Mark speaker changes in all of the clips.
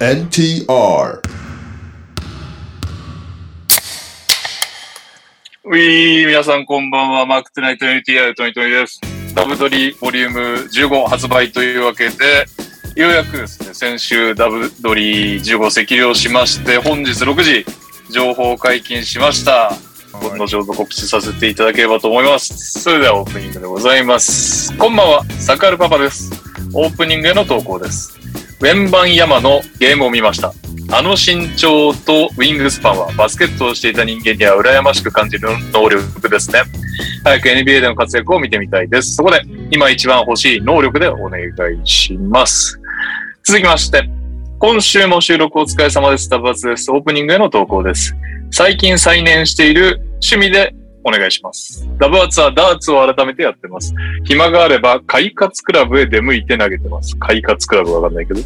Speaker 1: NTR
Speaker 2: ウィー皆さんこんばんは、マークトゥナイト NTR トニトニです。ダブドリボリューム15発売というわけで、ようやくですね、先週ダブドリ15赤量しまして、本日6時、情報解禁しました。後ほど告知させていただければと思います。それではオープニングでございます。こんばんは、サカルパパです。オープニングへの投稿です。ウェンバンヤマのゲームを見ました。あの身長とウィングスパンはバスケットをしていた人間には羨ましく感じる能力ですね。早く NBA での活躍を見てみたいです。そこで今一番欲しい能力でお願いします。続きまして、今週も収録お疲れ様です。タブアツです。オープニングへの投稿です。最近再燃している趣味でお願いします。ダブアツはダーツを改めてやってます。暇があれば、快活クラブへ出向いて投げてます。快活クラブわかんないけど。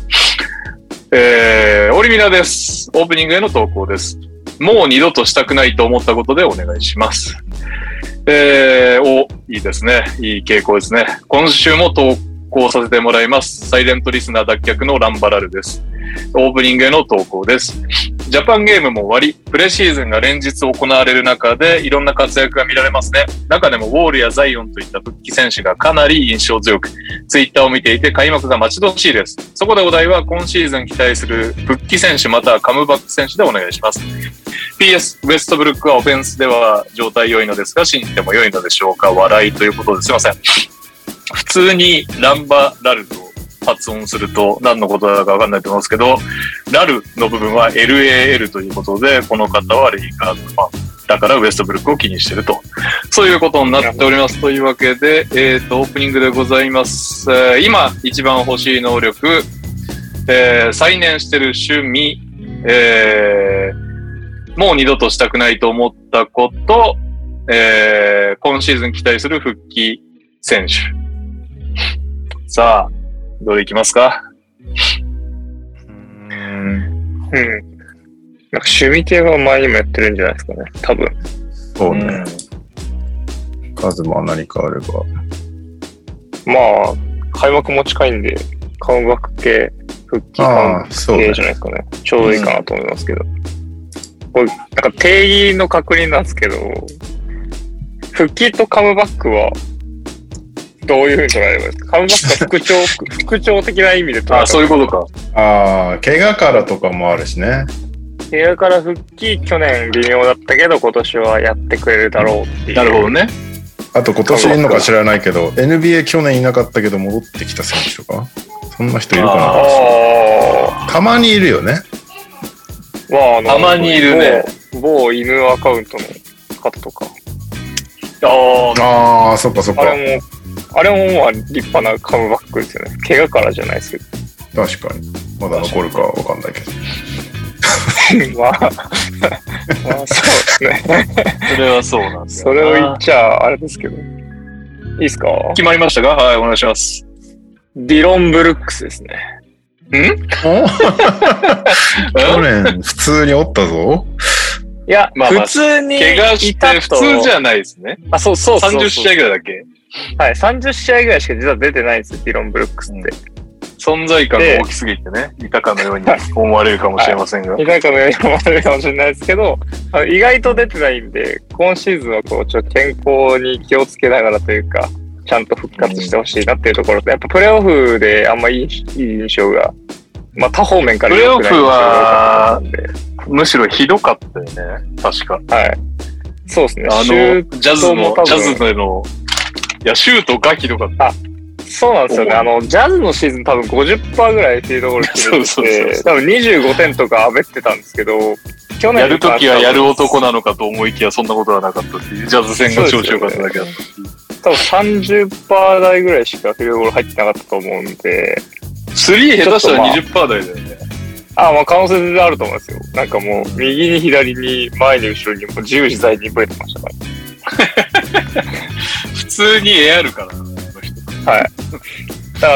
Speaker 2: えー、オリミラです。オープニングへの投稿です。もう二度としたくないと思ったことでお願いします。えー、お、いいですね。いい傾向ですね。今週も投稿させてもらいます。サイレントリスナー脱却のランバラルです。オープニングへの投稿です。ジャパンゲームも終わり、プレシーズンが連日行われる中で、いろんな活躍が見られますね。中でもウォールやザイオンといった復帰選手がかなり印象強く、ツイッターを見ていて開幕が待ち遠しいです。そこでお題は、今シーズン期待する復帰選手またはカムバック選手でお願いします。PS、ウェストブルックはオフェンスでは状態良いのですが、信じても良いのでしょうか笑いということですいません。普通にランバラルと発音すると何のことだかわかんないと思うんですけど、ラルの部分は LAL ということで、この方はレイカーズファン。だからウエストブルックを気にしてると。そういうことになっております。というわけで、えっ、と、オープニングでございます。えー今、一番欲しい能力、えー再燃してる趣味、えーもう二度としたくないと思ったこと、えー今シーズン期待する復帰選手。さあ、どれいきますか
Speaker 3: うん。なんか趣味系が前にもやってるんじゃないですかね。多分。
Speaker 4: そう
Speaker 2: う
Speaker 4: ね
Speaker 2: ん。
Speaker 4: カズマは何かあれば。
Speaker 3: まあ、開幕も近いんで、カムバック系、復帰
Speaker 4: あ
Speaker 3: 感
Speaker 4: あ、そう
Speaker 3: 系
Speaker 4: ね
Speaker 3: じゃ。ないですかね。ちょうどいいかなと思いますけど。これなんか定義の確認なんですけど、復帰とカムバックは、どういうふうに捉えればいいですかカムバックは復調、 復調的な意味で捉えた
Speaker 2: あ、そういうことか。
Speaker 4: ああ、怪我からとかもあるしね。
Speaker 3: 部屋から復帰、去年微妙だったけど、今年はやってくれるだろうっていう。
Speaker 2: なるほどね。
Speaker 4: あと今年いるのか知らないけど、NBA 去年いなかったけど戻ってきた選手とか。そんな人いる
Speaker 3: あ
Speaker 4: か
Speaker 3: あ。
Speaker 4: なたまにいるよね。
Speaker 3: まあ、あの
Speaker 2: たまにいるね
Speaker 3: 某某犬アカウントの方とか。
Speaker 2: あ
Speaker 4: ああ、そっかそっ
Speaker 3: あ
Speaker 4: か。
Speaker 3: れも、あれもまあ立派なカムバックですよね。 怪我からじゃないですけ
Speaker 4: 確かに。まだ残るかわかんないけど。
Speaker 3: ど。まあ、まあそうです ね。
Speaker 2: あ、それはそうなんです
Speaker 3: そ
Speaker 2: よな
Speaker 3: れを言っちゃあれですけど。いいですか
Speaker 2: 決まりましたかはい、お願いします。
Speaker 3: ディロン・ブルックスですね。
Speaker 4: 去年普通におったぞ。
Speaker 3: いや、
Speaker 2: まあまあ
Speaker 3: 普通に
Speaker 2: 怪我して普通じ
Speaker 3: ゃ
Speaker 2: ゃないですね。
Speaker 3: あ、そうそうそうそう
Speaker 2: 30試合ぐらいだっけ
Speaker 3: はい、30試合ぐらいしか実は出てないんですよ、ディロン・ブルックスって。
Speaker 2: 存在感が大きすぎてね、いたかのように思われるかもしれませんが。
Speaker 3: いないかのように思われるかもしれないですけど、あの意外と出てないんで、今シーズンはこう、ちょっと健康に気をつけながらというか、ちゃんと復活してほしいなっていうところと、やっぱプレーオフであんまいいいい印象が、まあ他方面から良くない
Speaker 2: プレーオフは
Speaker 3: 印象が多かっ
Speaker 2: むしろひどかったよね、確か。
Speaker 3: たんではい。そうですね。
Speaker 2: あの、ジ
Speaker 3: シュー
Speaker 2: ャズの
Speaker 3: 多、分
Speaker 2: ジャズでの、いや、シュートがひどかった。
Speaker 3: そうなんですよね。あの、ジャズのシーズン多 分50%ぐらいフィールドゴール決めて
Speaker 2: そうそうそうそ
Speaker 3: て、多分25点とかあべってたんですけど、去年
Speaker 2: やるときはやる男
Speaker 3: の
Speaker 2: なのかと思いきや、そんなことはなかったっていう、ジャズ戦が調子良かっただけだったっていう。
Speaker 3: 多分30%台ぐらいしかフィールドゴール入ってなかったと思うんで、
Speaker 2: スリー下手したら
Speaker 3: ち
Speaker 2: 20%台だよね。
Speaker 3: あまあ可能性全然あると思いますよ。なんかもう、右に左に、前に後ろに、もう自由自在にブレてましたか
Speaker 2: 普通にエアるからな、あの人。
Speaker 3: ら。だか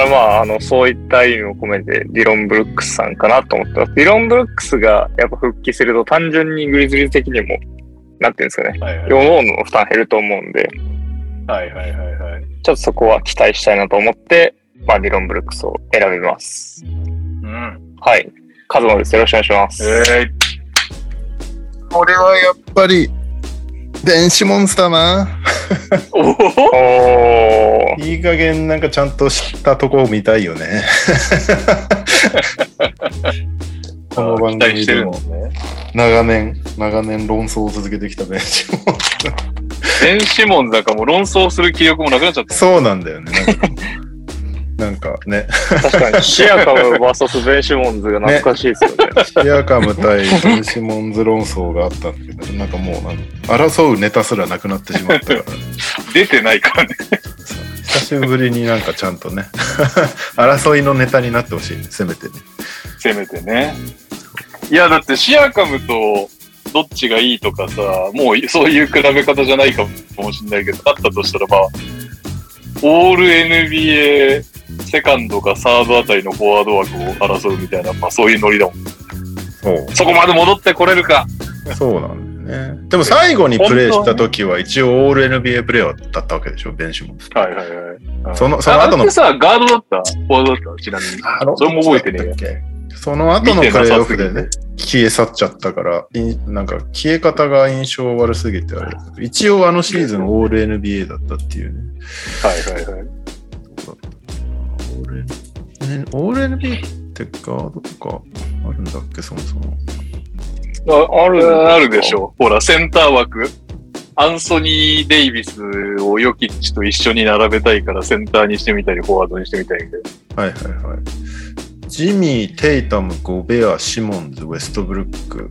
Speaker 3: らまあ、あの、そういった意味も込めて、ディロン・ブルックスさんかなと思ってます。ディロン・ブルックスがやっぱ復帰すると、単純にグリズリーズ的にも、なんていうんですかね、
Speaker 2: はいはい
Speaker 3: 世のの負担減ると思うんで、
Speaker 2: はいはいはいはい。
Speaker 3: ちょっとそこは期待したいなと思って、まあ、ディロン・ブルックスを選びます。
Speaker 2: うん。
Speaker 3: はい。カズマです。よろしくお願いします。
Speaker 2: え
Speaker 4: 俺はやっぱり、電子モンスターな。
Speaker 2: ー、おお
Speaker 3: おー。
Speaker 4: いい加減なんかちゃんと知ったとこを見たいよ ね。この番組でも
Speaker 2: ね。
Speaker 4: 長年、長年論争を続けてきた電子モンス
Speaker 2: 電子モンだからもう論争する気力もなくなっちゃっ
Speaker 4: ター。
Speaker 2: た。
Speaker 4: そうなんだよね。なんか なんかね、
Speaker 3: 確かに、シアカム VS ベンシモンズが懐かしいです よね。
Speaker 4: シアカム対電子モンズ論争があったんだけど、なんかもうなん争うネタすらなくなってしまったから。
Speaker 2: 出てないからね。
Speaker 4: 久しぶりになんかちゃんとね 争いのネタになってほしいねせめてね
Speaker 2: せめてね。いや、だってシアカムとどっちがいいとかさ、もうそういう比べ方じゃないかもしれないけど、あったとしたらまあ、オール NBA セカンドかサードあたりのフォワード枠を争うみたいな、まあそういうノリだもん。
Speaker 4: そう
Speaker 2: そこまで戻ってこれるか。
Speaker 4: そうなんだよねでも最後にプレーした時は一応オール NBA プレーヤーだったわけでしょベンシモンズ
Speaker 2: はいはいはい。
Speaker 4: そのその後
Speaker 2: あれっ
Speaker 4: の
Speaker 2: てさ、ガードだったフォワードだったちなみに。それも覚えてねえや。
Speaker 4: えその後のプ
Speaker 2: 見てな
Speaker 4: レーオ
Speaker 2: さす
Speaker 4: フ
Speaker 2: ぎ
Speaker 4: で
Speaker 2: て
Speaker 4: ね消え去っちゃったからいなんか消え方が印象悪すぎてあれだけど一応あのシーズンオール NBA だったっていうね
Speaker 2: はいはいはい。
Speaker 4: オール N- オール NBA ってガードとかあるんだっけそもそも
Speaker 3: ああ
Speaker 2: あるでし。ょ。ほら、センター枠。アンソニー・デイビスをヨキッチと一緒に並べたいからセンターにしてみたり、フォワードにしてみたりみたいな。
Speaker 4: はいはいはい。ジミー、テイタム、ゴベア、シモンズ、ウェストブルック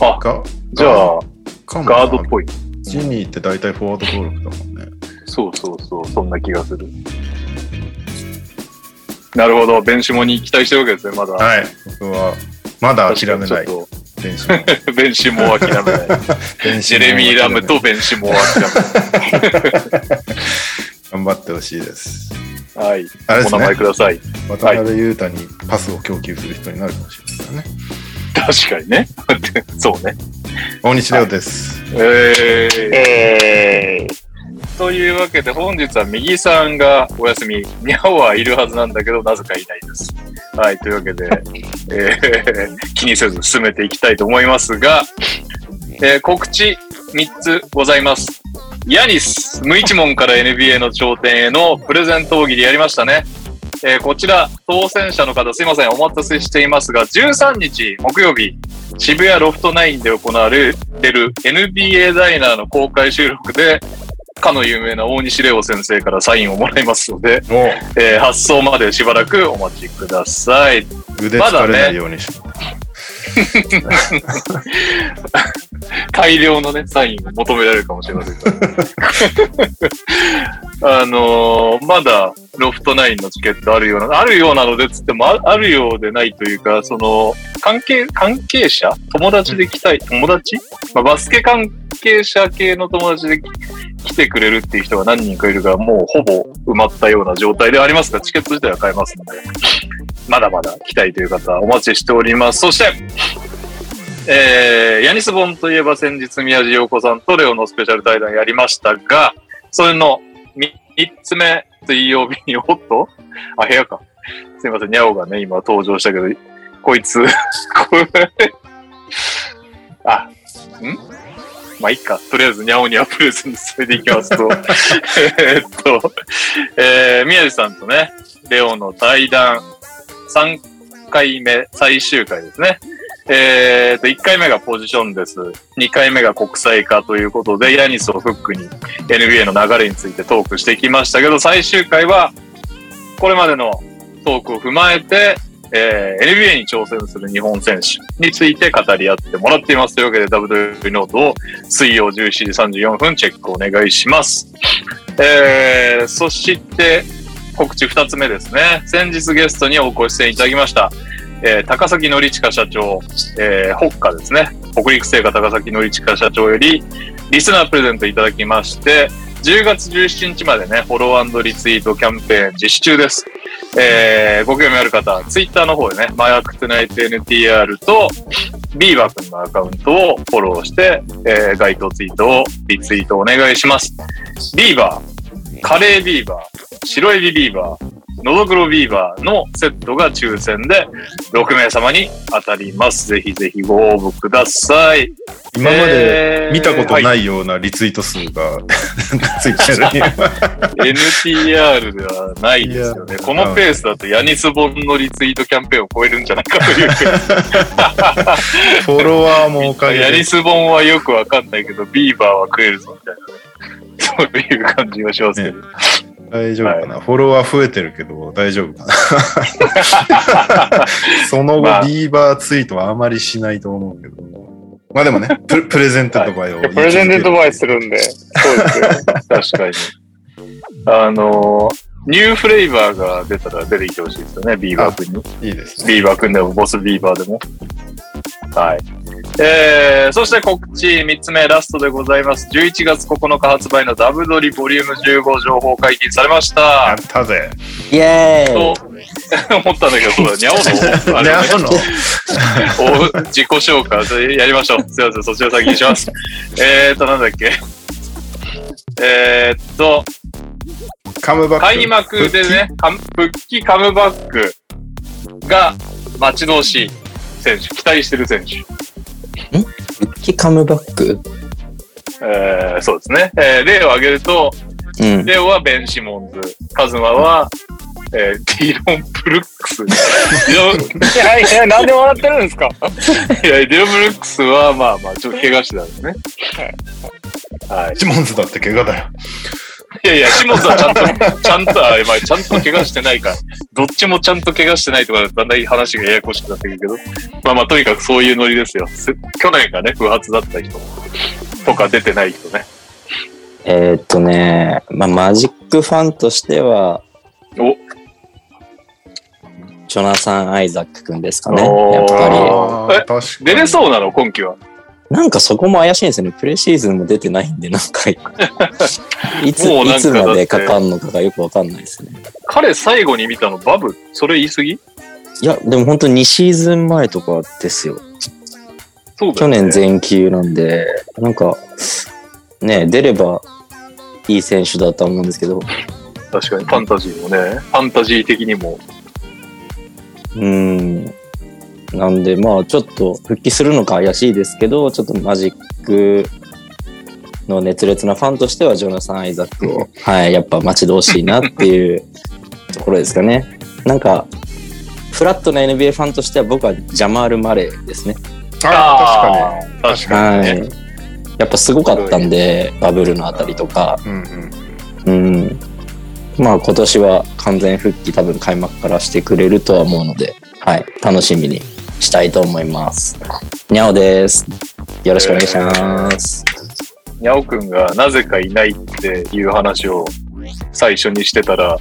Speaker 2: あ、
Speaker 4: が、
Speaker 2: じゃあ、
Speaker 4: かもな
Speaker 2: ガードっぽい。
Speaker 4: ジミーって大体フォワード登録だもんね。
Speaker 2: そうそうそう、そんな気がする。なるほど、ベンシモに期待してるわけですね、まだ。
Speaker 4: はい。僕は、まだ諦 め
Speaker 2: 確か
Speaker 4: ない
Speaker 2: にち。ょっ
Speaker 4: 電子も
Speaker 2: と ベンシモは諦めない。
Speaker 4: 電子
Speaker 2: ジェ
Speaker 4: も
Speaker 2: レミー・ラム
Speaker 4: 諦め
Speaker 2: とベンシモは諦めない。
Speaker 4: 頑張ってほしいです。
Speaker 2: はい、
Speaker 4: あれで
Speaker 2: お
Speaker 4: す
Speaker 2: 名前
Speaker 4: ね
Speaker 2: く。ださい。
Speaker 4: 渡辺裕太にパスを供給する人になるかもしれないからね。
Speaker 2: 確かにね。 そうね。
Speaker 4: 大西レオです。
Speaker 2: えー。
Speaker 3: えー、
Speaker 2: というわけで本日は右さんがお休み、にゃおはいるはずなんだけど、なぜかいないです。はい、というわけで、えー 気にせず進めていきたいと思いますが、えー告知3つございます。ヤニス、無一問から NBA の頂点へのプレゼント大喜利やりましたね。えーこちら、当選者の方、すいません、お待たせしていますが、13日木曜日、渋谷ロフト9で行われる NBA ダイナーの公開収録で、かの有名な大西レオ先生からサインをもらいますので、
Speaker 4: お
Speaker 2: えー発送までしばらくお待ちください。
Speaker 4: 腕疲れないようにしろ
Speaker 2: 大量のね、サインを求められるかもしれませんから。あのーまだロフト9のチケットあるような、あるようなのでっつってもああるようでないというか、その、関係、関係者友達で来たい、友達、まあ、バスケ関係者系の友達で来てくれるっていう人が何人かいるが、もうほぼ埋まったような状態ではありますが、チケット自体は買えますので、まだまだ来たいという方、お待ちしております。そして、えー、ヤニスボンといえば先日宮地洋子さんとレオのスペシャル対談やりましたが、それの3つ目水曜日に、おっとあ、部屋か。すいません、ニャオがね、今登場したけど、こいつ、これ、あ、んまあ、いいか。とりあえず、ニャオにはプレゼントそれでいきますと、えーっと、えー、宮地さんとね、レオの対談、3回目、最終回ですね。えー、と、1回目がポジションです。2回目が国際化ということで、ヤニスをフックに NBA の流れについてトークしてきましたけど、最終回は、これまでのトークを踏まえて、えー NBA に挑戦する日本選手について語り合ってもらっています。というわけで、WW ノートを水曜17時34分チェックお願いします。えー、そして、告知2つ目ですね。先日ゲストにお越しいただきました、えー高崎典親社長、えー、北下ですね。北陸製菓高崎典親社長より、リスナープレゼントいただきまして、10月17日までね、フォローリツイートキャンペーン実施中です。えーご興味ある方、ツイッターの方でね、マヤクトゥナイト NTR と、ビーバ君のアカウントをフォローして、えー該当ツイートをリツイートお願いします。ビーバー、カレービーバー、白エビビーバー、のどぐろビーバーのセットが抽選で6名様に当たります。ぜひぜひご応募ください。
Speaker 4: 今まで
Speaker 2: えー
Speaker 4: 見たこと
Speaker 2: は
Speaker 4: ないようなリツイート数が、 ツイッターに。
Speaker 2: NTR ではないですよね。
Speaker 4: いや
Speaker 2: このペースだとヤニスボンのリツイートキャンペーンを超えるんじゃないかという。
Speaker 4: フォロワーもおかげ
Speaker 2: ヤ
Speaker 4: で
Speaker 2: ニ。スボンはよくわかんないけど、ビーバーは食えるぞみたいなね。そういう感じがしますけど。
Speaker 4: 大丈夫かな、フォロワー増えてるけど、大丈夫かな その後、
Speaker 2: まあ
Speaker 4: ビーバーツイートはあまりしないと思うけど。まあでもね、プレプレゼンテッドバイを言い続ける。
Speaker 3: プレゼントドバイするんで、そうですよ。
Speaker 2: 確かに。あの、ニューフレーバーが出たら出てきてほしいですよね、ビーバー君に。
Speaker 4: いいですね。
Speaker 2: ビーバーくんでも、ボスビーバーでも。はい。えー、そして告知3つ目ラストでございます。11月9日発売のダブドリボリューム15情報解禁されまし。
Speaker 4: やったたぜ。
Speaker 1: イエ
Speaker 2: と
Speaker 1: ーイ
Speaker 2: 思ったんだけど、そうだ、にゃおの。あ
Speaker 4: ね、
Speaker 2: れ
Speaker 4: あの、
Speaker 2: お自己紹介それやりましょう。すいません、そちら先にし ます。えーと、なんだっけ。えーっと、
Speaker 4: カムバック。
Speaker 2: 開幕でね、カム復帰カムバックが待ち遠しい選手、期待してる選手。
Speaker 1: 復帰カムバック
Speaker 2: えーそうですね。えー例を挙げると、
Speaker 1: うん。
Speaker 2: レオはベン・シモンズ、カズマは、えーディロン・ブルックス。デ ィ
Speaker 3: いやいや、なんで笑ってるんですか
Speaker 2: ロン、いやディロン・ブルックスは、まあまあ、ちょっと怪我してたんですね。はい。
Speaker 4: シモンズだって怪我だよ。
Speaker 2: いやいや、シモンズはちゃんと、ちゃんと、あ、今、ちゃんと怪我してないから、どっちもちゃんと怪我してないとか、だんだん話がややこしくなってくるけど、まあまあ、とにかくそういうノリですよ。せ去年がね、不発だった人とか出てない人ね。
Speaker 1: えーっとね、まあ、マジックファンとしては、
Speaker 2: お
Speaker 1: ジョナサン・アイザック君ですかね。
Speaker 2: おー
Speaker 1: やっぱ
Speaker 4: あー
Speaker 2: え
Speaker 4: 確かに。
Speaker 2: 出れそうなの、今季は。
Speaker 1: り。なんかそこも怪しいんですよね。プレシーズンも出てないんで、なん か、いつ、
Speaker 2: もうなんか
Speaker 1: いつまでかかんのかがよくわかんないですね。
Speaker 2: 彼最後に見たの、バブ。それ言い過ぎ
Speaker 1: いや、でも本当に2シーズン前とかですよ。
Speaker 2: そうだ
Speaker 1: 去
Speaker 2: よね。
Speaker 1: 年全休なんで、なんか、ね、出ればいい選手だとは思うんですけど、
Speaker 2: 確かに、ファンタジーもね、ファンタジー的にも。
Speaker 1: うん。なんで、まあ、ちょっと復帰するのか怪しいですけど、ちょっとマジックの熱烈なファンとしては、ジョナサン・アイザックを、はい、やっぱ待ち遠しいなっていうところですかね。なんか、フラットな NBA ファンとしては、僕はジャマール・マレーですね。
Speaker 4: あ
Speaker 2: 確かに。確かに
Speaker 1: は
Speaker 2: ね。
Speaker 1: い。やっぱすごかったんで、バブルのあたりとか、
Speaker 4: ー確かに。うんうん。
Speaker 1: うん。まあ、今年は完全復帰、多分開幕からしてくれるとは思うので、はい、楽しみにしたいと思います。にゃおです。よろしくお願いします。
Speaker 2: にゃおくんがなぜかいないっていう話を最初にしてたら、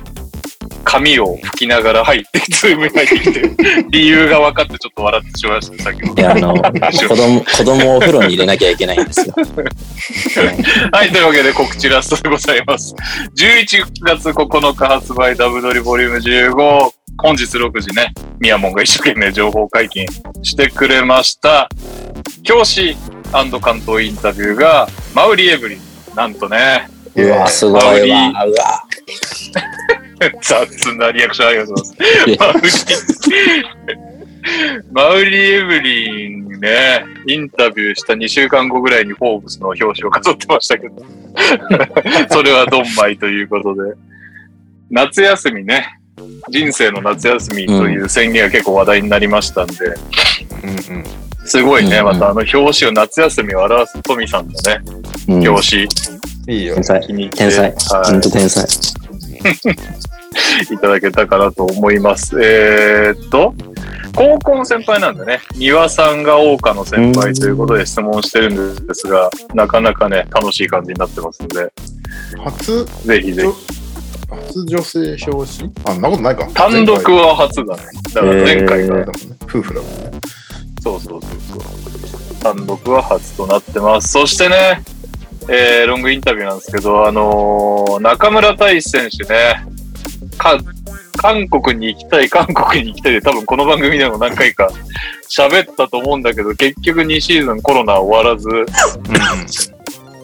Speaker 2: 髪を拭きながら入って、ズームに入ってきて、理由が分かってちょっと笑ってしまいました、先ほ
Speaker 1: い
Speaker 2: ど。
Speaker 1: や、あ の、子供、子供をお風呂に入れなきゃいけないんですよ。
Speaker 2: はい、というわけで告知ラストでございます。11月9日発売、ダブドリボリューム15。本日6時ね、ミヤモンが一生懸命情報解禁してくれました。教師関東インタビューが、マウリエブリン。なんとね、
Speaker 1: うわ、すごいわ。うわ。
Speaker 2: 雑なリアクションありがとうございます。 マウリマウリエブリンね、インタビューした2週間後ぐらいにフォーブスの表紙を飾ってましたけど、 それはドンマイということで、夏休みね、人生の夏休みという宣言が結構話題になりましたんで、
Speaker 4: うんうん。
Speaker 2: すごいね、
Speaker 1: うんうん
Speaker 2: またあの表紙を夏休みを表すトミさんのね、
Speaker 1: うん
Speaker 2: 表紙
Speaker 4: いいよ
Speaker 1: 天。才。
Speaker 2: 気に入って、
Speaker 1: 天才。
Speaker 2: はい
Speaker 1: ほんと天才。
Speaker 2: いただけたかなと思います。えーっと、高校の先輩なんでね、丹羽さんが桜花の先輩ということで質問してるんですが、なかなかね、楽しい感じになってますんで、
Speaker 4: 初、
Speaker 2: ぜひぜひ。
Speaker 4: 初女性表紙あ、んなことないか。
Speaker 2: 単独は初だね。だから前
Speaker 4: 前
Speaker 2: 回が、
Speaker 1: え
Speaker 4: 回だもんね夫婦だもんね。
Speaker 2: そうそうそうそう。単独は初となってます。そしてね、えーロングインタビューなんですけど、あのー中村大志選手ね、か韓国に行きたい、韓国に行きたいで、多分この番組でも何回か喋ったと思うんだけど、結局2シーズンコロナは終わらず、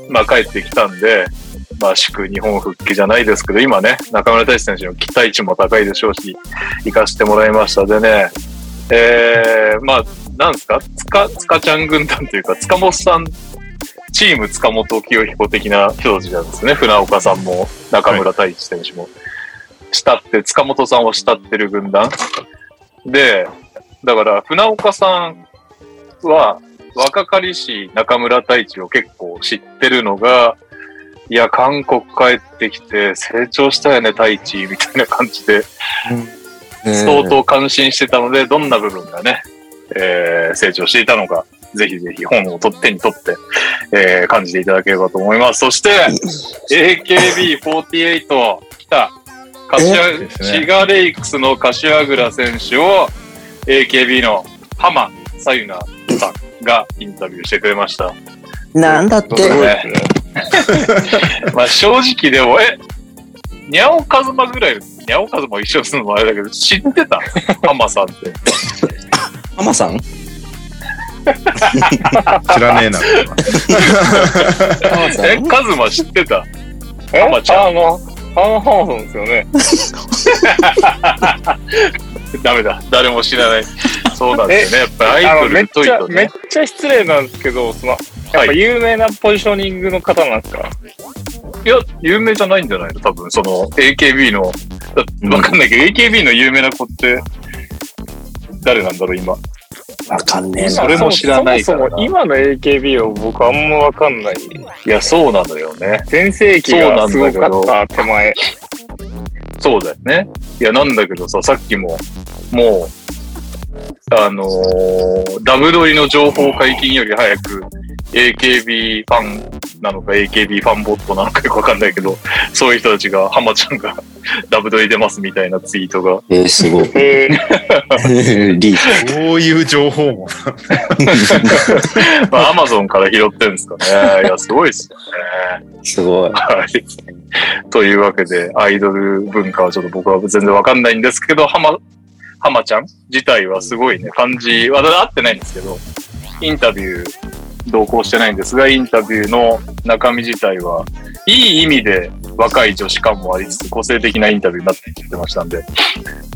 Speaker 2: まあ帰ってきたんで、らしく日本復帰じゃないですけど、今ね、中村大志選手の期待値も高いでしょうし、行かせてもらいました。でね、えー、まあ、なんですか、つか、つかちゃん軍団というか、塚本さん、チーム塚本清彦的な人たちなんですね。船岡さんも、中村太一選手も。慕って、塚本さんを慕ってる軍団。で、だから、船岡さんは、若かりし中村太一を結構知ってるのが、いや、韓国帰ってきて成長したよね、太一、みたいな感じで、相当感心してたので、どんな部分がね、えー成長していたのか、ぜひぜひ本を取っ手に取って、えー感じていただければと思います。そして、AKB48 来
Speaker 4: え
Speaker 2: た、柏
Speaker 4: で、すね
Speaker 2: シガレイクスの柏倉選手を AKB の浜さゆなさんがインタビューしてくれました。
Speaker 1: なんだって
Speaker 2: すごい
Speaker 3: ですね。
Speaker 2: まあ正直でも、え、にゃおかずまぐらい、にゃおかずま一緒にするのもあれだけど、知って た浜さんって。
Speaker 1: ママさん
Speaker 4: 知らねえな。
Speaker 1: ママさ
Speaker 2: え、
Speaker 1: ん
Speaker 2: カズマ知ってた
Speaker 3: え
Speaker 2: 浜ちゃん
Speaker 3: あの、ハンハンソンですよね。
Speaker 2: ダメだ。誰も知らない。そうなんですよね。やっぱりア
Speaker 3: あ
Speaker 2: イ
Speaker 3: の
Speaker 2: ド
Speaker 3: め
Speaker 2: ル
Speaker 3: っ
Speaker 2: とい
Speaker 3: ち
Speaker 2: う
Speaker 3: ゃ、
Speaker 2: と
Speaker 3: めっ
Speaker 2: ね。
Speaker 3: ちゃ失礼なんですけど、その、や
Speaker 2: は
Speaker 3: っぱ
Speaker 2: い。
Speaker 3: 有名なポジショニングの方なんですか、
Speaker 2: いや、有名じゃないんじゃないの多分、その AKB の。だってわかんないけど、AKB の有名な子って、誰なんだろう、今。
Speaker 1: わかんねえな。
Speaker 2: それも知らないから
Speaker 3: そ
Speaker 2: な
Speaker 3: もそも今の AKB を僕あんまわかんない。
Speaker 2: いや、そうなのよね。
Speaker 3: 全盛期がすごかった手前。
Speaker 2: そうだよね。いや、なんだけどさ、さっきも、もう、あのーダブドリの情報解禁より早く、AKB ファンなのか、AKB ファンボットなのかよくわかんないけど、そういう人たちが、浜ちゃんがダブドリ出ますみたいなツイートが、
Speaker 1: えー、すごい。
Speaker 3: えー
Speaker 1: リー
Speaker 4: そういう情報も。
Speaker 2: まあ、アマゾンから拾ってるんですかね。いや、すごいっすよね。
Speaker 1: すごい。
Speaker 2: はい。というわけで、アイドル文化はちょっと僕は全然わかんないんですけど、浜、浜ちゃん自体はすごいね、感じ、わだ会ってないんですけど、インタビュー、同行してないんですが、インタビューの中身自体は、いい意味で若い女子感もありつつ、個性的なインタビューになってましたんで、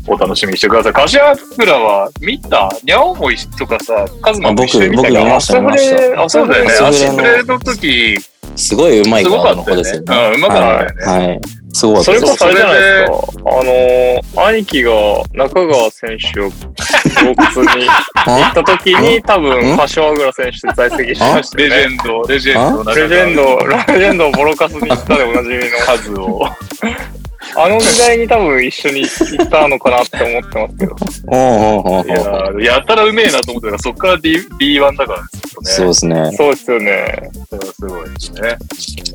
Speaker 2: お楽しみにしてください。柏倉は見たにゃおもいとかさ、カズマも一緒に見たけど
Speaker 1: あ僕僕見ました見ました
Speaker 2: あ、そうだよね。
Speaker 1: そ
Speaker 2: ア
Speaker 1: うだ
Speaker 2: シ
Speaker 1: よ
Speaker 2: ス
Speaker 1: ね
Speaker 2: レの時、
Speaker 1: すごいうまい
Speaker 2: すご
Speaker 1: 側
Speaker 2: か
Speaker 1: の
Speaker 2: った
Speaker 1: 子
Speaker 2: よ
Speaker 1: です
Speaker 2: ね
Speaker 1: よ。ね。
Speaker 2: うん、うまかったよね。
Speaker 1: はい。すごかっ
Speaker 3: そ
Speaker 1: た
Speaker 3: れ
Speaker 1: で
Speaker 3: こ
Speaker 1: す。
Speaker 3: そあれじゃないですか。あのー、兄貴が中川選手を 洞窟に行った時に、多分、柏倉選手在籍してました
Speaker 2: レ
Speaker 3: よ
Speaker 2: ジ
Speaker 3: ね。
Speaker 2: ェンド、レジェンドの中で、
Speaker 3: レジェンド、レジェンドをボロカスに行ったでおなじみの。
Speaker 2: 数 を。
Speaker 3: あの時代に多分一緒に行ったのかなって思って ますけど。
Speaker 1: おうおうおう
Speaker 2: いやーやたらうめえなと思ってたから、そっから D B1 だからですよね。
Speaker 1: そうですね。
Speaker 3: そうですよね。
Speaker 2: それはすごいです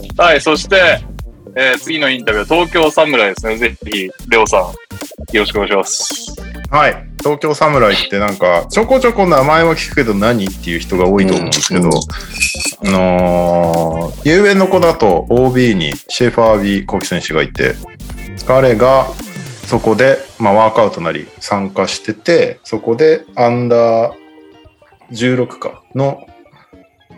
Speaker 2: ね。はい、そして、えー次のインタビューは東京侍ですね。ぜひ、レオさん、よろしくお願いします。
Speaker 4: はい。東京侍ってなんか、ちょこちょこ名前は聞くけど何っていう人が多いと思うんですけど、あのー、ゆうべの子だと OB にシェーファー・ビー・コキ選手がいて、彼がそこで、まあ、ワークアウトなり参加してて、そこでアンダー16かの、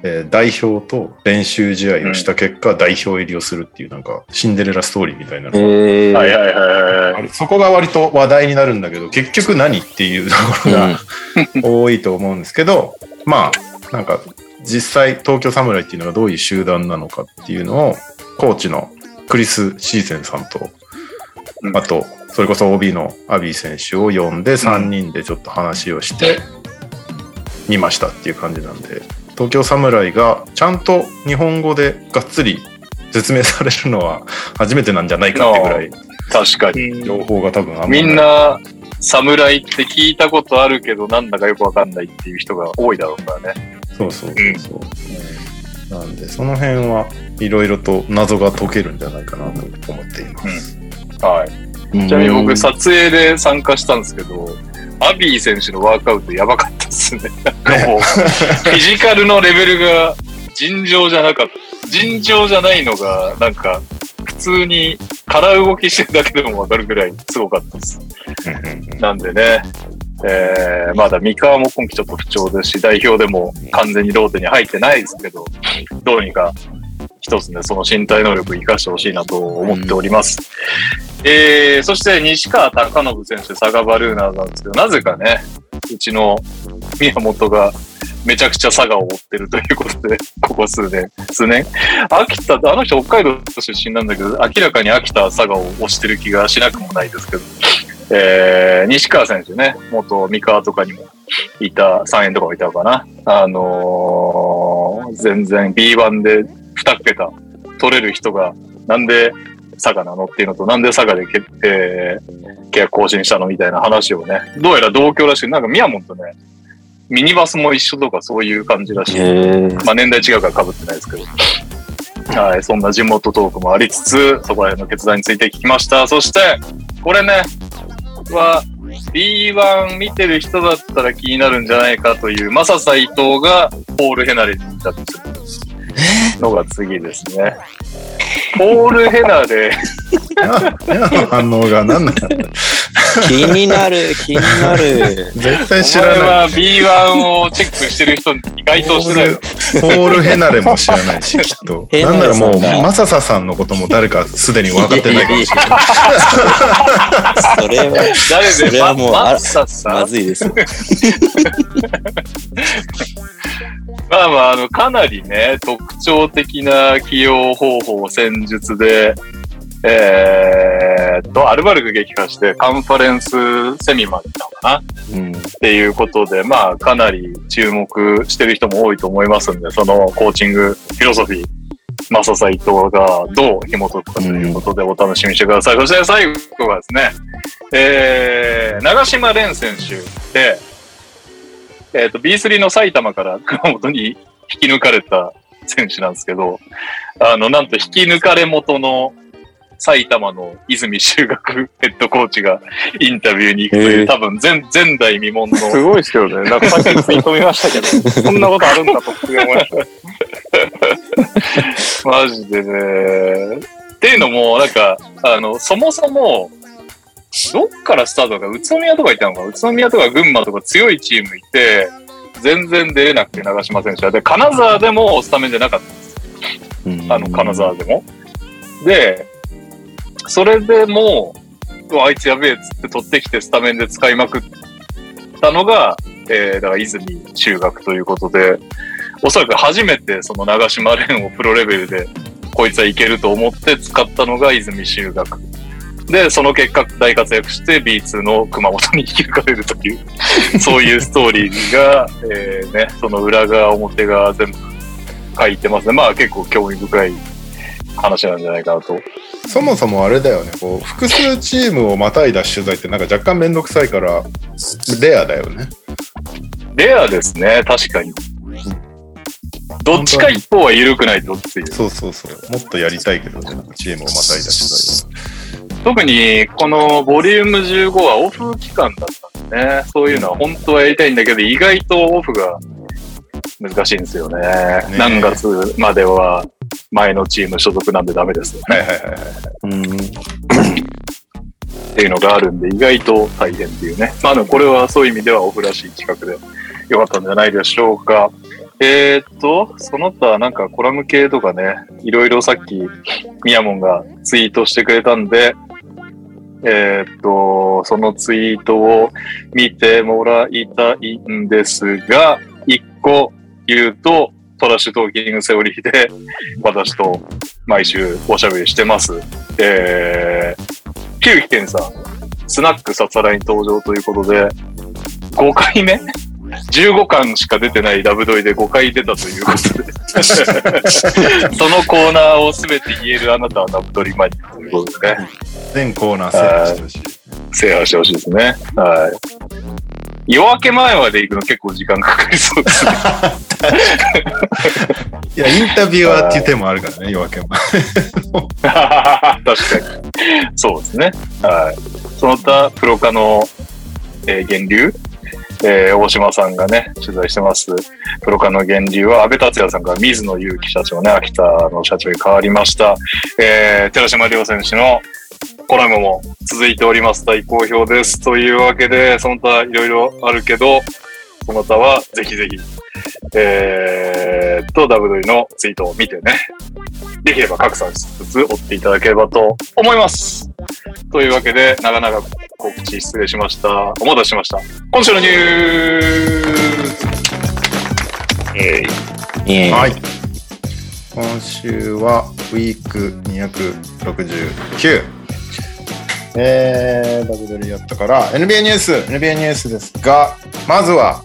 Speaker 4: えー代表と練習試合をした結果、代表入りをするっていうなんかシンデレラストーリーみたいなのが
Speaker 1: えー。
Speaker 2: はいはいはいはい。
Speaker 4: そこが割と話題になるんだけど、結局何っていうところが、 多いと思うんですけど、まあ、なんか実際東京侍っていうのがどういう集団なのかっていうのを、コーチのクリス・シーゼンさんと
Speaker 2: う、ん
Speaker 4: あと、それこそ OB のアビー選手を呼んで3人でちょっと話をして見ましたっていう感じなんで、東京侍がちゃんと日本語でがっつり説明されるのは初めてなんじゃないかってぐらい
Speaker 2: 確かに。
Speaker 4: 情報が多分あんまな
Speaker 2: み
Speaker 4: い
Speaker 2: んな、侍って聞いたことあるけど、なんだかよくわかんないっていう人が多いだろうからね。
Speaker 4: そうそうそうそう、なんでその辺はいろいろと謎が解けるんじゃないかなと思って います、
Speaker 2: はい。
Speaker 1: うん
Speaker 2: ちなみに僕、撮影で参加したんですけど、アビー選手のワークアウトやばかったですね。なんかもう、 フィジカルのレベルが尋常じゃなかった。尋常じゃないのが、なんか、普通に空動きしてるだけでもわかるぐらいすごかったです。なんでね、えーまだ三河も今季ちょっと不調ですし、代表でも完全にローテに入ってないですけど、どうにか一つね、その身体能力生かしてほしいなと思っております。えー、そして西川貴信選手、佐賀バルーナーなんですけど、なぜかね、うちの宮本がめちゃくちゃ佐賀を追ってるということで、ここ数年、数年。秋田、あの人北海道出身なんだけど、明らかに秋田、佐賀を推してる気がしなくもないですけど、えー、西川選手ね、元三河とかにもいた、3円とかもいたのかな。あのー全然 B1 で2桁取れる人が、なんで佐賀なのっていうのと、なんで佐賀でけ、えー契約更新したのみたいな話をね、どうやら同居らしく、なんか宮本とね、ミニバスも一緒とかそういう感じらしい。
Speaker 1: へえ。
Speaker 2: まあ、年代違うから被ってないですけど。はい、そんな地元トークもありつつ、そこら辺の決断について聞きました。そして、これね、は B1 見てる人だったら気になるんじゃないかという、マササ伊藤がポール・ヘナレに行ったっていうのが次ですね。ポール・ヘナレ、
Speaker 4: 嫌な反応が何なんだ
Speaker 1: 気になる、気になる。
Speaker 4: 絶対知
Speaker 2: こ
Speaker 4: ら
Speaker 2: れ
Speaker 4: ない。
Speaker 2: は B1 をチェックしてる人に該当してないよ。
Speaker 4: ポール・ヘナレも知らないし、きっと。
Speaker 1: ヘナ
Speaker 4: なんな
Speaker 1: レ
Speaker 4: ら
Speaker 1: さんだ
Speaker 4: もう、マササさんのことも誰かすでに分かってないかもしれない。
Speaker 1: それは、そ
Speaker 2: 誰で
Speaker 1: れはもうあ
Speaker 2: マサさ
Speaker 1: ま
Speaker 2: ん
Speaker 1: ずいですよ。
Speaker 2: まあまあ、あの、かなりね、特徴的な起用方法、戦術で、えーっと、アルバルク撃破して、カンファレンスセミまで行ったのかな
Speaker 1: うん。
Speaker 2: っていうことで、まあ、かなり注目してる人も多いと思いますんで、そのコーチング、フィロソフィー、マササ伊藤がどう紐解くかということでお楽しみにしてください。そして最後はですね、えー、長島蓮選手で、えっ、と、B3 の埼玉から熊本に引き抜かれた選手なんですけど、あの、なんと引き抜かれ元の埼玉の泉修学ヘッドコーチがインタビューに行くとい
Speaker 1: へ
Speaker 2: う、
Speaker 1: ー
Speaker 2: 多分前前代未聞の
Speaker 3: すごいですけどね。なんかさっきツイート見ました けど、そんなことあるんだと普通に思いました。
Speaker 2: マジでね。っていうのも、なんか、あの、そもそも、どっからスタートか、宇都宮とかいたのか、宇都宮とか群馬とか強いチームいて、全然出れなくて、長島選手は。で、金沢でもスタメンじゃなかった。
Speaker 1: うん
Speaker 2: あの、金沢でも。で、それでもう、うわあいつやべえっつって取ってきてスタメンで使いまくったのが、えー、だから泉中学ということで、おそらく初めてその長島蓮をプロレベルで、こいつはいけると思って使ったのが泉中学。で、その結果大活躍して B2 の熊本に引き抜かれるという、そういうストーリーが、えーね、その裏側表側全部書いてますね。まあ結構興味深い話なんじゃないかなと。
Speaker 4: そもそもあれだよね、こう、複数チームをまたいだ取材ってなんか若干めんどくさいから、レアだよね。
Speaker 2: レアですね、確かに。どっちか一方は緩くないとっていう。
Speaker 4: そうそうそう。もっとやりたいけどね、なんかチームをまたいだ取
Speaker 2: 特にこのボリューム15はオフ期間だったんでね。そういうのは本当はやりたいんだけど、意外とオフが難しいんですよね。
Speaker 4: え
Speaker 2: 何月までは前のチーム所属なんでダメですよね。
Speaker 4: 材。はいはいはいはい。
Speaker 1: うん。
Speaker 2: っていうのがあるんで、意外と大変っていうね。まあでもこれはそういう意味ではオフらしい企画で良かったんじゃないでしょうか。えーっと、その他なんかコラム系とかね、いろいろさっきみやもんがツイートしてくれたんで、えーっと、そのツイートを見てもらいたいんですが、一個言うと、トラッシュトーキングセオリーで私と毎週おしゃべりしてます。えー、ひゅうきけんさん、スナックささらいに登場ということで、5回目 ?15 巻しか出てないラブドイで5回出たということで、そのコーナーをすべて言えるあなたはラブドリマニアということでね。
Speaker 4: 全コーナー制覇してほしい。
Speaker 2: 制覇してほしいですね。はい。夜明け前まで行くの結構時間かかりそうですね。
Speaker 4: いや、インタビュアーっていう手もあるからね、夜明けも。
Speaker 2: 確かに。そうですね。はい。その他、プロ化の、えー源流、えー大島さんがね、取材してます。プロ化の源流は、安倍達也さんから水野祐樹社長ね、秋田の社長に変わりました。えー寺島亮選手のコラムも続いております。大好評です。というわけで、その他いろいろあるけど、その他はぜひぜひ、えーーと、ダブドリのツイートを見てね、できれば拡散しつつ追っていただければと思います。というわけで、長々告知失礼しました。お待たせしました。今週のニュースえ
Speaker 1: ええ
Speaker 4: はい。今週は、ウィーク269。えー、ダブドリやったから、NBA ニュース、NBA ニュースですが、まずは、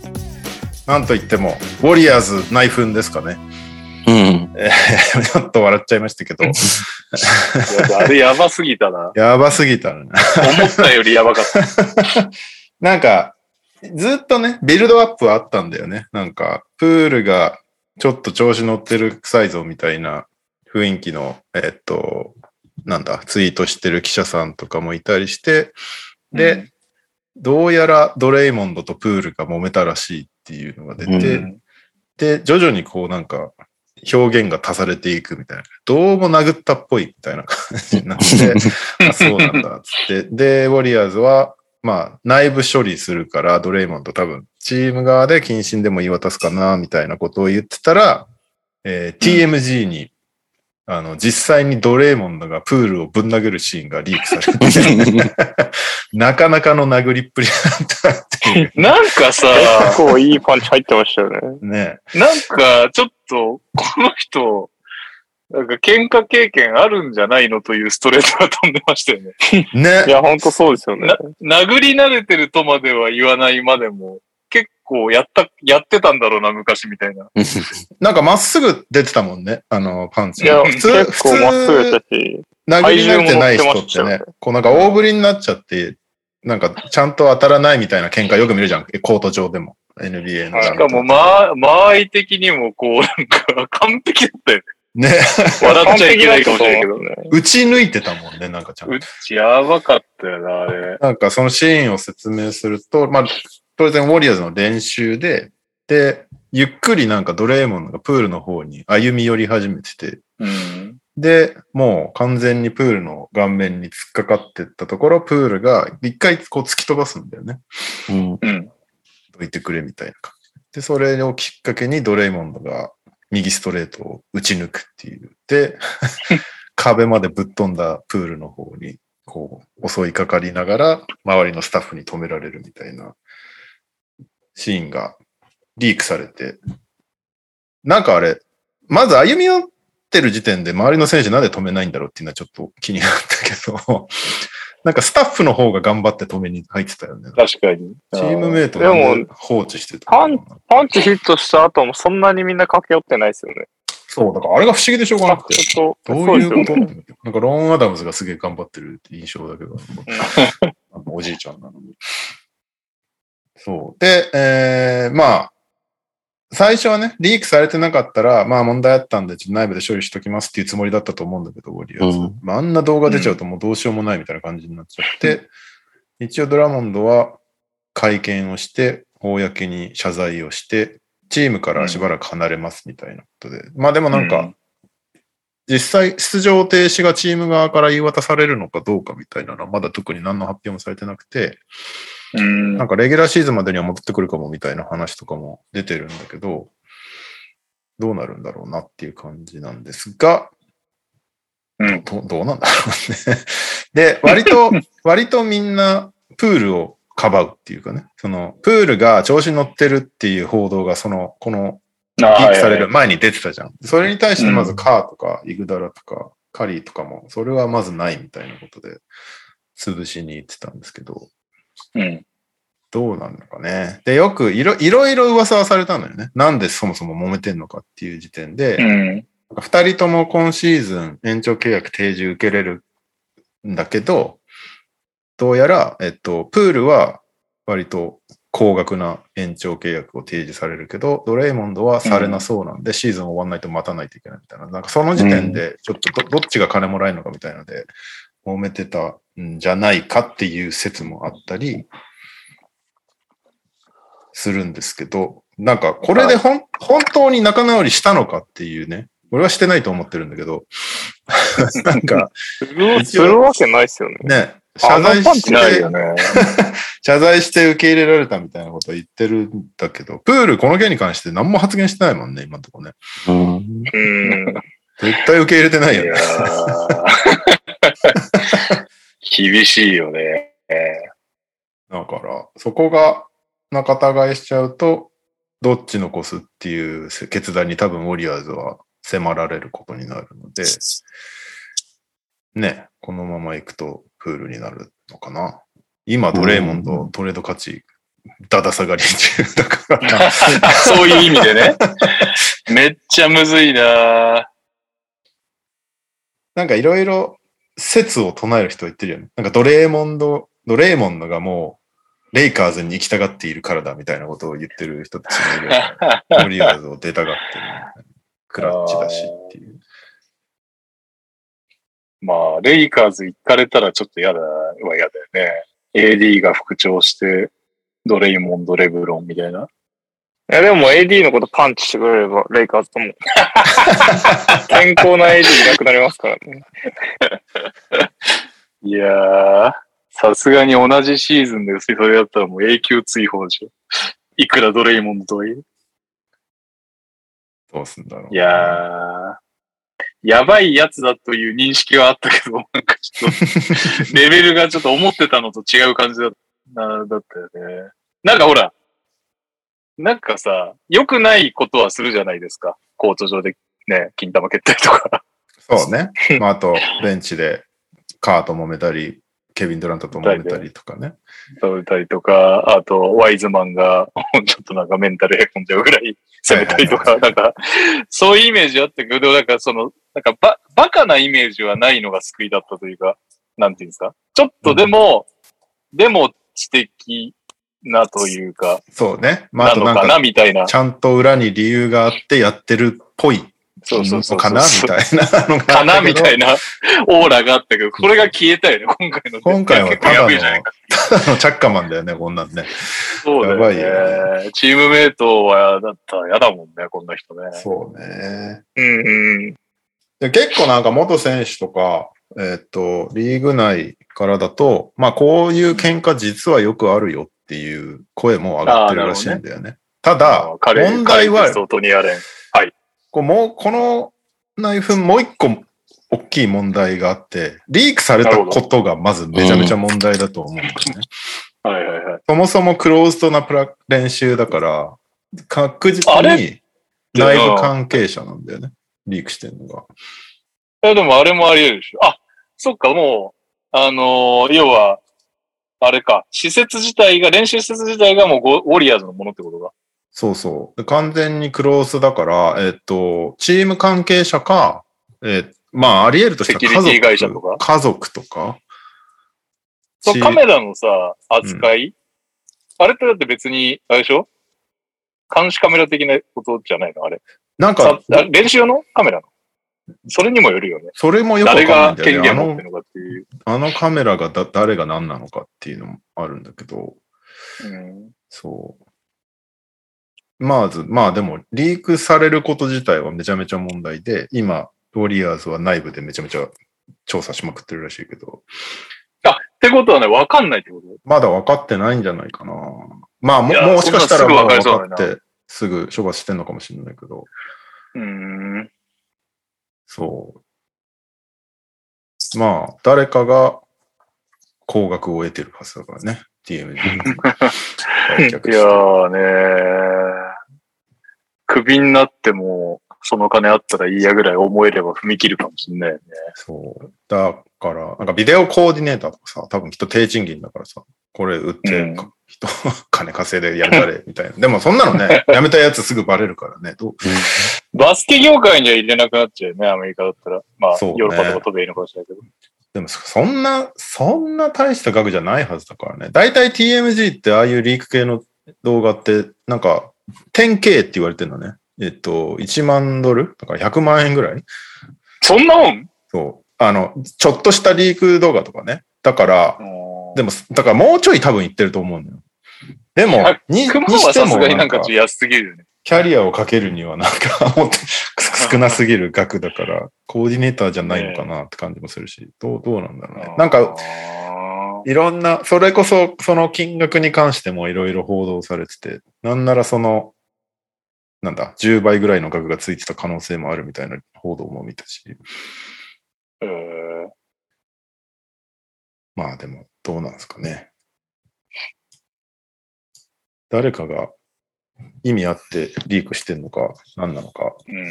Speaker 4: なんといっても、ウォリアーズ内紛ですかね。
Speaker 1: うん。
Speaker 4: ちょっと笑っちゃいましたけど、。
Speaker 2: ー、あれやばすぎたな
Speaker 4: やばすぎたね。
Speaker 2: 思ったよりやばかった。
Speaker 4: なんか、ずっとね、ビルドアップはあったんだよね。なんか、プールがちょっと調子乗ってる臭いぞみたいな雰囲気の、えっと、なんだ、ツイートしてる記者さんとかもいたりして、で、どうやらドレイモンドとプールが揉めたらしいっていうのが出て、
Speaker 1: うん
Speaker 4: で、徐々にこうなんか、表現が足されていくみたいな。どうも殴ったっぽいみたいな感じにな って、あそうなんだ、つって。で、ウォリアーズは、まあ、内部処理するから、ドレイモンド多分、チーム側で謹慎でも言い渡すかな、みたいなことを言ってたら、えー TMG に、あの、実際にドレイモンドがプールをぶん殴るシーンがリークされて、 なかなかの殴りっぷりだったっていう
Speaker 2: なんかさ、
Speaker 3: 結構いいパンチ入ってましたよね。
Speaker 4: ね。
Speaker 2: なんか、ちょっと、この人、なんか喧嘩経験あるんじゃないのというストレートが飛んでましたよね。
Speaker 3: い
Speaker 4: ね。
Speaker 3: や、ほんとそうですよね。
Speaker 2: 殴り慣れてるとまでは言わないまでも、結構やった、やってたんだろうな、昔みたいな。
Speaker 4: なんかまっすぐ出てたもんね、あの、パンツ。
Speaker 3: い
Speaker 4: 普
Speaker 3: や、結
Speaker 4: 通、普通
Speaker 3: 構、まっすぐやったし、
Speaker 4: 殴り慣れてない人
Speaker 3: 体重も乗ってま
Speaker 4: っ
Speaker 3: してた
Speaker 4: ね
Speaker 3: よ、
Speaker 4: こうなんか大振りになっちゃって、なんかちゃんと当たらないみたいな喧嘩よく見るじゃん、コート上でも。NBA の。
Speaker 2: しかも、まあ、間合い的にも、こう、なんか、完璧だったよね。
Speaker 4: ね、
Speaker 2: 笑っちゃいけないかもしれないけど。
Speaker 3: どね。
Speaker 4: 打ち抜いてたもんね、なんかちゃんと
Speaker 2: う。ち、やばかったよな、あれ。
Speaker 4: なんかそのシーンを説明すると、まあ、当然ウォリアーズの練習で、で、ゆっくりなんかドレーモンドがプールの方に歩み寄り始めてて、
Speaker 2: うん。
Speaker 4: で、もう完全にプールの顔面に突っかかってったところ、プールが一回こう突き飛ばすんだよね。
Speaker 1: うん
Speaker 2: うん。
Speaker 4: どいてくれみたいな感じ。で、それをきっかけにドレイモンドが右ストレートを打ち抜くっていう。 で、壁までぶっ飛んだプールの方に、こう、襲いかかりながら、周りのスタッフに止められるみたいなシーンがリークされて。なんかあれ、まず歩み寄ってる時点で周りの選手なんで止めないんだろうっていうのはちょっと気になったけど、 なんかスタッフの方が頑張って止めに入ってたよね。
Speaker 2: 確かに。
Speaker 4: チームメイト
Speaker 3: でも
Speaker 4: なんで放置してたのかな。
Speaker 3: パンチヒットした後もそんなにみんな駆け寄ってないですよね。
Speaker 4: そう、だからあれが不思議でしょうがなくて。
Speaker 3: ちょっと、
Speaker 4: ど
Speaker 3: そううで
Speaker 4: い
Speaker 3: す
Speaker 4: う
Speaker 3: よ
Speaker 4: こ
Speaker 3: ね
Speaker 4: と。なんかローン・アダムズがすげえ頑張ってる印象だけど、あのおじいちゃんなのに。そう。で、えー、まあ、最初はね、リークされてなかったら、まあ問題あったんで、ちょっと内部で処理しときますっていうつもりだったと思うんだけど、ウォリアーズ。
Speaker 1: うん
Speaker 4: まあ、あんな動画出ちゃうともうどうしようもないみたいな感じになっちゃって、一応ドラモンドは会見をして、公に謝罪をして、チームからしばらく離れますみたいなことで。まあでもなんか、
Speaker 2: うん
Speaker 4: 実際出場停止がチーム側から言い渡されるのかどうかみたいなのはまだ特に何の発表もされてなくて、
Speaker 2: うん
Speaker 4: なんかレギュラーシーズンまでには戻ってくるかもみたいな話とかも出てるんだけど、どうなるんだろうなっていう感じなんですが、
Speaker 2: うん
Speaker 4: どどうなんだろうね。 で、割 と、割とみんなプールをかばうっていうかね、そのプールが調子に乗ってるっていう報道がその、この
Speaker 2: あ
Speaker 4: リークされ
Speaker 2: はいは
Speaker 4: る前に出てたじゃん。それに対してまずカーとかイグダラとかカリーとかも、それはまずないみたいなことで潰しに行ってたんですけど、
Speaker 2: いはいうん。
Speaker 4: どうなんのかね。で、よくいろいろいろ噂はされたのよね。なんでそもそも揉めてんのかっていう時点で、
Speaker 2: うん。
Speaker 4: 二人とも今シーズン延長契約提示受けれるんだけど、どうやら、えっと、プールは割と高額な延長契約を提示されるけど、ドレイモンドはされなそうなんで、シーズン終わんないと待たないといけないみたいな、なんかその時点でちょっとど,、どっちが金もらえるのかみたいなので、揉めてたんじゃないかっていう説もあったり、するんですけど、なんかこれでほん本当に仲直りしたのかっていうね、俺は してないと思ってるんだけど、なんか
Speaker 3: するわけないですよね。
Speaker 4: ね、謝罪
Speaker 3: パン
Speaker 4: し
Speaker 3: チない
Speaker 4: て
Speaker 3: よ、ね。
Speaker 4: 謝罪して受け入れられたみたいなこと言ってるんだけど、プールこの件に関して何も発言してないもんね、今のとこね。
Speaker 1: うん。
Speaker 3: うん。
Speaker 4: 絶対受け入れてないよ
Speaker 2: い
Speaker 4: ね
Speaker 2: や。ー厳しいよね。
Speaker 4: だから、そこが仲違いしちゃうと、どっち残すっていう決断に多分ウォリアーズは迫られることになるので、ね、このまま行くとプールになるのかな。今、ドレイモンドトレード価値、だだ下がり中だから な。
Speaker 2: そういう意味で ね。めっちゃむずいな
Speaker 4: なんかいろいろ説を唱える人は言ってるよね。なんかドレイモンド、ドレイモンドがもう、レイカーズに行きたがっているからだみたいなことを言ってる人たちもいるよね。 ウォリアーズを出たがってるみたいな。クラッチだしっていう。
Speaker 2: まあ、レイカーズ行かれたらちょっと嫌だは嫌だよね。AD が復調して、ドレイモンド、レブロンみたいな。
Speaker 3: いや、でも AD のことパンチしてくれれば、レイカーズとも。健康な AD いなくなりますからね。
Speaker 2: いやー、さすがに同じシーズンでそれだったらもう永久追放じゃん。いくらドレイモンドとはいえ。
Speaker 4: どうすんだろう。
Speaker 2: いやー、やばいやつだという認識はあったけど、 なんかちょっと、レベルがちょっと思ってたのと違う感じだなだったよね。なんかほら、なんかさ、良くないことはするじゃないですか。コート上でね、金玉蹴ったりとか。
Speaker 4: そうね。まあ、あと、ベンチでカーと揉めたり、ケビン・ドラントと揉めたりとかね。
Speaker 2: 食べたりとか、あと、ワイズマンが、ちょっとなんかメンタルへこんじゃうぐらい攻めたりとか、なんか、そういうイメージあったけど、でもなんかその、なんかば、バカなイメージはないのが救いだったというか、なんていうんですか。ちょっとでも、でも知的なというか、
Speaker 4: そうね。まあ、あ
Speaker 2: な
Speaker 4: と
Speaker 2: の
Speaker 4: なん
Speaker 2: かな
Speaker 4: か、
Speaker 2: みたいな。
Speaker 4: ちゃんと裏に理由があってやってるっぽい
Speaker 2: そうそうそうそう。
Speaker 4: のかなみたいなのが
Speaker 2: かなみたい
Speaker 4: な。
Speaker 2: なオーラがあったけど、これが消えたよね、今回の。
Speaker 4: 今回は
Speaker 2: 結
Speaker 4: ただ
Speaker 2: 構や
Speaker 4: の、
Speaker 2: べえじゃないか。
Speaker 4: ただの チャッカマンだよね、こんなんね。
Speaker 2: そうだよね。
Speaker 4: やば
Speaker 2: チームメイトは、だったら嫌だもんね、こんな人ね。
Speaker 4: そうね。
Speaker 3: うんうん。
Speaker 4: で結構なんか元選手とか、えーっと、リーグ内からだと、まあこういう喧嘩実はよくあるよっていう声も上がってるらしいんだよね。ただ、
Speaker 2: 彼
Speaker 4: 問題は
Speaker 2: 彼とトニーアレン。
Speaker 4: こうもうこの内紛もう一個大きい問題があって、リークされたことがまずめちゃめちゃ問題だと思うんだよね。
Speaker 2: はいはいはい。
Speaker 4: そもそもクローズドなプラ練習だから、確実
Speaker 2: あ
Speaker 4: に内部関係者なんだよね。リークしてるのが。
Speaker 2: え、でもあれもあり得るでしょ。あ、そっか、もう、あのー要は、あれか、施設自体が、練習施設自体がもうゴウォリアーズのものってことか。
Speaker 4: そうそう。で完全にクロースだから、えっと、チーム関係者か、えーまあ、あり得るとしたら
Speaker 2: セ
Speaker 4: 家
Speaker 2: キュ
Speaker 4: 族
Speaker 2: リティ会社とか
Speaker 4: 家族とか。
Speaker 2: そう
Speaker 4: チー
Speaker 2: カメラのさ、扱い、あれってだって別に、あれでしょ監視カメラ的なことじゃないのあれ。
Speaker 4: なん
Speaker 2: さ
Speaker 4: か、
Speaker 2: あ練習用のカメラのそれにもよるよね。
Speaker 4: それもよくわか
Speaker 2: 誰
Speaker 4: んない
Speaker 2: が
Speaker 4: んだ
Speaker 2: 権
Speaker 4: よね。あ
Speaker 2: 限持って
Speaker 4: の
Speaker 2: るのかっていう。、
Speaker 4: あのカメラがだ誰が何なのかっていうのもあるんだけど、
Speaker 2: うん
Speaker 4: そう。まず、まあでも、リークされること自体はめちゃめちゃ問題で、今、ウォリアーズは内部でめちゃめちゃ調査しまくってるらしいけど、
Speaker 2: あ、ってことはね、わかんないってこと
Speaker 4: まだ分かってないんじゃないかな。まあ、も
Speaker 2: いや
Speaker 4: もしかしたら
Speaker 2: そ
Speaker 4: もう
Speaker 2: んなすぐ分かりそう
Speaker 4: 分
Speaker 2: だ
Speaker 4: か
Speaker 2: な
Speaker 4: って、すぐ処罰してんのかもしれないけど、
Speaker 2: うん。
Speaker 4: そう。まあ、誰かが高額を得てるはずだからね、TMG。売却して
Speaker 2: いやーねー、クビになっても、その金あったらいいやぐらい思えれば踏み切るかもしんないよね。
Speaker 4: そう。だから、なんかビデオコーディネーターとかさ、多分きっと低賃金だからさ、これ売って、
Speaker 2: うん
Speaker 4: か人、 金稼いでやったれ、みたいな。でもそんなの ね、やめたやつすぐバレるからね、どう
Speaker 2: バスケ業界には入れなくなっちゃうよね、アメリカだったら。まあ、
Speaker 4: そうね
Speaker 2: ヨーロッパとか飛べいいのかもしれないけど。
Speaker 4: でもそそんな、そんな大した額じゃないはずだからね。大体 TMG ってああいうリーク系の動画って、なんか、10K って言われてるのね。えっと、1万ドルだから100万円ぐらい
Speaker 2: そんなもん
Speaker 4: そう。あの、ちょっとしたリーク動画とかね。だから、でも、だからもうちょい多分言ってると思うのよ。でも、に
Speaker 2: クマ
Speaker 4: に
Speaker 2: は
Speaker 4: して
Speaker 2: さ
Speaker 4: も
Speaker 2: すがになんか
Speaker 4: なん
Speaker 2: ちょっ
Speaker 4: か
Speaker 2: と安すぎるよね。
Speaker 4: キャリアをかけるにはなんか、もっと少なすぎる額だから、コーディネーターじゃないのかなって感じもするし、どう、どうなんだろうね。なんか、
Speaker 2: あ
Speaker 4: いろんな、それこそその金額に関してもいろいろ報道されてて、なんならその、なんだ、10倍ぐらいの額がついてた可能性もあるみたいな報道も見たし、
Speaker 2: えー
Speaker 4: まあでも、どうなんですかね。誰かが意味あってリークしてんのか、何なのか、
Speaker 2: う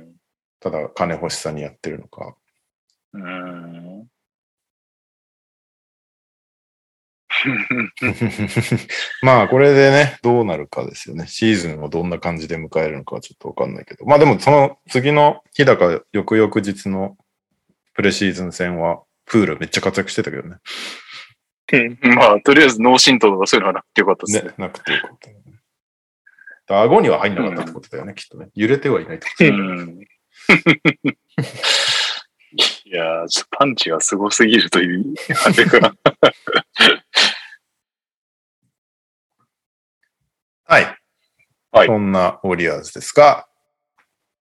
Speaker 2: ん
Speaker 4: ただ金欲しさにやってるの か。
Speaker 2: うん。
Speaker 4: まあ、これでね、どうなるかですよね。シーズンをどんな感じで迎えるのかはちょっとわかんないけど。まあでも、その次の日だか翌々日のプレシーズン戦は、プールめっちゃ活躍してたけどね。
Speaker 2: まあ、とりあえず脳震盪とかそういうのはなくてよかったですね
Speaker 4: ね、なくてよかった、ね。だから顎には入んなかったってことだよね、きっとね。揺れてはいないってことだよね。
Speaker 2: うん。 いやー、ちょっとパンチがすごすぎるという、あれ が。
Speaker 4: はい。
Speaker 2: はい
Speaker 4: そんなウォリアーズですが、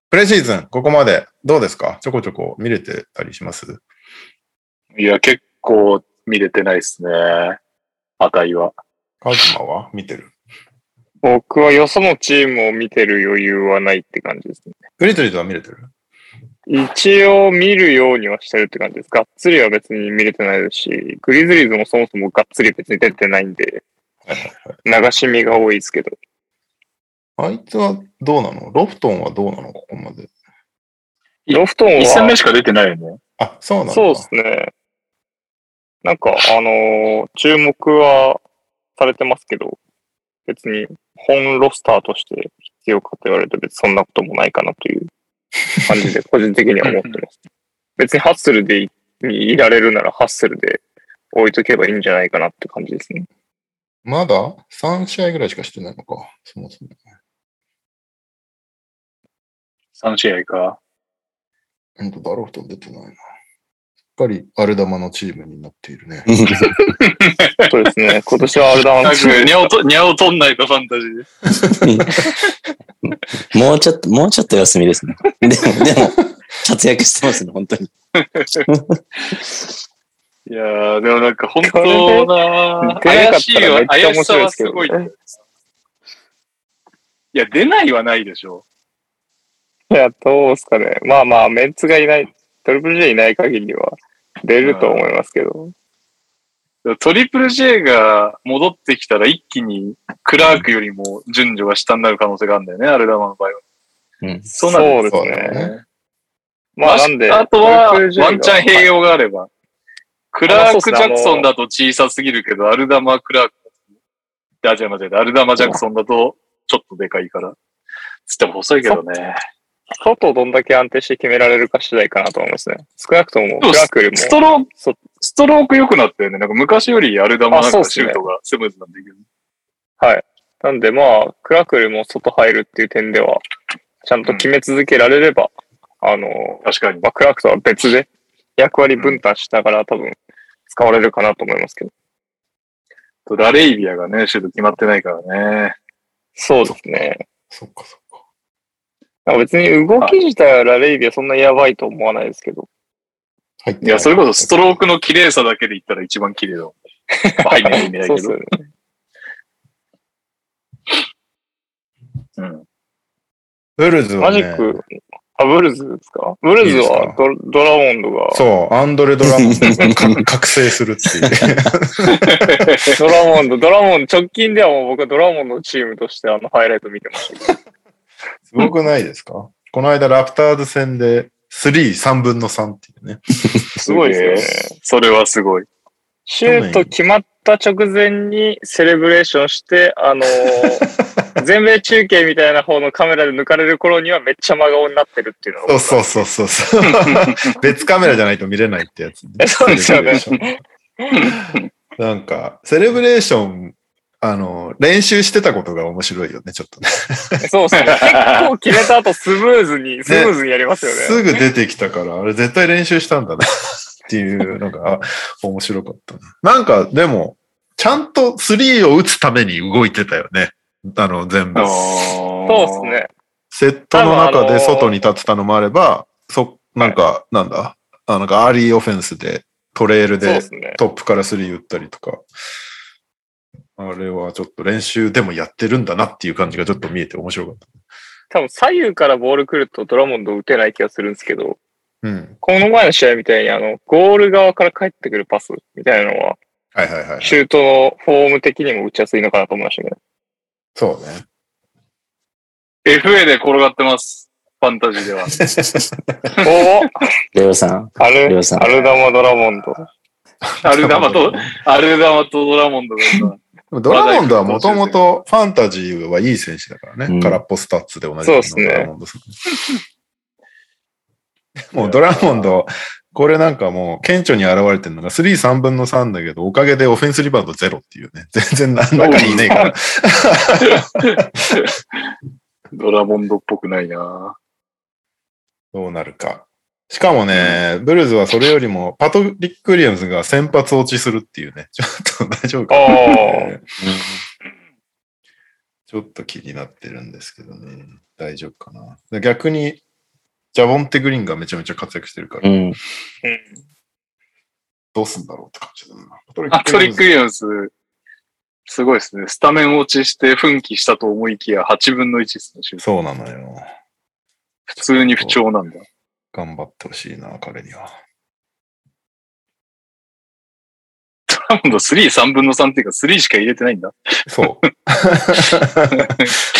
Speaker 4: プレシーズン、ここまでどうですかちょこちょこ見れてたりします
Speaker 2: いや、結構見れてないですね。値は。
Speaker 4: カズマは見てる
Speaker 3: 僕はよそのチームを見てる余裕はないって感じですね。
Speaker 4: フリトリーとは見れてる
Speaker 3: 一応見るようにはしてるって感じです。がっつりは別に見れてないですし、グリズリーズもそもそもがっつり別に出てないん で、
Speaker 4: はいはいはい。
Speaker 3: 流し見が多いですけど。
Speaker 4: あいつはどうなのロフトンはどうなのここまで。
Speaker 2: い
Speaker 3: ロフトン
Speaker 2: 一戦目
Speaker 3: は、
Speaker 2: しか出てないよね。
Speaker 4: あ、そうなの
Speaker 3: そうですね。なんか、あのー注目はされてますけど、別に本ロスターとして必要かと言われると別にそんなこともないかなという感じで個人的には思ってます。別にハッスルでいにいられるならハッスルで置いとけばいいんじゃないかなって感じですね。
Speaker 4: まだ3試合ぐらいしかしてないのか。そもそも。
Speaker 2: 3試合か。
Speaker 4: ほんとだ、ロフトン出てないな。しっかりアルダマのチームになっているね。
Speaker 3: そうですね。今年はアルダー
Speaker 2: な
Speaker 3: マ
Speaker 2: ん
Speaker 3: ン
Speaker 2: か、にゃおと、にゃおとんないとファンタジーで。
Speaker 1: もうちょっと、もうちょっと休みですね。でも、でも、活躍してますね、本当に。
Speaker 2: いやー、でもなんか本当な
Speaker 3: 出なか
Speaker 2: 怪
Speaker 3: っ
Speaker 2: し
Speaker 3: た
Speaker 2: いわ
Speaker 3: ら、めっちゃ
Speaker 2: 怪し
Speaker 3: 面
Speaker 2: さ
Speaker 3: 白いで
Speaker 2: は
Speaker 3: すけ
Speaker 2: す
Speaker 3: ど
Speaker 2: ごい。
Speaker 3: ね。
Speaker 2: いや、出ないはないでしょ。
Speaker 3: いや、どうですかね。まあまあ、メンツがいない、トリプル J いない限りは出ると思いますけど。
Speaker 2: トリプル J が戻ってきたら一気にクラークよりも順序が下になる可能性があるんだよね、アルダマの場合は。
Speaker 1: うん。
Speaker 2: そうなん
Speaker 3: です
Speaker 4: そうだよ
Speaker 3: ね。
Speaker 4: ね。
Speaker 3: まあなんで、
Speaker 2: あとは、
Speaker 3: ト
Speaker 2: ワ
Speaker 3: リプル J が
Speaker 2: ンチャン併用があれば。クラーク・ジャクソンだと小さすぎるけど、アルダマ・クラーク。あ、違う違う、アルダマ・ジャクソンだとちょっとでかいから。つっても細いけどね。
Speaker 3: 外をどんだけ安定して決められるか次第かなと思いますね。少なくとも、
Speaker 2: でも
Speaker 3: クラークより
Speaker 2: スト
Speaker 3: も。
Speaker 2: ローク
Speaker 3: そ、
Speaker 2: ストローク良くなったよね。なんか昔よりアルダマなん
Speaker 3: あそう
Speaker 2: か
Speaker 3: っす
Speaker 2: シ
Speaker 3: ね
Speaker 2: ュートがスムーズなんだけど。
Speaker 3: なんでまあ、クラークよりも外入るっていう点では、ちゃんと決め続けられれば、あの、
Speaker 2: 確かに。
Speaker 3: まあ、クラークとは別で役割分担しながら多分使われるかなと思いますけど。
Speaker 2: ラレイビアがね、シュート決まってないからね。
Speaker 3: そうですね。
Speaker 4: そっかそっか。
Speaker 3: なんか別に動き自体はラレイビアそんなやばいと思わないですけど。
Speaker 4: 入って
Speaker 2: いや、それこそストロークの綺麗さだけで言ったら一番綺麗だもん。 入んない意味ない
Speaker 3: そう
Speaker 2: け
Speaker 3: です
Speaker 2: ど
Speaker 3: よ。ね。
Speaker 2: うん。
Speaker 4: ブルズは、
Speaker 3: マジ
Speaker 4: ね、
Speaker 3: ック、あ、ブルズですかブルズ
Speaker 4: いいで
Speaker 3: は
Speaker 4: す
Speaker 3: ドドラモンドが、
Speaker 4: そう、アンドレ・ドラモンドが 覚醒するっていう。
Speaker 3: ドラモンド、ドラモンド、直近ではもう僕はドラモンドのチームとしてあのハイライト見てます。
Speaker 4: すごくないですかこの間、ラプターズ戦で3、3分の3っていうね。
Speaker 3: すごいですよね。
Speaker 2: それはすごい。
Speaker 3: シュート決まった直前にセレブレーションして、あのー全米中継みたいな方のカメラで抜かれる頃にはめっちゃ真顔になってるっていうの
Speaker 4: そ
Speaker 3: が
Speaker 4: うそうそうそう そう。別カメラじゃないと見れないってやつ、
Speaker 3: えそうですよね
Speaker 4: なんか、セレブレーション、あの、練習してたことが面白いよね、ちょっとね。
Speaker 3: そうですね。結構決めた後スムーズに、スムーズにやりますよね。
Speaker 4: すぐ出てきたから、あれ絶対練習したんだなっていうのがあ面白かったな。なんか、でも、ちゃんと3を打つために動いてたよね。あの、全部。
Speaker 3: そうです。ね。
Speaker 4: セットの
Speaker 3: 多
Speaker 4: 中
Speaker 3: 分あの
Speaker 4: で外に立ってたのもあれば、そ、なんか、なんだ、あなんかアーリーオフェンスでトレール
Speaker 3: そう
Speaker 4: で
Speaker 3: ですね。
Speaker 4: トップからスリー打ったりとか。あれはちょっと練習でもやってるんだなっていう感じがちょっと見えて面白かった。
Speaker 3: 多分左右からボール来るとドラモンド打てない気がするんですけど、
Speaker 4: うん。
Speaker 3: この前の試合みたいにあの、ゴール側から返ってくるパスみたいなのは、
Speaker 4: はいはい はい。
Speaker 3: シュートのフォーム的にも打ちやすいのかなと思いましたね。
Speaker 4: そうね。
Speaker 2: FA で転がってます。ファンタジー では。
Speaker 3: おお
Speaker 1: レオさん、
Speaker 3: ア
Speaker 1: レ
Speaker 3: ル、
Speaker 1: オさん
Speaker 3: ア。ルダマドラモンド。
Speaker 2: アルダマと、 アルダマとドラモンドが今
Speaker 4: でもドラモンドはもともとファンタジーはいい選手だからね。
Speaker 1: うん
Speaker 4: 空っぽスタッツで同じ
Speaker 3: そうっすね
Speaker 4: ドラモンドさん でもうドラモンド、これなんかもう顕著に現れてるのが3、3分の3だけど、おかげでオフェンスリバウンドゼロっていうね。 全然何らかにいねえから。
Speaker 2: ドラモンドっぽくない な
Speaker 4: どうなるか。しかもね、ブルーズはそれよりもパトリック・ウィリアムズが先発落ちするっていうね。ちょっと大丈夫か
Speaker 3: お
Speaker 4: な
Speaker 3: ー
Speaker 4: ちょっと気になってるんですけどね。大丈夫かな。で逆に、ジャボンテ・グリーンがめちゃめちゃ活躍してるか
Speaker 1: う
Speaker 4: ら、
Speaker 1: ん。
Speaker 4: どうすんだろうって感じだな。パトリ
Speaker 2: あ、トリック・
Speaker 4: ウィリアムズ
Speaker 2: イエンス、すごいですね。スタメン落ちして奮起したと思いきや、8分の1ですね。
Speaker 4: そうなのよ。
Speaker 2: 普通に不調なんだ。
Speaker 4: 頑張ってほしいな、彼 には。
Speaker 2: ドラモンド3、3分の3っていうか、3しか入れてない んだ。
Speaker 4: そう。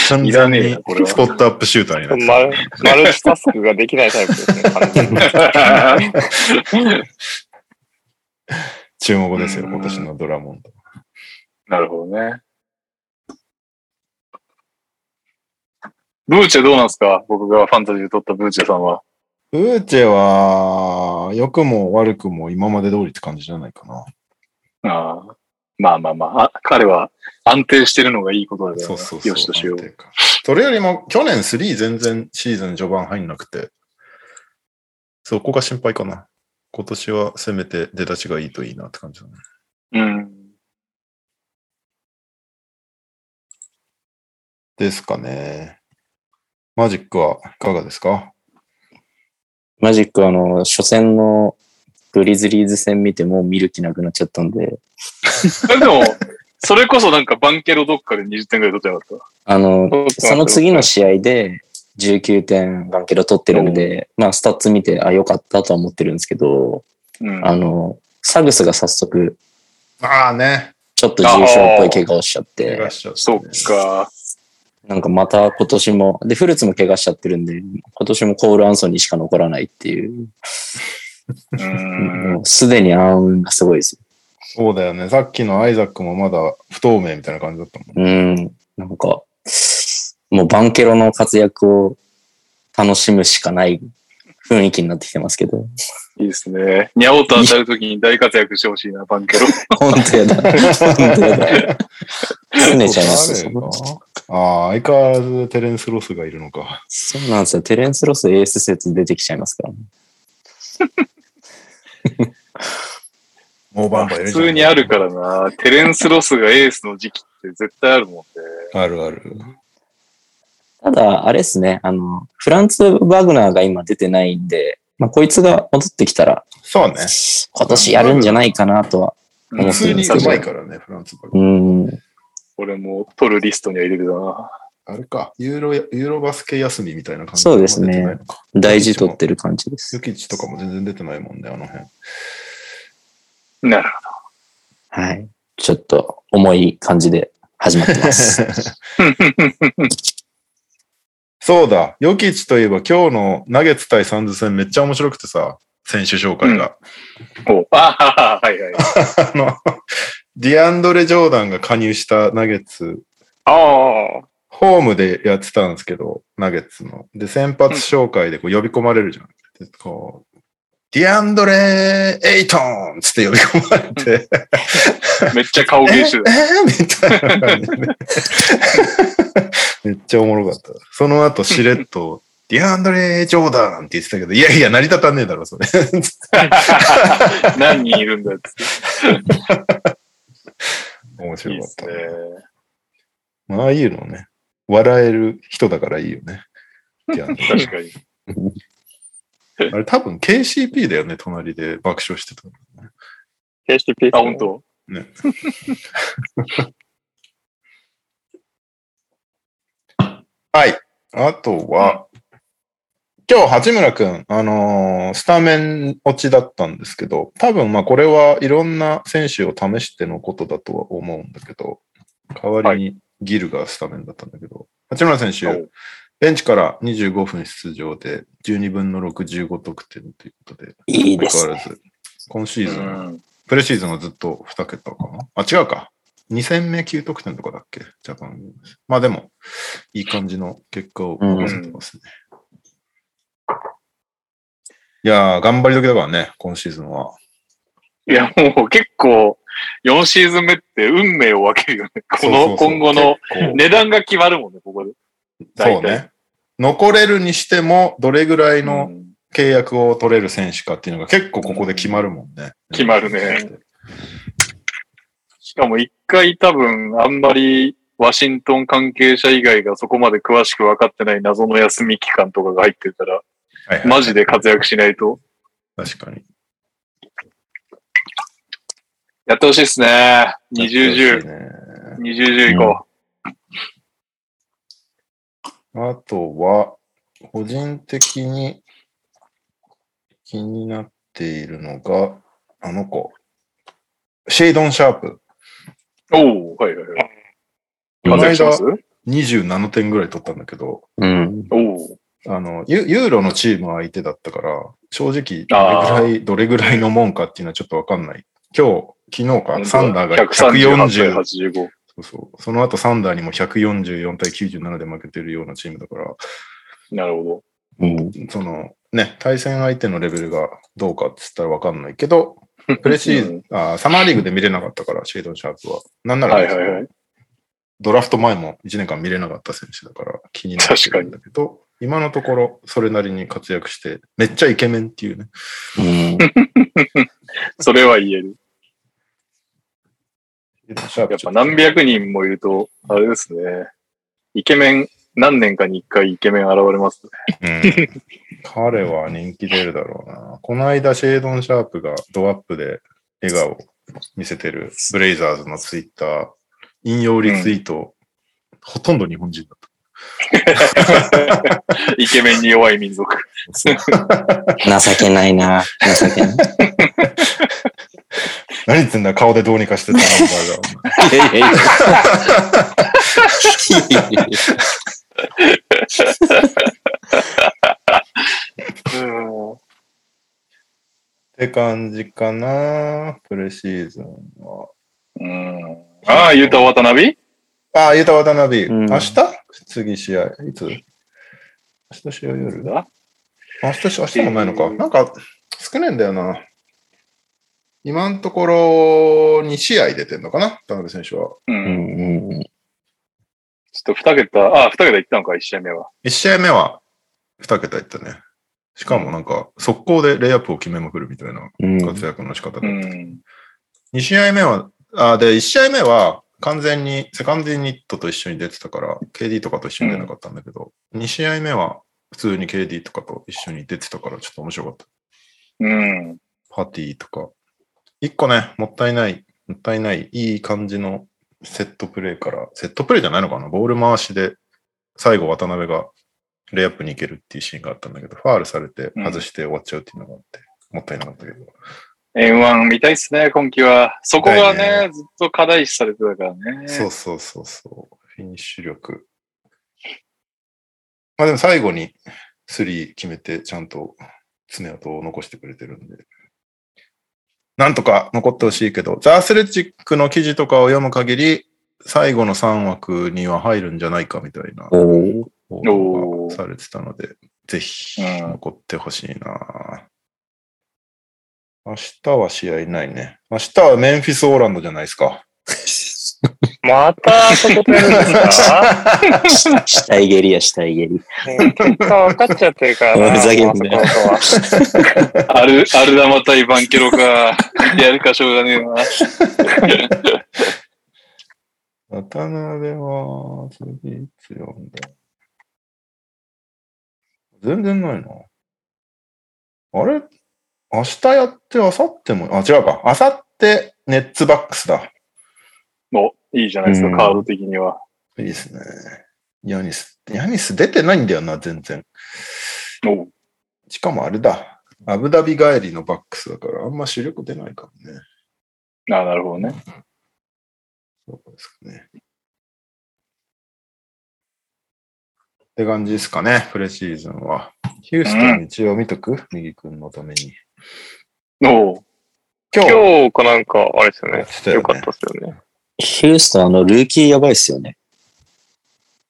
Speaker 4: 完
Speaker 2: いら
Speaker 4: 全
Speaker 2: ねえ
Speaker 4: に
Speaker 2: なこれは
Speaker 4: スポットアップシューターになって
Speaker 3: マルマルチタスクができないタイプですね完 全に。
Speaker 4: 注目ですよ、
Speaker 2: うん
Speaker 4: 今年のドラモンド。
Speaker 2: なるほどね。ブーチェどうなんですか僕がファンタジーで撮ったブーチェさんは。
Speaker 4: ウーチェは、良くも悪くも今まで通りって感じじゃないかな。
Speaker 2: ああまあまあまああ、彼は安定してるのがいいことだから、
Speaker 4: そうそうそう。
Speaker 2: よしとしよ。
Speaker 4: なんていううかそれよりも、去年3全然シーズン序盤入んなくて、そこが心配かな。今年はせめて出だしがいいといいなって感じだね。
Speaker 2: うん。
Speaker 4: ですかね。マジックはいかがですか
Speaker 1: マジック、あの、初戦のグリズリーズ戦見てもう見る気なくなっちゃったんで、
Speaker 2: えでも、それこそなんかバンケロどっかで20点ぐらい取ってなかっ
Speaker 1: あの、その次
Speaker 3: の。
Speaker 1: の試合で19点バンケロ取ってるんで、まあ、スタッツ見て、あ、良かったとは思ってるんですけど、
Speaker 2: た。うん。
Speaker 1: あの、サグスが早速、
Speaker 4: ああね。
Speaker 1: ちょっと重傷っぽい怪我をしちゃって
Speaker 4: 怪、我しちゃった
Speaker 2: そ
Speaker 4: ね
Speaker 2: っか。
Speaker 1: なんかまた今年も、で、フルーツも怪我しちゃってるんで、今年もコール・アンソニーしか残らないっていう、
Speaker 2: うん。
Speaker 1: もうすでに暗雲がすごいです。
Speaker 4: そうだよね。さっきのアイザックもまだ不透明みたいな感じだったもんね。
Speaker 1: うん、なんか、もうバンケロの活躍を楽しむしかない雰囲気になってきてますけど、
Speaker 2: いいですね。ニャオと当たるときに大活躍してほしいな、バ ンケロ。
Speaker 1: 本当やだ。本当やだ。拗ねちゃいます
Speaker 4: 誰がああ、相変わらずテレンス・ロスがいるのか。
Speaker 1: そうなんですよ。テレンス・ロスエース説出てきちゃいますからね。
Speaker 4: もうバンバンいるじ
Speaker 2: 普
Speaker 4: ゃん
Speaker 2: 通にあるからな。テレンス・ロスがエースの時期って絶対あるもんね。
Speaker 4: あるある。
Speaker 1: ただ、あれですね、あの、フランツ・バグナーが今出てないんで、まあ、こいつが戻ってきたら、
Speaker 4: そうね。
Speaker 1: 今年やるんじゃないかなとは。
Speaker 2: うん
Speaker 1: 普通にうまい
Speaker 4: からね、フランスバ
Speaker 1: うーん。
Speaker 2: 俺も取るリストには入れてたな。
Speaker 4: あれか、ユーロ、ユーロバスケ休みみたいな感じ
Speaker 1: そうですね
Speaker 4: 出てないのか。
Speaker 1: 大事取ってる感じで
Speaker 4: ユ
Speaker 1: す。
Speaker 4: キッチとかも全然出てないもんね、あの 辺。
Speaker 2: なるほ
Speaker 1: はい。ちょっと重い感じで始まって ます。
Speaker 4: そうだ、ヨキッチといえば今日のナゲッツ対サンズ戦めっちゃ面白くてさ、選手紹介が。
Speaker 2: ど。おああ、はいはい。
Speaker 4: あの、ディアンドレ・ジョーダンが加入したナゲッツ、
Speaker 3: あ
Speaker 4: ホームでやってたんですけど、ナゲッツの。で、先発紹介でこう呼び込まれるじゃん。でこうディアンドレ・エイトンつって呼び込まれて、
Speaker 2: めっちゃ顔芸してた。
Speaker 4: えーみたいな感じで。めっちゃおもろかった。その後、しれっと、ディアンドレ・ジョーダンって言ってたけど、いやいや、成り立たねえだろ、それ。
Speaker 2: 何人いるんだっつって。
Speaker 4: 面
Speaker 2: いい
Speaker 4: 白
Speaker 2: で
Speaker 4: かっ
Speaker 2: す
Speaker 4: た。
Speaker 2: ね。
Speaker 4: ああいうのね、笑える人だからいいよね。 ディアンドレ
Speaker 2: 確かに。
Speaker 4: あれ、多分 KCP だよね、隣で爆笑してたのね。
Speaker 3: HTP。
Speaker 2: あ、本当。
Speaker 4: ねはい。あとは、今日、八村くん、あのースタメン落ちだったんですけど、多分、まあ、これはいろんな選手を試してのことだとは思うんだけど、代わりにギルがスタメンだったんだけど、八村選
Speaker 2: お
Speaker 4: 手、ベンチから25分出場で、12分の6、15得点ということで、
Speaker 1: いいで
Speaker 4: 相
Speaker 1: す
Speaker 4: 変
Speaker 1: ね。
Speaker 4: わらず、今シ
Speaker 2: う
Speaker 4: ーズン、
Speaker 2: ん。
Speaker 4: プレシーズンはずっと2桁かな。あ、違うか。2戦目9得点とかだっけジャパン。まあでも、いい感じの結果を残せてますね。いやー、頑張り時だからね、今シーズンは。
Speaker 2: いや、もう結構、4シーズン目って運命を分けるよね。この
Speaker 4: そうそうそう
Speaker 2: 今後の。
Speaker 4: 結構
Speaker 2: 値段が決まるもんね、ここで。
Speaker 4: そ
Speaker 2: 大体
Speaker 4: うね。残れるにしても、どれぐらいの
Speaker 2: うん
Speaker 4: 契約を取れる選手かっていうのが結構ここで決まるもんね。
Speaker 2: 決まるね。しかも一回多分、あんまりワシントン関係者以外がそこまで詳しく分かってない謎の休み期間とかが入ってるから、
Speaker 4: はいはい
Speaker 2: マジで活躍しないと。
Speaker 4: 確かに。
Speaker 2: やってほしいっすね。2010、
Speaker 4: ね
Speaker 2: 2010行こ
Speaker 4: あとは、個人的に気になっているのが、あの子。シェイドン・シャープ。
Speaker 2: う。おおはいはいはい。
Speaker 4: この
Speaker 2: 活躍しま
Speaker 4: 間
Speaker 2: す、
Speaker 4: 27点ぐらい取ったんだけど、
Speaker 1: うん。
Speaker 2: おお
Speaker 4: あの、ユユーロのチーム相手だったから、正直、
Speaker 2: あー
Speaker 4: どれぐらい、どれぐらいのもんかっていうのはちょっとわかんない。今日、昨日か、サンダーが
Speaker 2: 138
Speaker 4: 140、
Speaker 2: 対85。
Speaker 4: そうそう。その後サンダーにも144対97で負けてるようなチームだから、
Speaker 2: なるほ
Speaker 1: うん。
Speaker 4: そのね、対戦相手のレベルがどうかって言ったらわかんないけ ど、プレシーズン、あーサマーリーグで見れなかったから、シェイドン・シャープは。なんな
Speaker 2: ど。
Speaker 4: ら、
Speaker 2: はいはいはい。
Speaker 4: ドラフト前も1年間見れなかった選手だから気になってるんだけど、今のところそれなりに活躍して、めっちゃイケメンっていうね。
Speaker 1: うん。
Speaker 2: それは言える。
Speaker 4: シェイドンシャープ
Speaker 2: やっぱ何百人もいると、あれですね。イケメン、何年かに一回イケメン現れ ます
Speaker 4: う
Speaker 2: ね。
Speaker 4: ん彼は人気出るだろうな。この間、シェイドン・シャープがドアップで笑顔見せてるブレイザーズのツイッター、引用リツイート、ほとんど日本人だった。
Speaker 2: イケメンに弱い民族。
Speaker 1: 情けないな。情けない。
Speaker 4: 何言ってんだ顔でどうにかしてたな、お前が。
Speaker 1: いやいやい や
Speaker 4: って感じかな、プレシーズンは。
Speaker 2: うん。ああ、言うた渡辺
Speaker 4: ああ、ゆうた渡辺、
Speaker 1: うん
Speaker 4: 明日次試合、いつ明日試合夜だ明日し、明日もないのか。
Speaker 2: えー
Speaker 4: なんか、少ないんだよな。今のところ、2試合出てんのかな、田辺選手は。
Speaker 2: う。
Speaker 1: うんんうん
Speaker 2: ちょっと二桁、ああ、二桁いったのか、一試合目は。
Speaker 4: 1試合目は2桁いったね。しかもなんか、速攻でレイアップを決めまくるみたいな
Speaker 1: うん
Speaker 4: 活躍の仕方だった
Speaker 2: う
Speaker 4: けど
Speaker 2: ん。
Speaker 4: 2試合目は、あ、で、1試合目は完全にセカンディニットと一緒に出てたから、KD とかと一緒に出なかったんだけど、2試合目は普通に KD とかと一緒に出てたから、ちょっと面白かった。
Speaker 2: うん。
Speaker 4: パティとか。1個ね、もったいない、もったいない、いい感じのセットプレーから、セットプレーじゃないのかなボール回しで、最後渡辺がレイアップに行けるっていうシーンがあったんだけど、ファールされて外して終わっちゃうっていうのがあって、もったいなかったけど。
Speaker 2: N1 見たいっすね、今季は。そこが
Speaker 4: 見た
Speaker 2: ね、ずっと課題視されてたからね。
Speaker 4: そうそうそうそう。フィニッシュ力。まあでも最後に3決めて、ちゃんと爪痕を残してくれてるんで。なんとか残ってほしいけど、ザ・アスレチックの記事とかを読む限り、最後の3枠には入るんじゃないかみたいな
Speaker 1: おー
Speaker 4: 報道
Speaker 2: おー
Speaker 4: がされてたので、ぜひ
Speaker 2: うん
Speaker 4: 残ってほしいな。明日は試合ないね。明日はメンフィス・オーランドじゃないですか。
Speaker 3: また、そこでやるんですか
Speaker 1: 死体蹴りや、死体蹴り。
Speaker 3: うん結果分かっちゃってるからな。
Speaker 1: ふざけんなよ
Speaker 3: あそこは
Speaker 2: アル、アルダマ対バンケロか。 やるかしょうがねえな。
Speaker 4: 渡辺は、次いつ読んだ全然ないな。あれ明日やって、明後日も、あ、違うか。明後って、ネッツバックスだ。
Speaker 2: もう、いいじゃないです
Speaker 1: うん
Speaker 2: か、カード的には。
Speaker 4: いいですね。ヤニス。ヤニス出てないんだよな、全然。
Speaker 2: おう
Speaker 4: しかもあれだ。アブダビ帰りのバックスだから、あんま主力出ないかもね。
Speaker 2: ああ、なるほどね。
Speaker 4: そうですかね。って感じですかね、プレシーズンは。ヒューストン一応見とく、右くんのために。
Speaker 2: おう
Speaker 4: 今日、
Speaker 3: 今日かなんか、あれですよ
Speaker 4: や
Speaker 3: ね
Speaker 4: っ。てたよ
Speaker 3: よかっ
Speaker 4: ね
Speaker 3: たですよね。
Speaker 1: ヒューストン、あの、ルーキーやばいっすよね。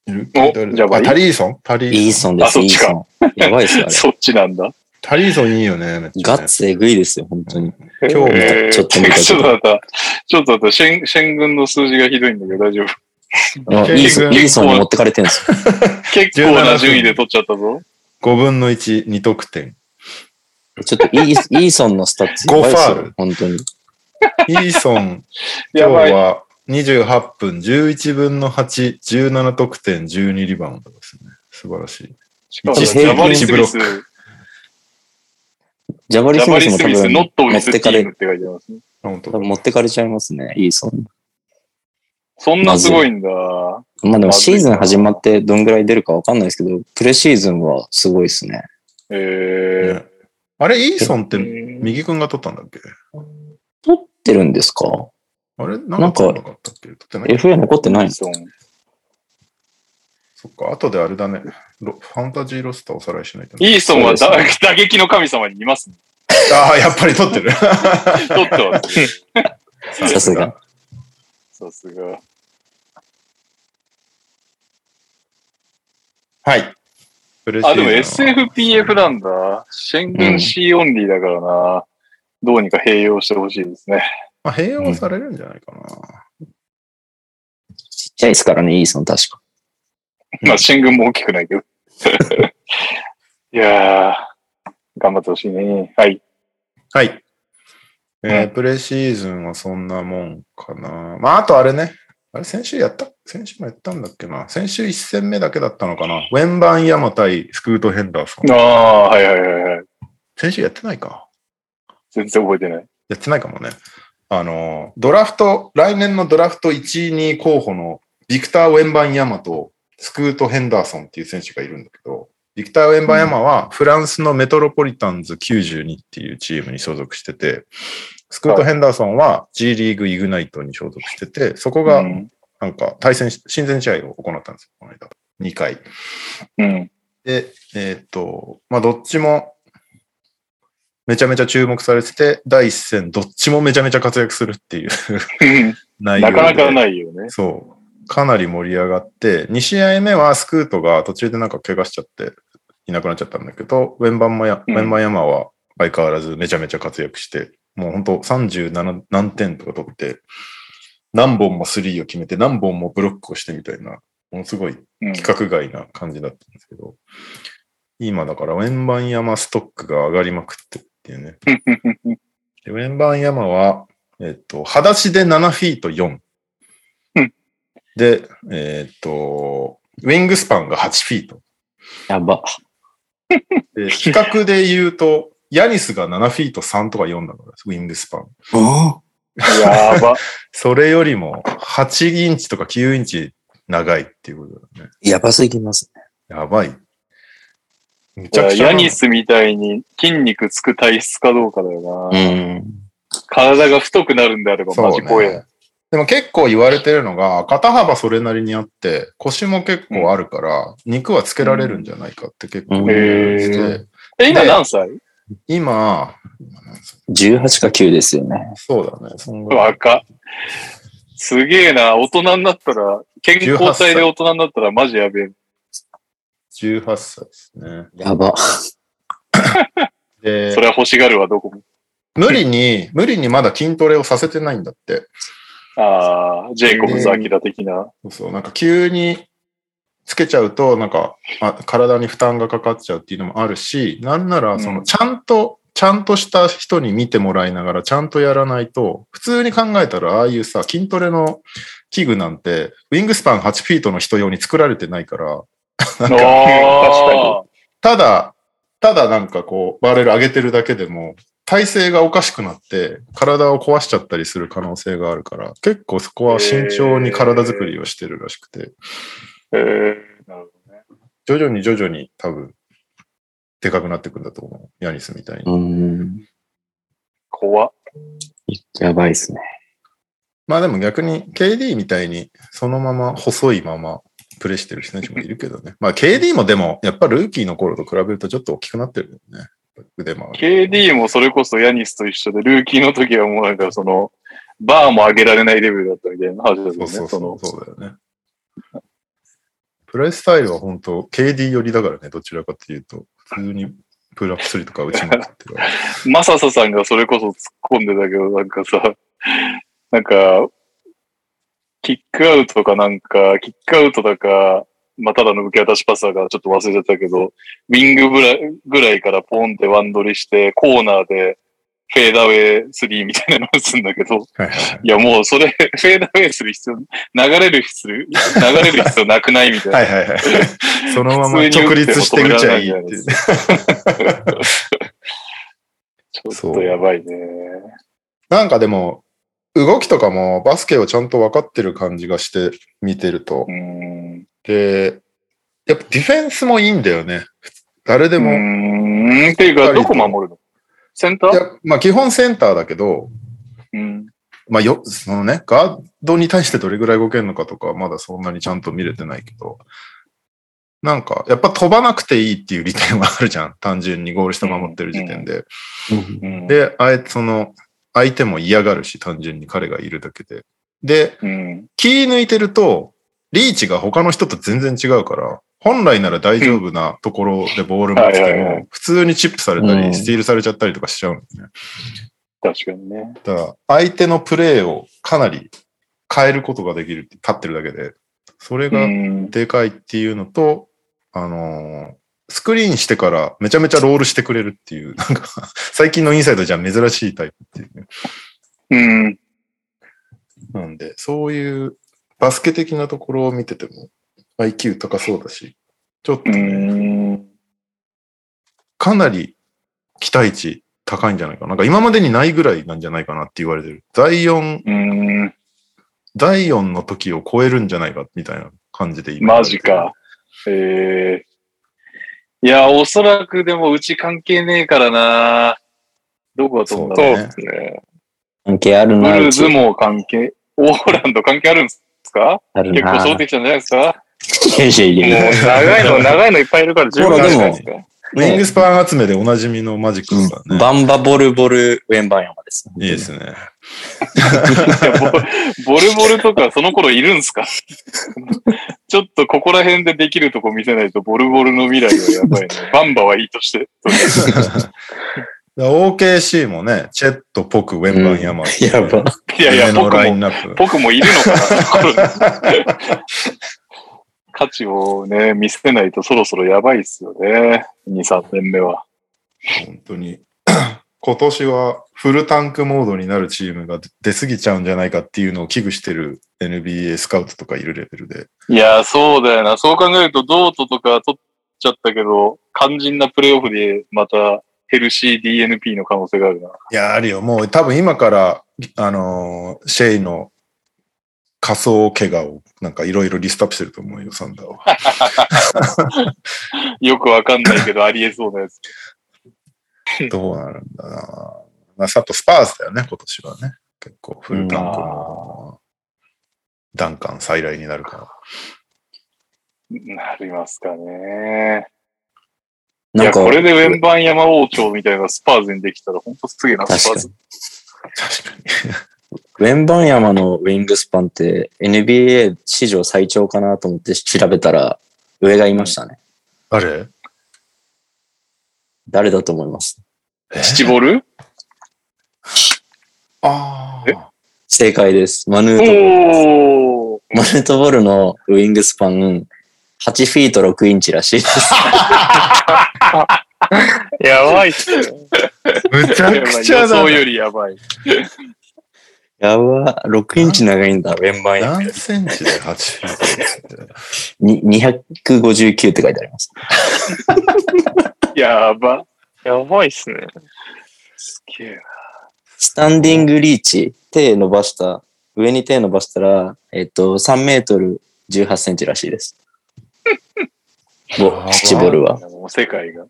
Speaker 4: ルーキー誰
Speaker 2: おじゃあ
Speaker 4: あタリーソンタリ
Speaker 1: イ
Speaker 4: ー
Speaker 1: ー
Speaker 4: ソン。
Speaker 1: ソンで
Speaker 2: あ
Speaker 1: す、
Speaker 2: そっ
Speaker 1: イー
Speaker 2: ちか
Speaker 1: ソン。やばいっすよ、あれ。
Speaker 2: そっちなんだ。
Speaker 4: タリーソンいいよね、めっちゃ、
Speaker 1: ガ
Speaker 4: ね
Speaker 1: ッ。ツえぐいですよ、本当に。
Speaker 4: 今日も
Speaker 3: えー
Speaker 1: ちょっと見た
Speaker 2: ちょっ
Speaker 1: け
Speaker 2: と
Speaker 1: ど。
Speaker 2: だった。ちょっとだった。シェン、シェン軍の数字がひどいんだけど大丈夫。
Speaker 1: あイーソンイーソンに持ってかれてるんですよ。
Speaker 2: 結構な順位で取っちゃったぞ。
Speaker 4: 5分の1、2得点。
Speaker 1: ちょっとイーイーソンのスタッツやばいっす
Speaker 4: ゴファー
Speaker 1: よ
Speaker 4: ル、
Speaker 1: 本当に。
Speaker 4: イーソン、今
Speaker 2: や
Speaker 4: 日
Speaker 2: ばい。
Speaker 4: は28分、11分の8、17得点、12リバウンドですね。素晴らしい。
Speaker 2: しかも、
Speaker 1: 一
Speaker 2: ジャバリスミス、
Speaker 4: ブ
Speaker 2: ジ
Speaker 4: ロ
Speaker 1: ジャバリス
Speaker 2: ャバ
Speaker 1: ミス
Speaker 2: リス
Speaker 1: も多
Speaker 2: ミス、
Speaker 1: 分
Speaker 2: ノットウ
Speaker 1: 持
Speaker 2: ィ
Speaker 1: っ
Speaker 2: ス
Speaker 1: て
Speaker 2: テ
Speaker 1: か
Speaker 2: ィ
Speaker 1: れ
Speaker 2: ームって書いてますね。
Speaker 4: 本当
Speaker 1: 多分持ってかれちゃいますね、イーソン。
Speaker 2: そんなすごいんだ。
Speaker 1: まあでもシーズン始まってどんぐらい出るかわかんないですけど、プレシーズンはすごいですね。
Speaker 2: えー
Speaker 4: ねあれ、イーソンって
Speaker 3: うん
Speaker 4: 右くんが取ったんだっけ
Speaker 1: 取ってるんですか
Speaker 4: あれなんか取らなかったっけ取ってない
Speaker 1: ?FA 残ってないんです
Speaker 2: そう
Speaker 4: そっか、後であれだね。ロファンタジーロスターおさらいしないとね。
Speaker 2: イーソンは
Speaker 1: そう
Speaker 2: だ打撃の神様にいますね。
Speaker 4: ああ、やっぱり取ってる。
Speaker 2: 取ってます ね。
Speaker 1: さすが。
Speaker 2: さすが。
Speaker 4: はい。プレシー
Speaker 2: あ、
Speaker 4: ズ
Speaker 2: で
Speaker 4: ン
Speaker 2: も
Speaker 4: は
Speaker 2: SFPF なんだ。シェン軍 C オンリーだからな。どうにか併用してほしいですね。
Speaker 4: まあ、併用されるんじゃないかな。
Speaker 1: ちっちゃいですからね、イーソン確か。
Speaker 2: まあ、シェン軍も大きくないけど。 いやー、頑張ってほしいね。はい。
Speaker 4: はい。えー
Speaker 2: うん
Speaker 4: プレシーズンはそんなもんかな。まあ、あとあれね。あれ、先週やった先週もやったんだっけな。先週1戦目だけだったのかな。ウェンバン・ヤマ対スクート・ヘンダーソン。
Speaker 2: ああ、はいはいはいはい。
Speaker 4: 先週やってないか。
Speaker 2: 全然覚えてない。
Speaker 4: やってないかもね。あの、ドラフト、来年のドラフト1位、2位候補のビクター・ウェンバン・ヤマとスクート・ヘンダーソンっていう選手がいるんだけど、ビクター・ウェンバン・ヤマはフランスのメトロポリタンズ92っていうチームに所属してて、スクート・ヘンダーソンは G リーグ・イグナイトに所属してて、そこが
Speaker 2: うん。
Speaker 4: なんか対戦し、親善試合を行ったんですよ、この間。2回。
Speaker 2: うん。
Speaker 4: で、えーっと、まあ、どっちも、めちゃめちゃ注目されてて、第一戦、どっちもめちゃめちゃ活躍するっていう 内容
Speaker 2: な
Speaker 4: で。
Speaker 2: かなかないよね。
Speaker 4: そう。かなり盛り上がって、2試合目はスクートが途中でなんか怪我しちゃって、いなくなっちゃったんだけど、ウェンバンマヤ、
Speaker 2: うん
Speaker 4: ウェンバンヤマは相変わらずめちゃめちゃ活躍して、もう本当37何点とか取って、何本もスリーを決めて、何本もブロックをしてみたいな、ものすごい
Speaker 2: うん
Speaker 4: 規格外な感じだったんですけど、今だからウェンバンヤマストックが上がりまくってるっていうね。 でウェンバンヤマは、えっと、裸足で7フィート4
Speaker 2: うん。
Speaker 4: で、えっと、ウィングスパンが8フィート。
Speaker 1: やば。
Speaker 4: で、比較で言うと、ヤニスが7フィート3とか4だから、ウィングスパン。
Speaker 2: やば。
Speaker 4: それよりも8インチとか9インチ長いっていうことだね。
Speaker 1: やばすぎますね。
Speaker 4: やばい。め
Speaker 2: いやヤニ
Speaker 4: ス
Speaker 2: スみたいに筋肉つく体質かどうかだよな。
Speaker 1: うん。
Speaker 2: 体が太くなるんであればマ
Speaker 4: そ
Speaker 2: ジ
Speaker 4: う
Speaker 2: 怖え。
Speaker 4: ね。でも結構言われてるのが、肩幅それなりにあって、腰も結構あるから、肉はつけられるんじゃないかって結構言われてて、
Speaker 2: うんへえ、今
Speaker 4: で
Speaker 2: 何歳
Speaker 4: 今、今なんすか
Speaker 1: 18か9ですよね。
Speaker 4: そうだね、そんぐらい。
Speaker 2: 若。すげえな。大人になったら、健康体で大人になったらマジやべえ。
Speaker 4: 18歳ですね。
Speaker 1: やば。
Speaker 4: で
Speaker 2: そ、れは欲しがるわ、どこも。
Speaker 4: 無理に、無理にまだ筋トレをさせてないんだって。
Speaker 2: ああ、ジェイコブズ・アキラ的な。
Speaker 4: そうそう、なんか急につけちゃうと、なんかあ体に負担がかかっちゃうっていうのもあるし、なんなら、そうの、
Speaker 2: ん
Speaker 4: ちゃんと、ちゃんとした人に見てもらいながら、ちゃんとやらないと、普通に考えたら、ああいうさ、筋トレの器具なんて、ウィングスパン8フィートの人用に作られてないから、
Speaker 2: あ
Speaker 4: なんか、
Speaker 2: あ
Speaker 4: ただ、ただなんかこう、バーレル上げてるだけでも、体勢がおかしくなって、体を壊しちゃったりする可能性があるから、結構そこは慎重に体作りをしてるらしくて、
Speaker 3: えー
Speaker 2: なるほどね。
Speaker 4: 徐々に徐々に多分、でかくなってくんだと思う。ヤニスみたいに。
Speaker 1: うん。
Speaker 2: 怖っ。
Speaker 1: やばいっすね。
Speaker 4: まあでも逆に KD みたいにそのまま細いままプレイしてる人たちもいるけど ね。まあ KD もでもやっぱルーキーの頃と比べるとちょっと大きくなってるよね。腕回り。
Speaker 2: KD もそれこそヤニスと一緒で、ルーキーの時はもうなんかその、バーも上げられないレベルだったみたいな話です
Speaker 4: そ
Speaker 2: よ
Speaker 4: うそ
Speaker 2: ね。
Speaker 4: う
Speaker 2: そ
Speaker 4: そ
Speaker 2: の
Speaker 4: う。そうだよね。プレイスタイルは本当 KD 寄りだからね、どちらかというと。普通にプルアップ3とか打ちまくってるから。
Speaker 2: マササさんがそれこそ突っ込んでたけど、なんかさ、 なんか、キックアウトかなんか、キックアウトだか、まあ、ただの受け渡しパスだからちょっと忘れちゃったけど、ウィングぐらいぐらいからポンってワンドリして、コーナーでフェーダーウェイ3みたいなの打つんだけ ど、
Speaker 4: はいはいはい
Speaker 2: いやもうそれ、フェーダーウェイする必要、流れる必要、流れる必要なくないみたいな。
Speaker 4: はいはいはい。そのまま直立して打ちゃいいっていう。
Speaker 2: ちょっとやばいね。
Speaker 4: なんかでも、動きとかもバスケをちゃんと分かってる感じがして見てると
Speaker 2: う。ん。
Speaker 4: で、やっぱディフェンスもいいんだよね。誰で
Speaker 2: で
Speaker 4: も。
Speaker 2: う
Speaker 4: い
Speaker 2: ーん。っていうか、どこ守るのセンター
Speaker 4: や、まあ基本センターだけど、
Speaker 2: うん。
Speaker 4: まあよ、そのね、ガードに対してどれぐらい動けるのかとかはまだそんなにちゃんと見れてないけど、なんか、やっぱ飛ばなくていいっていう利点はあるじゃん。単純にゴール下守ってる時点で。
Speaker 2: うん、
Speaker 4: で、あえてその、相手も嫌がるし、単純に彼がいるだけで。で、
Speaker 2: うん。
Speaker 4: 気抜いてると、リーチが他の人と全然違うから、本来なら大丈夫なところでボール持つ
Speaker 2: はい
Speaker 4: て
Speaker 2: はいはい
Speaker 4: も、普通にチップされた
Speaker 1: うん
Speaker 4: り、スティールされちゃったりとかしちゃうんですね。
Speaker 2: 確かにね。
Speaker 4: だから、相手のプレーをかなり変えることができるって、立ってるだけで。それ
Speaker 2: う
Speaker 4: が
Speaker 2: ん。
Speaker 4: でかいっていうのと、あのースクリーンしてからめちゃめちゃロールしてくれるっていう、なんか、最近のインサイドじゃ珍しいタイプっていうね。
Speaker 2: うん。
Speaker 4: なんで、そういうバスケ的なところを見てても IQ 高そうだし、ちょっと
Speaker 2: う
Speaker 4: ね、
Speaker 2: ん。
Speaker 4: かなり期待値高いんじゃないかな。なんか今までにないぐらいなんじゃないかなって言われてる。第4、
Speaker 2: うん。
Speaker 4: 第4の時を超えるんじゃないかみたいな感じで今。
Speaker 2: マジか。。ええいや、おそらくでもうち関係ねえからな。どこが飛んだ
Speaker 3: そう
Speaker 2: ろう
Speaker 3: ですね。
Speaker 1: 関係ある
Speaker 2: ブ
Speaker 1: な。
Speaker 2: ルーズも関係、オーランド関係あるんですか
Speaker 1: ある
Speaker 2: 結構
Speaker 1: な。
Speaker 2: 揃ってきたんじゃないですか
Speaker 1: いやいやい
Speaker 3: もう
Speaker 1: や
Speaker 3: 長 いの、長いのいっぱいいるから十分あるじゃないですか。
Speaker 4: ウィングスパン集めでおなじみのマジックさんね。
Speaker 1: バンバボルボルウェンバンヤマです。
Speaker 4: いいですね。
Speaker 2: いやボボルボルとかその頃いるんすか ちょっとここら辺でできるとこ見せないとボルボルの未来はやばいね。バンバはいいとして。
Speaker 4: だから OKC もね、チェット、ポク、ウェンバン、ヤマ。
Speaker 1: やば。
Speaker 2: いやいや、
Speaker 4: 夢の
Speaker 2: 僕
Speaker 4: ライ
Speaker 2: も、
Speaker 4: ンナップ。
Speaker 2: 僕もいるのかな 価値をね、見せないとそろそろやばいっすよね。2、3年目は。
Speaker 4: 本当に 今年はフルタンクモードになるチームが出過ぎちゃうんじゃないかっていうのを危惧してる NBA スカウトとかいるレベルで。
Speaker 2: いや、そうだよな。そう考えると、ドートとか取っちゃったけど、肝心なプレイオフでまたヘルシー DNP の可能性があるな。
Speaker 4: いや、あるよ。もう多分今から、あのーシェイの仮想怪我をなんかいろいろリストアップしてると思うよ、サンダーは。
Speaker 2: よくわかんないけど、あ りえそうなやつ。
Speaker 4: どうなるんだな。まあ、さとスパーズだよね、今年はね。結構フルタンクモード。ダンカン再来になるから。
Speaker 2: なりますかね。い
Speaker 1: な
Speaker 2: や、
Speaker 1: んか
Speaker 2: こ、れでウェンバン山王朝みたいなスパーズにできたら、ほんとすげえな、ス
Speaker 1: 確
Speaker 2: パ
Speaker 1: か
Speaker 2: ー
Speaker 1: に
Speaker 2: ズ。
Speaker 4: 確かに。
Speaker 1: ウェンバンヤマのウィングスパンって NBA 史上最長かなと思って調べたら、上がいましたね。
Speaker 4: あれ
Speaker 1: 誰だと思います
Speaker 2: 七ボル
Speaker 4: ああ。
Speaker 1: 正解です。マヌートボル。
Speaker 2: おー
Speaker 1: マヌートボルのウィングスパン、8フィート6インチらしいです。
Speaker 3: やばいっすよ。
Speaker 4: むちゃくちゃ
Speaker 2: 予
Speaker 4: だ
Speaker 2: 想
Speaker 4: な。
Speaker 2: よりやばい。
Speaker 1: やば、6インチ長いんだ、ウェンバンヤマ。
Speaker 4: 何センチで8フィートって
Speaker 1: に259って書いてあります。
Speaker 2: やば。
Speaker 3: やばいっすね。げえな。
Speaker 1: スタンディングリーチ、手伸ばした、上に手伸ばしたら、えっと、3メートル18センチらしい です。ぼチボルは。
Speaker 2: もう世界が。
Speaker 1: い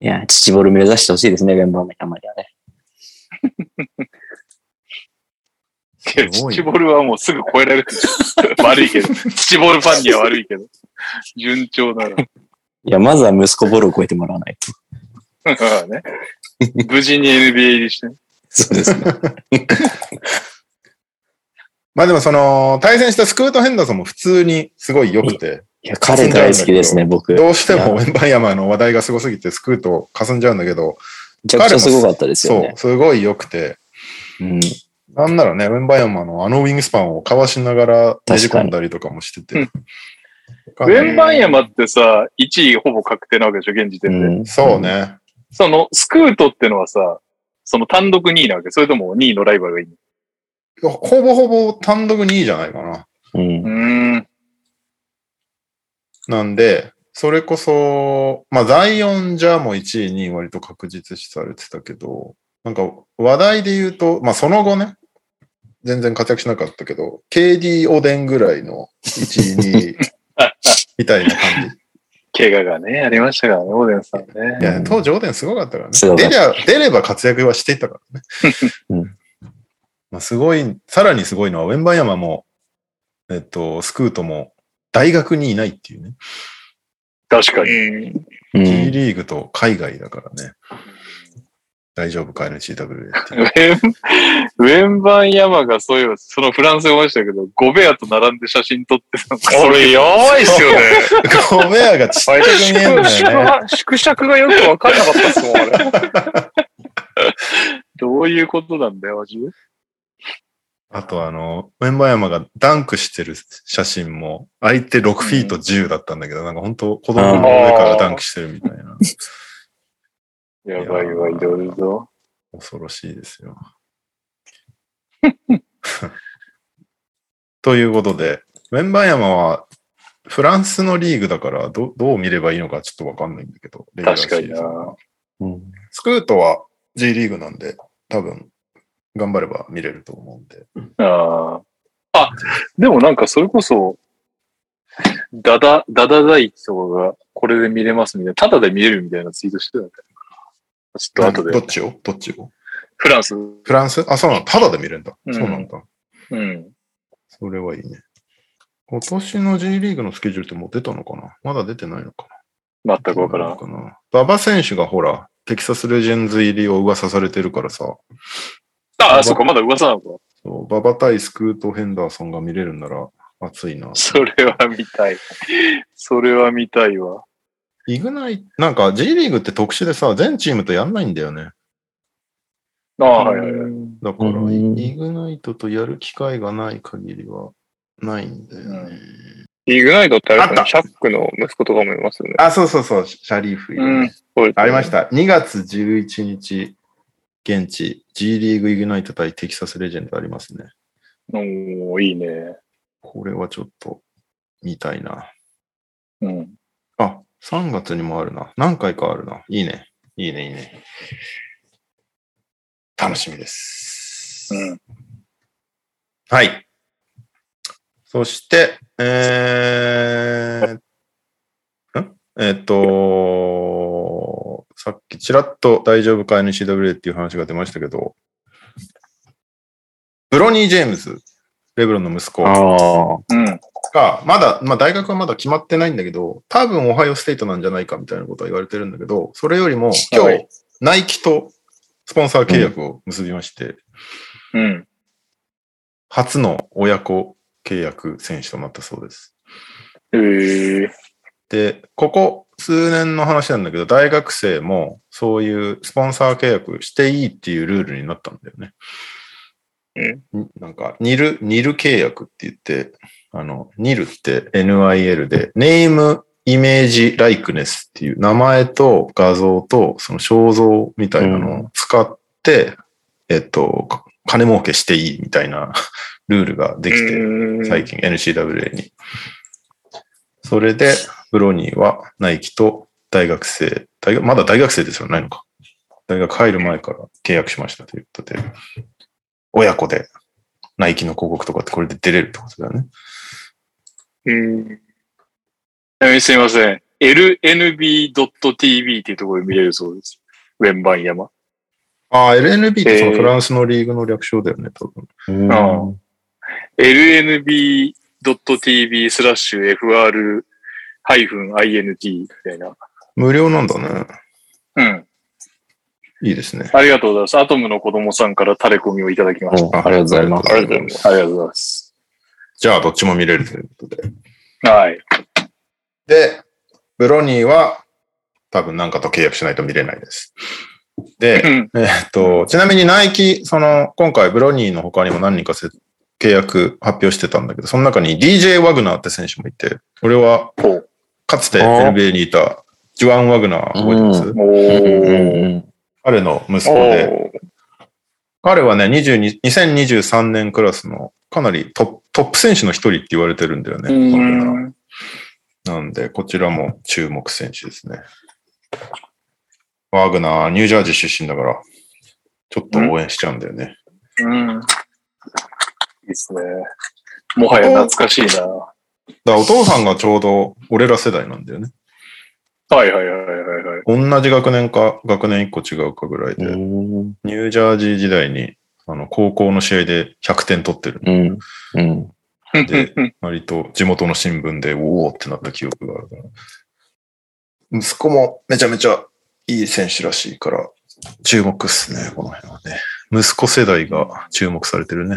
Speaker 1: や、チボル目指してほしいですね、現場のたまにはね。
Speaker 2: けど、チボルはもうすぐ超えられる。 悪いけど。チボルファンには悪いけど。順調なら。
Speaker 1: いや、まずは息子ボルを超えてもらわない と。
Speaker 2: ね、無事に NBA 入りしてね。
Speaker 1: そうですね。
Speaker 4: まあでもその、対戦したスクート・ヘンダーソンも普通にすごい良くて、
Speaker 1: いや、彼大好きですね、僕。め
Speaker 4: どうしてもエンバイアマーの話題がすごすぎてスクート霞んじゃうんだけど、
Speaker 1: ちゃくちゃすごかったですよ
Speaker 4: そう
Speaker 1: ね、。
Speaker 4: すごい良くて、
Speaker 1: うん。
Speaker 4: なんならね、ウェンバヤマのあのウィングスパンをかわしながらねじ込んだりとかもしてて。
Speaker 2: ウェンバンヤマってさ、1位ほぼ確定なわけでしょ、現時
Speaker 1: う
Speaker 2: 点で。
Speaker 1: ん、
Speaker 4: そう。ね。
Speaker 2: その、スクートってのはさ、その単独2位なわけそれとも2位のライバルがいい
Speaker 4: ほぼほぼ単独2位じゃないかな。
Speaker 1: うん。
Speaker 2: うん。
Speaker 4: なんで、それこそ、まあ、ザイオンじゃも1位、2位割と確実視されてたけど、なんか話題で言うと、まあ、その後ね、全然活躍しなかったけど、KD おでんぐらいの1位、2位 みたいな感じ。
Speaker 2: 怪我がね、ありましたからね、オーデンさんね。
Speaker 4: いや、当時おでんすごかったからね。
Speaker 1: すごか
Speaker 4: 出
Speaker 1: っ
Speaker 4: りゃ、出れば活躍はしていたからね。
Speaker 1: うん
Speaker 4: まあ、すごい、さらにすごいのは、ウェンバヤマも、えっと、スクートも、大学にいないっていうね。
Speaker 2: 確かに。
Speaker 1: う
Speaker 4: G
Speaker 1: ん。
Speaker 4: リーグと海外だからね。大丈夫か、NCWA って
Speaker 2: ウ
Speaker 4: いう。
Speaker 2: ェン、ウェンバンヤマがそういえば、そのフランスで思いましたけど、ゴベアと並んで写真撮ってたの
Speaker 3: これ、やばいっ すよね。
Speaker 4: ゴメアがちっちゃく見えるん
Speaker 3: 縮
Speaker 4: だ
Speaker 3: 尺
Speaker 4: よね。
Speaker 3: が、縮尺がよくわかんなかったっすもん、あれ。
Speaker 2: どういうことなんだよ、マジで。
Speaker 4: あと、あの、ウェンバヤマがダンクしてる写真も、相手6フィート10だったんだけど、なんか本当子供の上からダンクしてるみたいな。
Speaker 2: やばいわ、いろいろと。
Speaker 4: 恐ろしいですよ。 ということで、ウェンバンヤマはフランスのリーグだからど、どう見ればいいのかちょっとわかんないんだけど、レギュラーシー
Speaker 2: 確かに
Speaker 4: ズン
Speaker 2: な。
Speaker 1: うん
Speaker 4: スクートは G リーグなんで、多分、頑張れば見れると思うんで。
Speaker 2: ああ。あ、でもなんかそれこそ、ダダ、ダダダイチとかがこれで見れますみたいな、タダで見れるみたいなツイートしてたんだよなちょっと後
Speaker 4: ど
Speaker 2: で
Speaker 4: っ。ちをどっちを
Speaker 2: フランス。
Speaker 4: フランスあ、そうなの。ただで見れるんだ。
Speaker 2: うん
Speaker 4: そうなんだ。
Speaker 2: うん。
Speaker 4: それはいいね。今年の G リーグのスケジュールってもう出たのかなまだ出てないのか
Speaker 2: 全
Speaker 4: な
Speaker 2: くわから
Speaker 4: 出
Speaker 2: ん。
Speaker 4: てないのかな馬場選手がほら、テキサスレジェンズ入りを噂されてるからさ、
Speaker 2: ああ、そっか、まだ噂なのか。
Speaker 4: そう、ババ対スクート・ヘンダーソンが見れるんなら熱いな。
Speaker 2: それは見たい。それは見たいわ。
Speaker 4: イグナイ、なんか G リーグって特殊でさ、全チームとやんないんだよね。
Speaker 2: ああ、はいはいはい。
Speaker 4: だから、
Speaker 1: うん
Speaker 4: イグナイトとやる機会がない限りはないんだよね。
Speaker 3: イグナイトってあ
Speaker 4: あ
Speaker 3: れですよ
Speaker 4: っ
Speaker 3: ね、シャックの息子とかもいますよね。
Speaker 4: あ、そうそうそう、シャリーフいるね
Speaker 2: うん
Speaker 3: そうですね
Speaker 4: ありまし。た。2月11日、現地、G リーグイグナイト対テキサスレジェンドありますね。
Speaker 2: おーいいね。
Speaker 4: これはちょっと見たいな。
Speaker 2: うん。
Speaker 4: あ、3月にもあるな。何回かあるな。いいね。いいね、いいね。楽しみです。
Speaker 2: うん。
Speaker 4: はい。そして、えー、んえーっと、さっきちらっと大丈夫か NCWA っていう話が出ましたけど、ブロニー・ジェームズ、レブロンの息子。
Speaker 1: ああ。
Speaker 2: うん。
Speaker 4: が、まだ、まあ大学はまだ決まってないんだけど、多分オハイオステートなんじゃないかみたいなことは言われてるんだけど、それよりも今
Speaker 2: は
Speaker 4: 日、ナイキとスポンサー契約を結びまして、
Speaker 2: うん。
Speaker 4: 初の親子契約選手となったそうです。
Speaker 2: えー、
Speaker 4: で、ここ数年の話なんだけど、大学生もそういうスポンサー契約していいっていうルールになったんだよね。んなんか、ニル、ニル契約って言って、あの、ニルって NIL で、ネーム、イメージ、ライクネスっていう名前と画像とその肖像みたいなのを使って、えっと、か金儲けしていいみたいな ルールができて、
Speaker 3: うん
Speaker 4: 最近 NCWA に。それで、ブロニーはナイキと大学生、大学まだ大学生ですよ、ないのか。大学入る前から契約しましたということで、親子でナイキの広告とかってこれで出れるってことだよね。
Speaker 3: うん。
Speaker 2: ちなみにすいません。lnb.tv っていうところで見れるそうです。ウェンバン山。
Speaker 4: ああ、LNB ってその
Speaker 3: えー
Speaker 4: フランスのリーグの略称だよね、多分。
Speaker 1: うん
Speaker 2: あ lnb.tv スラッシュ fr-int みたいな。
Speaker 4: 無料なんだね。
Speaker 2: うん。
Speaker 4: いいですね。
Speaker 2: ありがとうございます。アトムの子供さんからタレコミをいただきました。
Speaker 1: ありがとうございます。
Speaker 3: ありがとうございます。
Speaker 2: ありがとうございます。
Speaker 4: じゃあ、どっちも見れるということで。
Speaker 2: はい。
Speaker 4: で、ブロニーは多分なんかと契約しないと見れないです。で
Speaker 2: う、ん
Speaker 4: えーっと、ちなみにナイキ、その、今回ブロニーの他にも何人かせ契約発表してたんだけど、その中に DJ ワグナーって選手もいて、これは
Speaker 2: ほう、
Speaker 4: かつて
Speaker 1: あー
Speaker 4: NBA にいたジュワン・ワグナー覚えてます、
Speaker 2: おー。
Speaker 4: 彼の息子
Speaker 3: お
Speaker 4: で、
Speaker 3: ー
Speaker 4: 彼はね、22 2023年クラスのかなりトップトップ選手の一人って言われてるんだよね。ワグナー
Speaker 2: うん
Speaker 4: なんで、こちらも注目選手ですね。ワーグナー、ニュージャージー出身だから、ちょっと応援しちゃうんだよね。
Speaker 2: うん。いいですね。もはや懐かしいな。は
Speaker 4: だからお父さんがちょうど俺ら世代なんだよね。
Speaker 2: いはいはいはいはい。
Speaker 4: 同じ学年か、学年一個違うかぐらいで、
Speaker 1: うん。
Speaker 4: ニュージャージー時代に、あの、高校の試合で100点取ってる。
Speaker 1: うん。うん。
Speaker 4: で、割と地元の新聞で、おおってなった記憶があるから。息子もめちゃめちゃいい選手らしいから、注目っすね、この辺はね。息子世代が注目されてるね。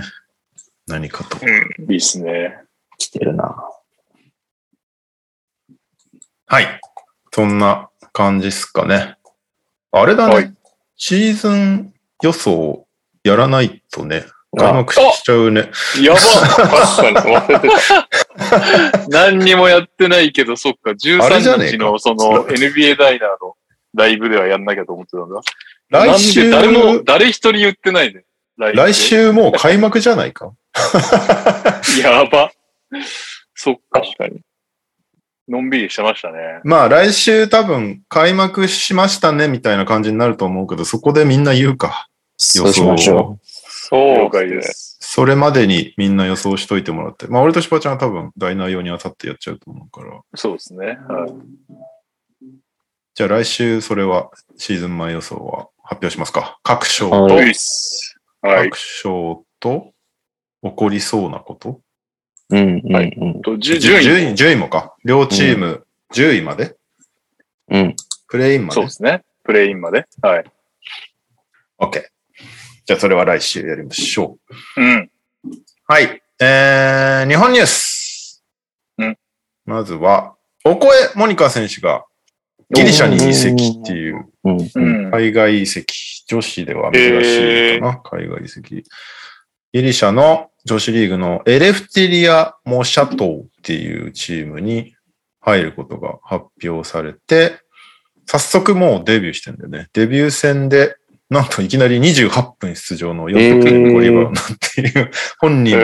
Speaker 4: 何かと。
Speaker 3: うん。
Speaker 2: いいですね。
Speaker 1: 来てるな。
Speaker 4: はい。そんな感じっすかね。あれだね。
Speaker 2: はい
Speaker 4: シーズン予想やらないとね、開幕しちゃうね。
Speaker 2: やば
Speaker 3: 確かに忘れてた。
Speaker 2: 何にもやってないけど、そっか、
Speaker 4: あれじゃね
Speaker 2: 13
Speaker 4: え
Speaker 2: 日
Speaker 4: か
Speaker 2: のその NBA ダイナーのライブではやんなきゃと思ってたんだ。
Speaker 4: 来週、
Speaker 2: なんで誰も、誰一人言ってないね。ライブで
Speaker 4: 来週もう開幕じゃないか。
Speaker 2: やば。そっか。
Speaker 3: 確かに。
Speaker 2: のんびりしてましたね。
Speaker 4: まあ来週多分開幕しましたねみたいな感じになると思うけど、そこでみんな言うか。
Speaker 1: そうしましょ
Speaker 3: そ
Speaker 2: 了
Speaker 3: うか
Speaker 2: 解
Speaker 3: いで
Speaker 2: です
Speaker 3: ね。
Speaker 2: す。
Speaker 4: それまでにみんな予想しといてもらって。まあ俺としばちゃんは多分大内容に当たってやっちゃうと思うから。
Speaker 2: そうですね。はい
Speaker 4: じゃあ来週それはシーズン前予想は発表しますか。各賞
Speaker 1: う。
Speaker 4: と、
Speaker 1: は
Speaker 2: う
Speaker 1: い
Speaker 2: いっす。はい。
Speaker 4: 各賞と起こりそうなこと。
Speaker 1: うん。うん。うん。
Speaker 2: とじゅ順位。
Speaker 4: 順位もか。両チーム10位まで。
Speaker 1: うん。
Speaker 4: プレイインま
Speaker 2: そう
Speaker 4: で
Speaker 2: で。すね。プレイインまで。はい。
Speaker 4: OK。じゃあそれは来週やりましょう。
Speaker 2: うん。
Speaker 4: はい。えー、日本ニュース。
Speaker 2: うん
Speaker 4: まずは、オコエ・モニカ選手がギリシャに移籍っていう、
Speaker 1: うん。
Speaker 2: う
Speaker 1: うん。
Speaker 2: ん。
Speaker 4: 海外移籍、女子では珍しいかな、海外移籍。ギリシャの女子リーグのエレフティリア・モシャトーっていうチームに入ることが発表されて、早速もうデビューしてんだよね。デビュー戦で、なんといきなり28分出場の4得点5リバウンドっていう、本
Speaker 3: え
Speaker 4: 人も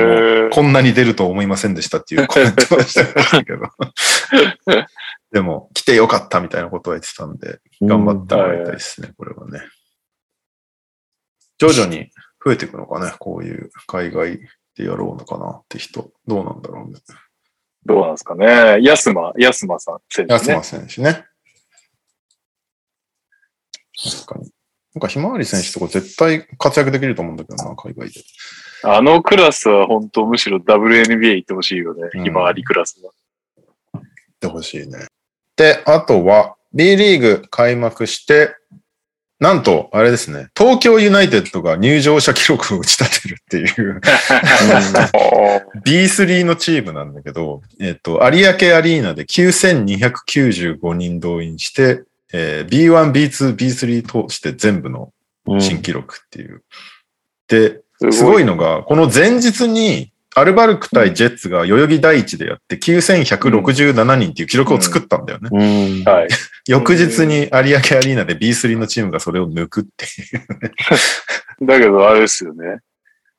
Speaker 3: ー、
Speaker 4: こんなに出ると思いませんでしたっていうコメントをしてましたけど。でも、来てよかったみたいなことは言ってたんで、頑張ってもらいたいですね、これはね。徐々に増えていくのかね、こういう海外でやろうのかなって人。どうなんだろうね。
Speaker 2: どうなんですかね。ヤスマ、ヤスマさん、選手
Speaker 4: 安
Speaker 2: ね。
Speaker 4: 間選手ね。確かに。なんかひまわり選手とか絶対活躍できると思うんだけどな、海外で。
Speaker 2: あのクラスは本当、むしろ WNBA 行ってほしいよね
Speaker 4: う。ん
Speaker 2: ひまわりクラスは。
Speaker 4: ってほしいね。で、あとは、B リーグ開幕して、なんと、あれですね、東京ユナイテッドが入場者記録を打ち立てるっていう、B3 のチームなんだけど、えっ、と、有明アリーナで9295人動員して、えー B1、B2、B3 通して全部の新記録っていう。で、すごいのが、この前日に、アルバルク対ジェッツが代々木第一でやって9167人っていう記録を作ったんだよね。
Speaker 1: うん。
Speaker 2: はい。
Speaker 4: 翌日に有明アリーナで B3 のチームがそれを抜くっ ていう。
Speaker 2: だけど、あれですよね。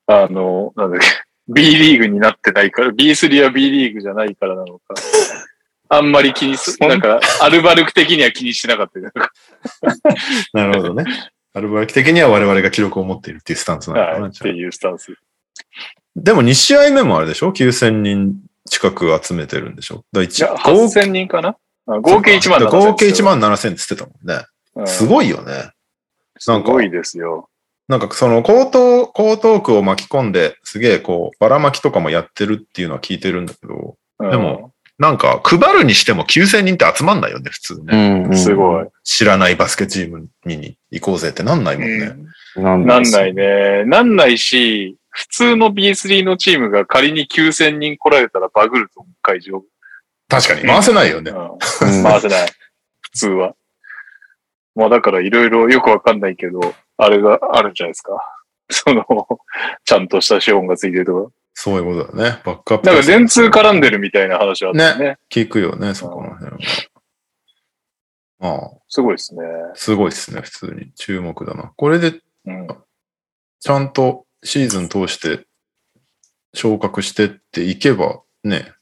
Speaker 2: あの、なんだっけ、B リーグになってないから、B3 は B リーグじゃないからなのか、あんまり気にす、なんか、アルバルク的には気にしてなかったけど。
Speaker 4: なるほどね。アルバルク的には我々が記録を持っているっていうスタンスなのか
Speaker 2: は。
Speaker 4: ない
Speaker 2: っ
Speaker 4: じゃ
Speaker 2: て
Speaker 4: あ。
Speaker 2: いうスタンス。
Speaker 4: でも2試合目もあれでしょ ?9000 人近く集めてるんでしょだから一
Speaker 2: いや、8000人かなあ合計1万
Speaker 4: だ
Speaker 2: 7000
Speaker 4: から合計1万7000っつってたもんね。す
Speaker 2: い。
Speaker 4: ごいよね。
Speaker 2: すごいですよ。
Speaker 4: なんかその江東、江東区を巻き込んで、すげえこう、ばらまきとかもやってるっていうのは聞いてるんだけど、
Speaker 2: うん
Speaker 4: でも、なんか配るにしても9000人って集まんないよね、普通ね。
Speaker 1: んうん
Speaker 2: すごい。
Speaker 4: 知らないバスケチームに行こうぜってなんないもんね。
Speaker 3: うん
Speaker 1: なん
Speaker 2: なんないね。なんないし、普通の B3 のチームが仮に9000人来られたらバグると思う、会場。
Speaker 4: 確かに回せないよね。
Speaker 2: うん回せない。普通は。まあだからいろいろよくわかんないけど、あれがあるんじゃないですか。その、ちゃんとした資本がついてると
Speaker 4: そういうことだね。バックアップ。
Speaker 2: か。なんか全通絡んでるみたいな話あったね。ね
Speaker 4: 聞くよね、そこの辺は。ああ、
Speaker 2: すごいですね。
Speaker 4: すごいっすね、普通に。注目だな。これで
Speaker 2: うん。
Speaker 4: ちゃんとシーズン通して昇格してっていけばね、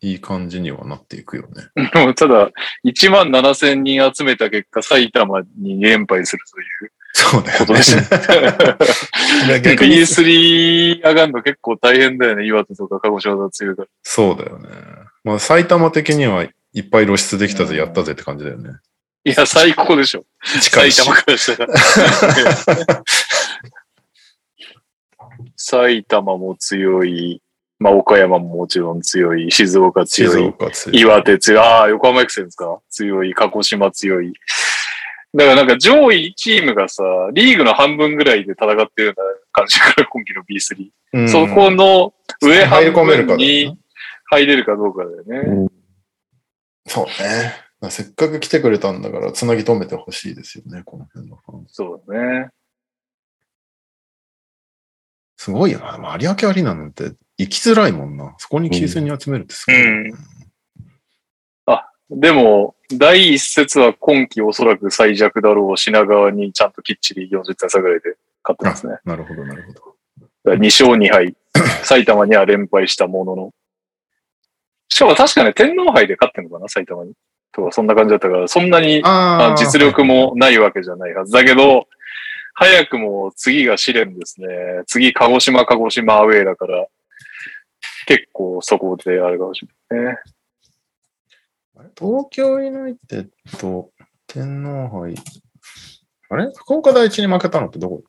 Speaker 4: いい感じにはなっていくよね。
Speaker 2: で もただ、1万7千人集めた結果、埼玉に連敗するという
Speaker 4: そうだよ
Speaker 2: こと
Speaker 4: ね
Speaker 2: で。 した。なんか E3 上がるの結構大変だよね。岩手とか鹿児島とか強いか
Speaker 4: そうだよね。まあ埼玉的にはいっぱい露出できたぜ、やったぜって感じだよね。
Speaker 2: ら。いや、最高でしょ。
Speaker 4: 近い
Speaker 2: 埼
Speaker 4: し。
Speaker 2: 玉からしたら。埼玉も強い。まあ、岡山ももちろん強い。静岡強
Speaker 4: 静
Speaker 2: い。
Speaker 4: 岡強い。
Speaker 2: 岩手強い。ああ、横浜エクセンスか。強い。鹿児島強い。だからなんか上位チームがさ、リーグの半分ぐらいで戦ってるような感じから、今季の B3。
Speaker 4: うん
Speaker 2: そこの上半
Speaker 4: 入り込めるかだ
Speaker 2: 分
Speaker 4: よね
Speaker 2: に入れるかどうかだよね。
Speaker 4: そうね。まあせっかく来てくれたんだから、つなぎ止めてほしいですよね、この辺のファン
Speaker 2: そうだね。
Speaker 4: すごいよな。でも有明アリーナなんて行きづらいもんな。そこに9000人集めるってすごい。
Speaker 3: うん
Speaker 2: でも、第一節は今季おそらく最弱だろう品川にちゃんときっちり40点差ぐらいで勝ってますね。
Speaker 4: なるほど、なるほど。
Speaker 2: だ2勝2敗。埼玉には連敗したものの。しかも確かね、天皇杯で勝ってんのかな埼玉に。とか、そんな感じだったから、そんなに
Speaker 4: あ
Speaker 2: あ実力もないわけじゃないはずだけど、早くも次が試練ですね。次、鹿児島、鹿児島アウェイだから、結構そこであれかもしれないね。
Speaker 4: あれ東京ユナイテッド、天皇杯。あれ福岡第一に負けたのってどこ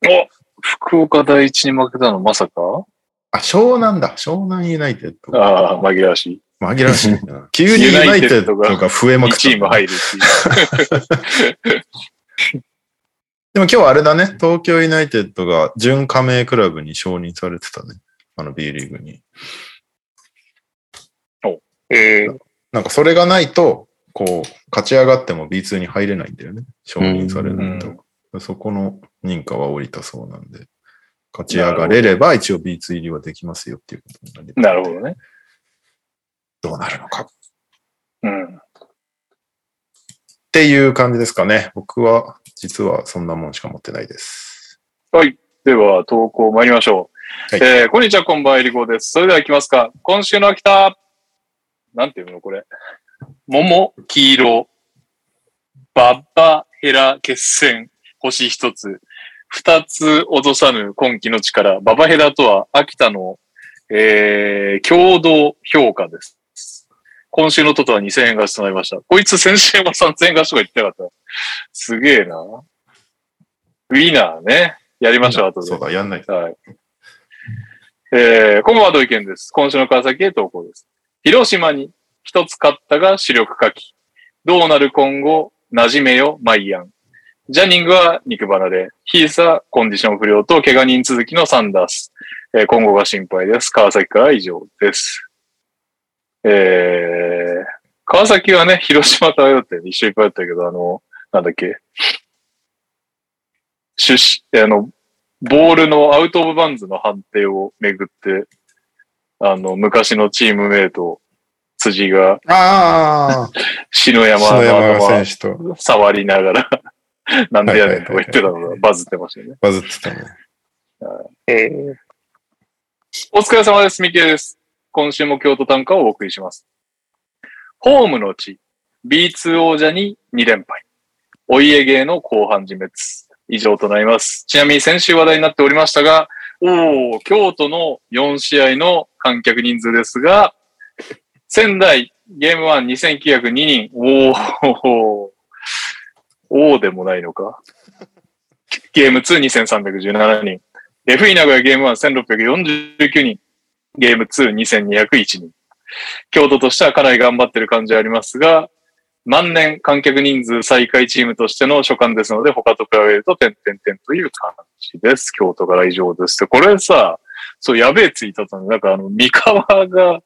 Speaker 4: だっけ
Speaker 2: 福岡第一に負けたのまさか
Speaker 4: あ、湘南だ。湘南ユナイテッド。
Speaker 2: ああ、紛らわしい。
Speaker 4: 紛らわしい な。急にユナイテッドが増えまく
Speaker 2: 2
Speaker 4: った。
Speaker 2: チーム入るっていう。
Speaker 4: でも今日あれだね。東京ユナイテッドが準加盟クラブに承認されてたね。あの B リーグに。
Speaker 3: えー
Speaker 4: なんかそれがないと、こう、勝ち上がっても B2 に入れないんだよね。承認されないと。そこの認可は降りたそうなんで、勝ち上がれれば一応 B2 入りはできますよっていうことになります
Speaker 2: なるほどね。
Speaker 4: どうなるのかっ
Speaker 2: うん。
Speaker 4: ていう感じですかね。僕は実はそんなもんしか持ってないです。
Speaker 2: では、投稿参りましょう。
Speaker 4: は
Speaker 2: えーこんにちは、こんばんは、えりこです。それでは行きますか。今週の秋田。なんていうのこれ。桃、黄色。バッバ、ヘラ、決戦。星一つ。二つ落とさぬ今季の力。ババヘラとは、秋田の、えー、共同評価です。今週のトトは2000円貸しとなりました。こいつ先週は3000円貸しとか言ってなかった。すげえな。ウィナーね。やりましょう、後で。
Speaker 4: そうだ、やんないと。
Speaker 2: はい。えー、こんばんは、土井健です。今週の川崎へ投稿です。広島に一つ勝ったが主力書き。どうなる今後、馴染めよ、マイアン。ジャニングは肉離れ。ヒーサ、コンディション不良と怪我人続きのサンダース。えー今後が心配です。川崎からは以上です。えー、川崎はね、広島とあれだったよね。一緒いっぱいだったけど、あの、なんだっけ。出資、あの、ボールのアウトオブバンズの判定をめぐって、あの、昔のチームメイト、辻が
Speaker 4: あ
Speaker 2: 篠
Speaker 4: あ、
Speaker 2: 山
Speaker 4: 篠山
Speaker 2: の
Speaker 4: が選
Speaker 2: 頭
Speaker 4: 手と
Speaker 2: 触りながら、 なんでやねんとか言ってた
Speaker 4: はいはい
Speaker 2: の
Speaker 4: はいは
Speaker 2: が
Speaker 4: い
Speaker 2: バズってましたよね。
Speaker 4: バズってたね。
Speaker 3: えー
Speaker 2: お疲れ様です。ミケです。今週も京都短歌をお送りします。ホームのうち、B2 王者に2連敗。お家芸の後半自滅。以上となります。ちなみに先週話題になっておりましたが、おお京都の4試合の観客人数ですが、仙台、ゲーム1、2902人。おおおおでもないのか。ゲーム2、2317人。FE 名古屋ゲーム1、1649人。ゲーム2、2201人。京都としてはかなり頑張ってる感じありますが、万年観客人数最下位チームとしての所感ですので、他と比べると点々点という感じです。京都から以上ですって。これさ、そう、やべえツイートだったの。なんかあの、三河が、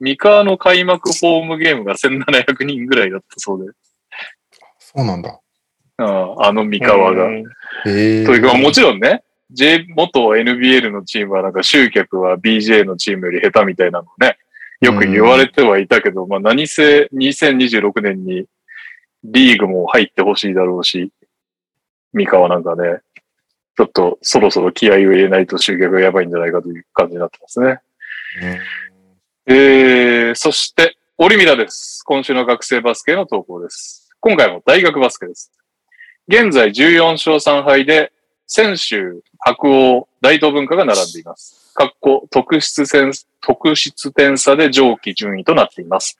Speaker 2: 三河の開幕ホームゲームが1700人ぐらいだったそうで。
Speaker 4: そうなんだ。
Speaker 2: あああの三河が。
Speaker 3: うん
Speaker 4: へえ。
Speaker 2: というか、もちろんね、J、元 NBL のチームはなんか集客は BJ のチームより下手みたいなのね、よく言われてはいたけど、まあ何せ2026年にリーグも入ってほしいだろうし、三河なんかね、ちょっとそろそろ気合を入れないと集客がやばいんじゃないかという感じになってますね。
Speaker 4: うん
Speaker 2: えー、そして、オリミラです。今週の学生バスケの投稿です。今回も大学バスケです。現在14勝3敗で、先週、白鸚、大東文化が並んでいます。括弧特質戦、特質点差で上記順位となっています。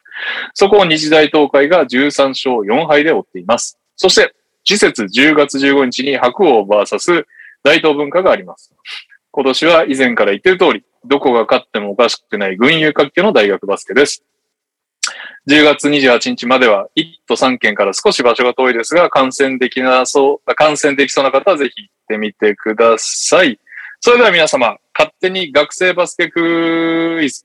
Speaker 2: そこを日大東海が13勝4敗で追っています。そして、次節10月15日に白鸚 VS 大東文化があります。今年は以前から言ってる通り、どこが勝ってもおかしくない群雄割拠の大学バスケです。10月28日までは1都3県から少し場所が遠いですが、観戦できなそう、観戦できそうな方はぜひ行ってみてください。それでは皆様、勝手に学生バスケクイズ。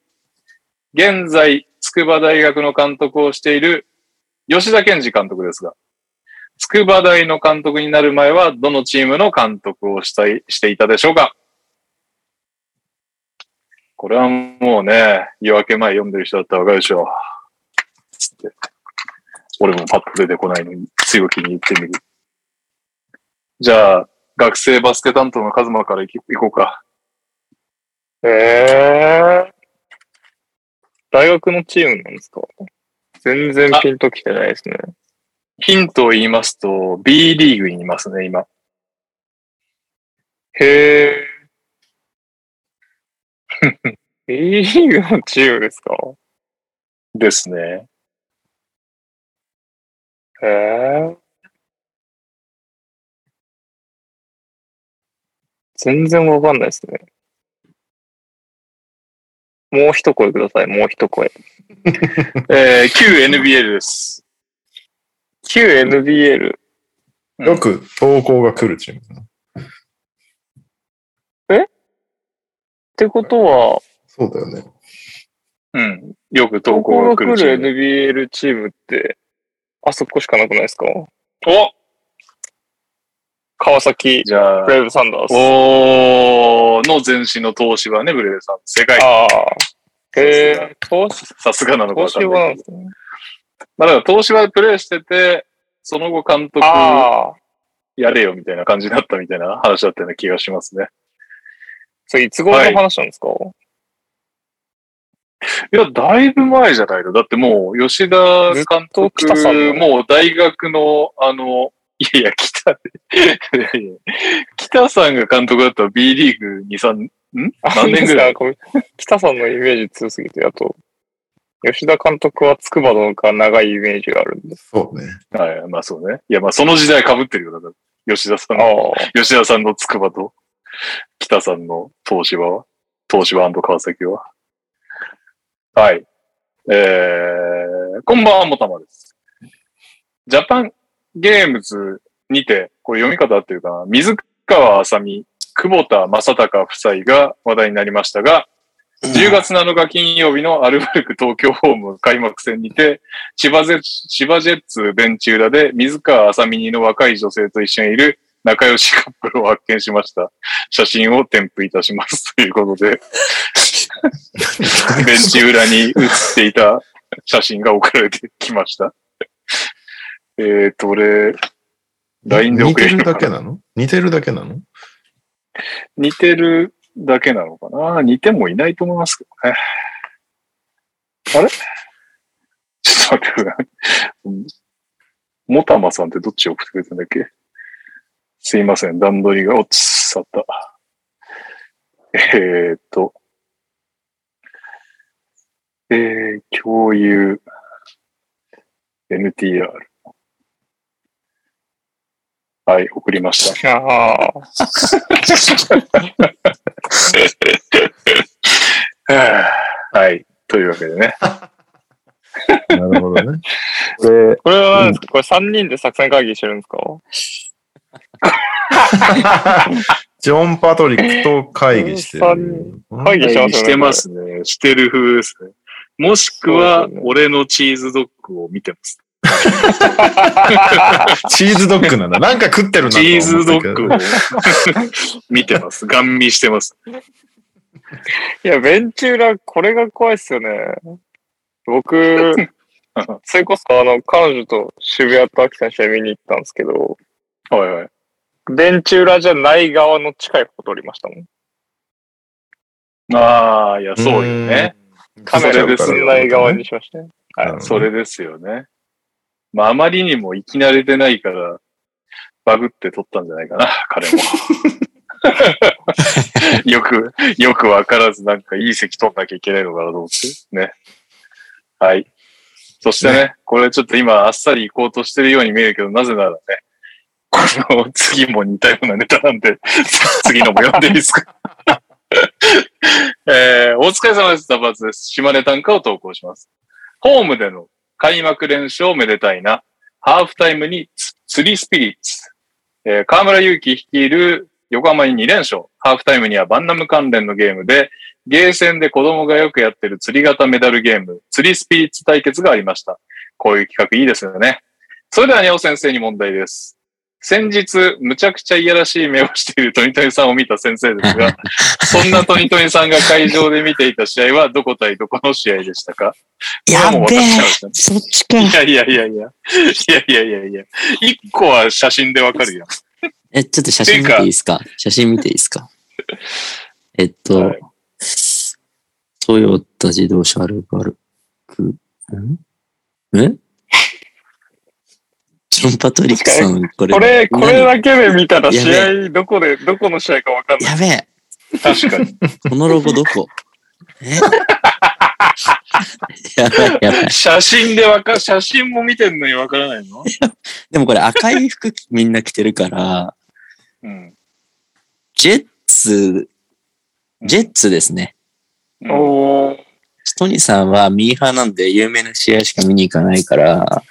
Speaker 2: 現在、筑波大学の監督をしている吉田健二監督ですが、筑波大の監督になる前はどのチームの監督をしたい、していたでしょうかこれはもうね、夜明け前読んでる人だったらわかるでしょ。つって。俺もパッと出てこないのに、強気に言ってみる。じゃあ、学生バスケ担当のカズマからいき行こうか。
Speaker 3: えー、大学のチームなんですか全然ピンときてないですね。
Speaker 2: ヒントを言いますと、B リーグにいますね、今。
Speaker 3: へえ。B リーグのチームですか
Speaker 2: ですね。
Speaker 3: へえ。全然わかんないですね。もう一声ください、もう一声。
Speaker 2: えー、旧 NBL です。
Speaker 3: 旧 NBL。
Speaker 4: よく投稿が来るチームだな。
Speaker 3: ってことは、
Speaker 4: そうだよね。
Speaker 2: うん。よく投
Speaker 3: 投
Speaker 2: 稿
Speaker 3: 稿
Speaker 2: が来る
Speaker 3: が来
Speaker 2: チーム。
Speaker 3: る NBL チームって、あそこしかなくないですか
Speaker 2: お
Speaker 3: 川崎、
Speaker 2: じゃあ
Speaker 3: ブ、レイブサンダース。
Speaker 2: おーの前身の東芝ね、ブレイブさん。世界
Speaker 3: ああ。へえ、投資、
Speaker 2: さすがなのか
Speaker 3: 投
Speaker 2: わかんな
Speaker 3: 資
Speaker 2: いけど
Speaker 3: はなんですね。
Speaker 2: まあだから東芝でプレーしてて、その後監督
Speaker 3: ああ。
Speaker 2: やれよみたいな感じだったみたいな話だったような気がしますね。
Speaker 3: それいつ頃の話なんですか、
Speaker 2: いや、だいぶ前じゃないの。だってもう、吉田監
Speaker 3: ずっと
Speaker 2: 督
Speaker 3: 北さんの、
Speaker 2: もう大学の、あの、いやいや、北、 いやいや北さんが監督だったら B リーグ2、3、ん何年ぐらい
Speaker 3: い北さん のイメージ強すぎて、あと、吉田監督は筑波のが長いイメージがあるんです。
Speaker 4: そうね。
Speaker 2: はい、まあそうね。いや、まあその時代被ってるよ。だから、吉田さん
Speaker 3: あ
Speaker 2: の、
Speaker 3: あ。
Speaker 2: 吉田さんの筑波と、北さんの東芝は、東芝川崎は。はい。えー、こんばんは、もたまです。ジャパンゲームズにて、これ読み方合ってるかな水川あさみ、久保田正孝夫妻が話題になりましたが、10月7日金曜日のアルバルク東京ホーム開幕戦にて、千葉ゼ千葉ジェッツベンチ裏で水川あさみにの若い女性と一緒にいる仲良しカップルを発見しました。写真を添付いたします。ということで、ベンチ裏に写っていた写真が送られてきました。えーと、俺、LINE で
Speaker 4: 似
Speaker 2: 送
Speaker 4: て
Speaker 2: れる
Speaker 4: る
Speaker 2: のか
Speaker 4: だ
Speaker 2: な
Speaker 4: けなの似てるだけなの
Speaker 2: 似てるだけなのかな似てもいないと思いますけどね。あれち ちょっと待ってください。もたまさんってどっち送ってくれたんだっけすいません、段取りが落ち去った。えー、っと。えー、共有。NTR。はい、送りました。
Speaker 3: ああ。
Speaker 2: はい。というわけでね。
Speaker 4: なるほどね。
Speaker 2: で、
Speaker 3: これは何ですか、これ3人で作戦会議してるんですか
Speaker 4: ジョン・パトリックと会議してる。
Speaker 3: 会議してますよね。
Speaker 2: してますね。してる風ですね。もしく
Speaker 3: そ
Speaker 2: は
Speaker 3: うですね、
Speaker 2: 俺のチーズドッグを見てます。
Speaker 4: チーズドッグなんだ。なんか食ってるなと
Speaker 2: チ
Speaker 4: は思ったけど
Speaker 2: ーズドッグを見てます。ガン見してます。
Speaker 3: いや、ベンチ裏、これが怖いっすよね。 僕、それこそ、あの、彼女と渋谷と秋田の試合見に行ったんですけど、
Speaker 2: はいはい。
Speaker 3: ベンチ裏じゃない側の近い方通りましたもん。
Speaker 2: ああ、いや、そうよね。
Speaker 3: カメラ
Speaker 2: で
Speaker 3: ですす
Speaker 2: ん
Speaker 3: んない側にしましたね。
Speaker 4: なるほどね
Speaker 2: それですよね。まあ、あまりにも生き慣れてないから、バグって撮ったんじゃないか な、彼も。よく、よくわからず、なんかいい席取んなきゃいけないのかなと思って。ね。はい。そしてね、これちょっと今、あっさり行こうとしてるように見えるけど、なぜならね、この次も似たようなネタなんで、 次のも読んでいいですか えー、お疲れ様です。ダバーツです。島根短歌を投稿します。ホームでの開幕連勝をめでたいな。ハーフタイムにつ釣りスピリッツ。えー河村祐希率いる横浜に2連勝。ハーフタイムにはバンナム関連のゲームで、ゲーセンで子供がよくやってる釣り型メダルゲーム、釣りスピリッツ対決がありました。こういう企画いいですよね。それでは、にゃお先生に問題です。先日、むちゃくちゃいやらしい目をしているトニトニさんを見た先生ですが、そんなトニトニさんが会場で見ていた試合はどこ対どこの試合でしたか
Speaker 1: や
Speaker 2: もう
Speaker 1: っべ
Speaker 2: 終わっちゃい
Speaker 1: え
Speaker 2: ましたね
Speaker 1: そっちか。
Speaker 2: いやいやいやいや。いやいやいやいや。一個は写真でわかるやん。
Speaker 1: え、ちょっと写真見ていいですか写真見ていいですかえっと、
Speaker 2: はい
Speaker 1: トヨタ自動車ルバルク、んえジョン・パトリックさん、これ。
Speaker 3: これ、これだけで見たら
Speaker 1: やべ
Speaker 3: 試
Speaker 1: え
Speaker 3: 合、どこで、どこの試合かわかんない。
Speaker 1: やべえ、
Speaker 2: 確かに。
Speaker 1: このロゴどこえ やばいやばい。
Speaker 2: 写真でわか、写真も見てんのにわからないの
Speaker 1: でもこれ赤い服みんな着てるから、
Speaker 2: うん。
Speaker 1: ジェッツ、ジェッツですね。
Speaker 2: うん
Speaker 3: おー。
Speaker 1: ストニーさんはミーハーなんで有名な試合しか見に行かな いから、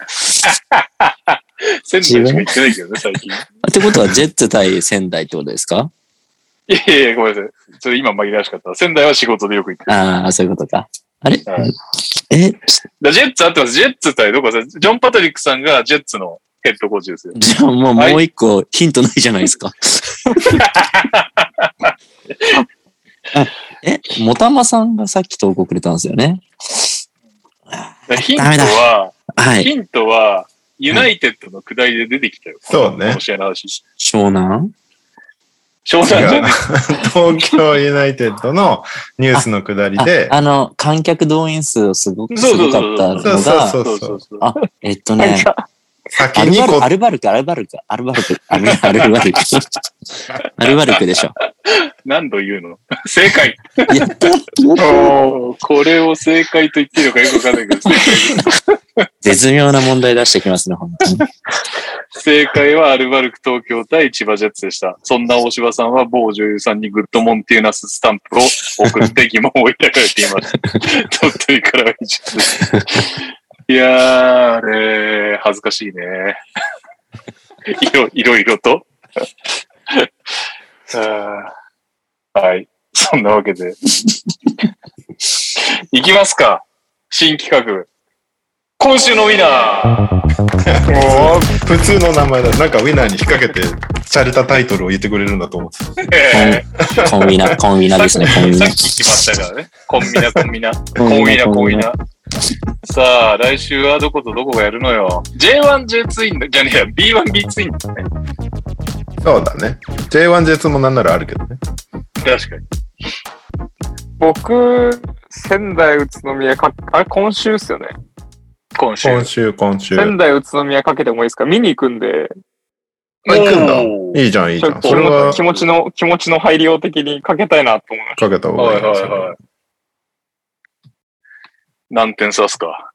Speaker 2: 仙台しか行ってないけどね、最近。
Speaker 1: ってことは、ジェッツ対仙台ってことですか
Speaker 2: いやいや、ごめんなさい。それ今紛らわしかった。仙台は仕事でよく行ってる。
Speaker 1: ああ、そういうことか。あれ、
Speaker 2: はい
Speaker 1: え、
Speaker 2: だジェッツあってます。ジェッツ対どこさ、ジョン・パトリックさんがジェッツのヘッドコーチですよ。
Speaker 1: じゃあもう、
Speaker 2: はい
Speaker 1: もう一個ヒントないじゃないですか。え、もたまさんがさっき投稿くれたんですよね。
Speaker 2: だヒントは、
Speaker 1: はい。
Speaker 2: ヒントは、ユナイテッドの下りで出てきたよ。
Speaker 4: そう
Speaker 2: こ
Speaker 4: ね
Speaker 2: の。試合の話。
Speaker 1: 湘南
Speaker 2: 湘南じゃね
Speaker 4: 東京ユナイテッドのニュースの下り
Speaker 1: あ
Speaker 4: で、
Speaker 1: あの、観客動員数をすごく、
Speaker 2: そう
Speaker 1: す
Speaker 2: そ
Speaker 1: ご
Speaker 2: うそ
Speaker 1: かっ
Speaker 2: う
Speaker 1: たの
Speaker 2: あ
Speaker 4: そう
Speaker 1: が、
Speaker 4: そう
Speaker 2: そ
Speaker 4: そうう
Speaker 2: そ
Speaker 4: そうう。
Speaker 2: そう。
Speaker 1: あえっとね、
Speaker 4: 先
Speaker 1: アル
Speaker 4: に
Speaker 1: バ
Speaker 4: こ
Speaker 1: ルアルバルク、アルバルク、アルバルク、アルアルバルク。アルバルクでしょ。
Speaker 2: 何度言うの 正解
Speaker 1: やった
Speaker 2: おーこれを正解と言っていいのかよくわかんないけど、正解です
Speaker 1: 絶妙な問題出してきますね、本当に。
Speaker 2: 正解はアルバルク東京対千葉ジェッツでした。そんな大柴さんは某女優さんにグッドモンティーナススタンプを送って疑問を抱かれていました。鳥取からは以上です。いやー、あれ、恥ずかしいね。いろいろいろと。あーはい。そんなわけで。いきますか。新企画。今週のウィナー
Speaker 4: もう普通の名前だ。なんかウィナーに引っ掛けて、チャれたタイトルを言ってくれるんだと思って
Speaker 2: え
Speaker 1: コンコンビナ、コンビ
Speaker 2: え
Speaker 1: ナですね、
Speaker 2: さっ
Speaker 1: コン
Speaker 2: き
Speaker 1: ビ
Speaker 2: さ
Speaker 1: ナ
Speaker 2: っ。き来ましたからね。コンビナ、コンビナ。
Speaker 1: コ
Speaker 2: コンビナ、コンビナ。さあ、来週はどことどこがやるのよ。J1、J ツインだじゃねえや、B1、B ツインだね。
Speaker 4: た。そうだね。J1J2 もなんならあるけどね。
Speaker 2: 確かに。
Speaker 3: 僕、仙台、宇都宮か、あれ今週っすよね。今週。
Speaker 4: 今週、今週。
Speaker 3: 仙台、宇都宮かけてもいいですか見に行くんで、
Speaker 2: あ、行くんだ。
Speaker 4: いいじゃん、いい
Speaker 3: ち
Speaker 4: じ
Speaker 3: ょ
Speaker 4: ゃ
Speaker 3: っ
Speaker 4: ん。それは
Speaker 3: と気持ちの、気持ちの配慮的にかけたいなと思いまし
Speaker 4: かけた方
Speaker 2: は
Speaker 4: がい
Speaker 2: い
Speaker 4: いです
Speaker 2: はい
Speaker 4: よ。
Speaker 2: はい。何点差っすか
Speaker 3: た。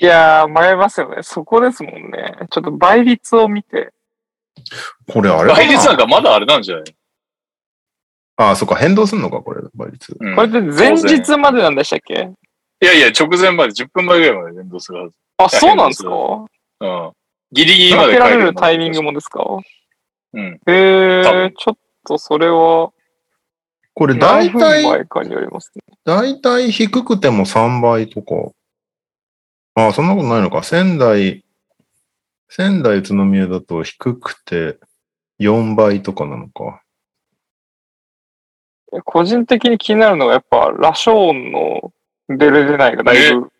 Speaker 3: いやー、迷いますよね。そこですもんね。ちょっと倍率を見て。
Speaker 4: これあれかな
Speaker 2: 倍率なんかまだあれなんじゃない
Speaker 4: ああ、そっか、変動すんのか、これ、倍率。
Speaker 2: うん
Speaker 3: これで前日までなんでしたっけ
Speaker 2: いやいや、直前まで、10分前ぐらいまで連動するはず。
Speaker 3: あ、そうなんですか
Speaker 2: うん。ギリギリま
Speaker 3: か
Speaker 2: で
Speaker 3: けら
Speaker 2: 帰
Speaker 3: れ
Speaker 2: の
Speaker 3: るタイミング。もですか
Speaker 2: うん。
Speaker 3: へ
Speaker 2: 多
Speaker 3: ー
Speaker 2: 分、
Speaker 3: ちょっとそれは
Speaker 4: これ、
Speaker 3: 何
Speaker 4: 大
Speaker 3: 分
Speaker 4: 体、
Speaker 3: 前かによりますね。
Speaker 4: 大体低くても3倍とか。ああ、そんなことないのか。仙台、仙台、宇都宮だと低くて4倍とかなのか。
Speaker 3: 個人的に気になるのがやっぱ、ラショーンの出る出ないがだいぶ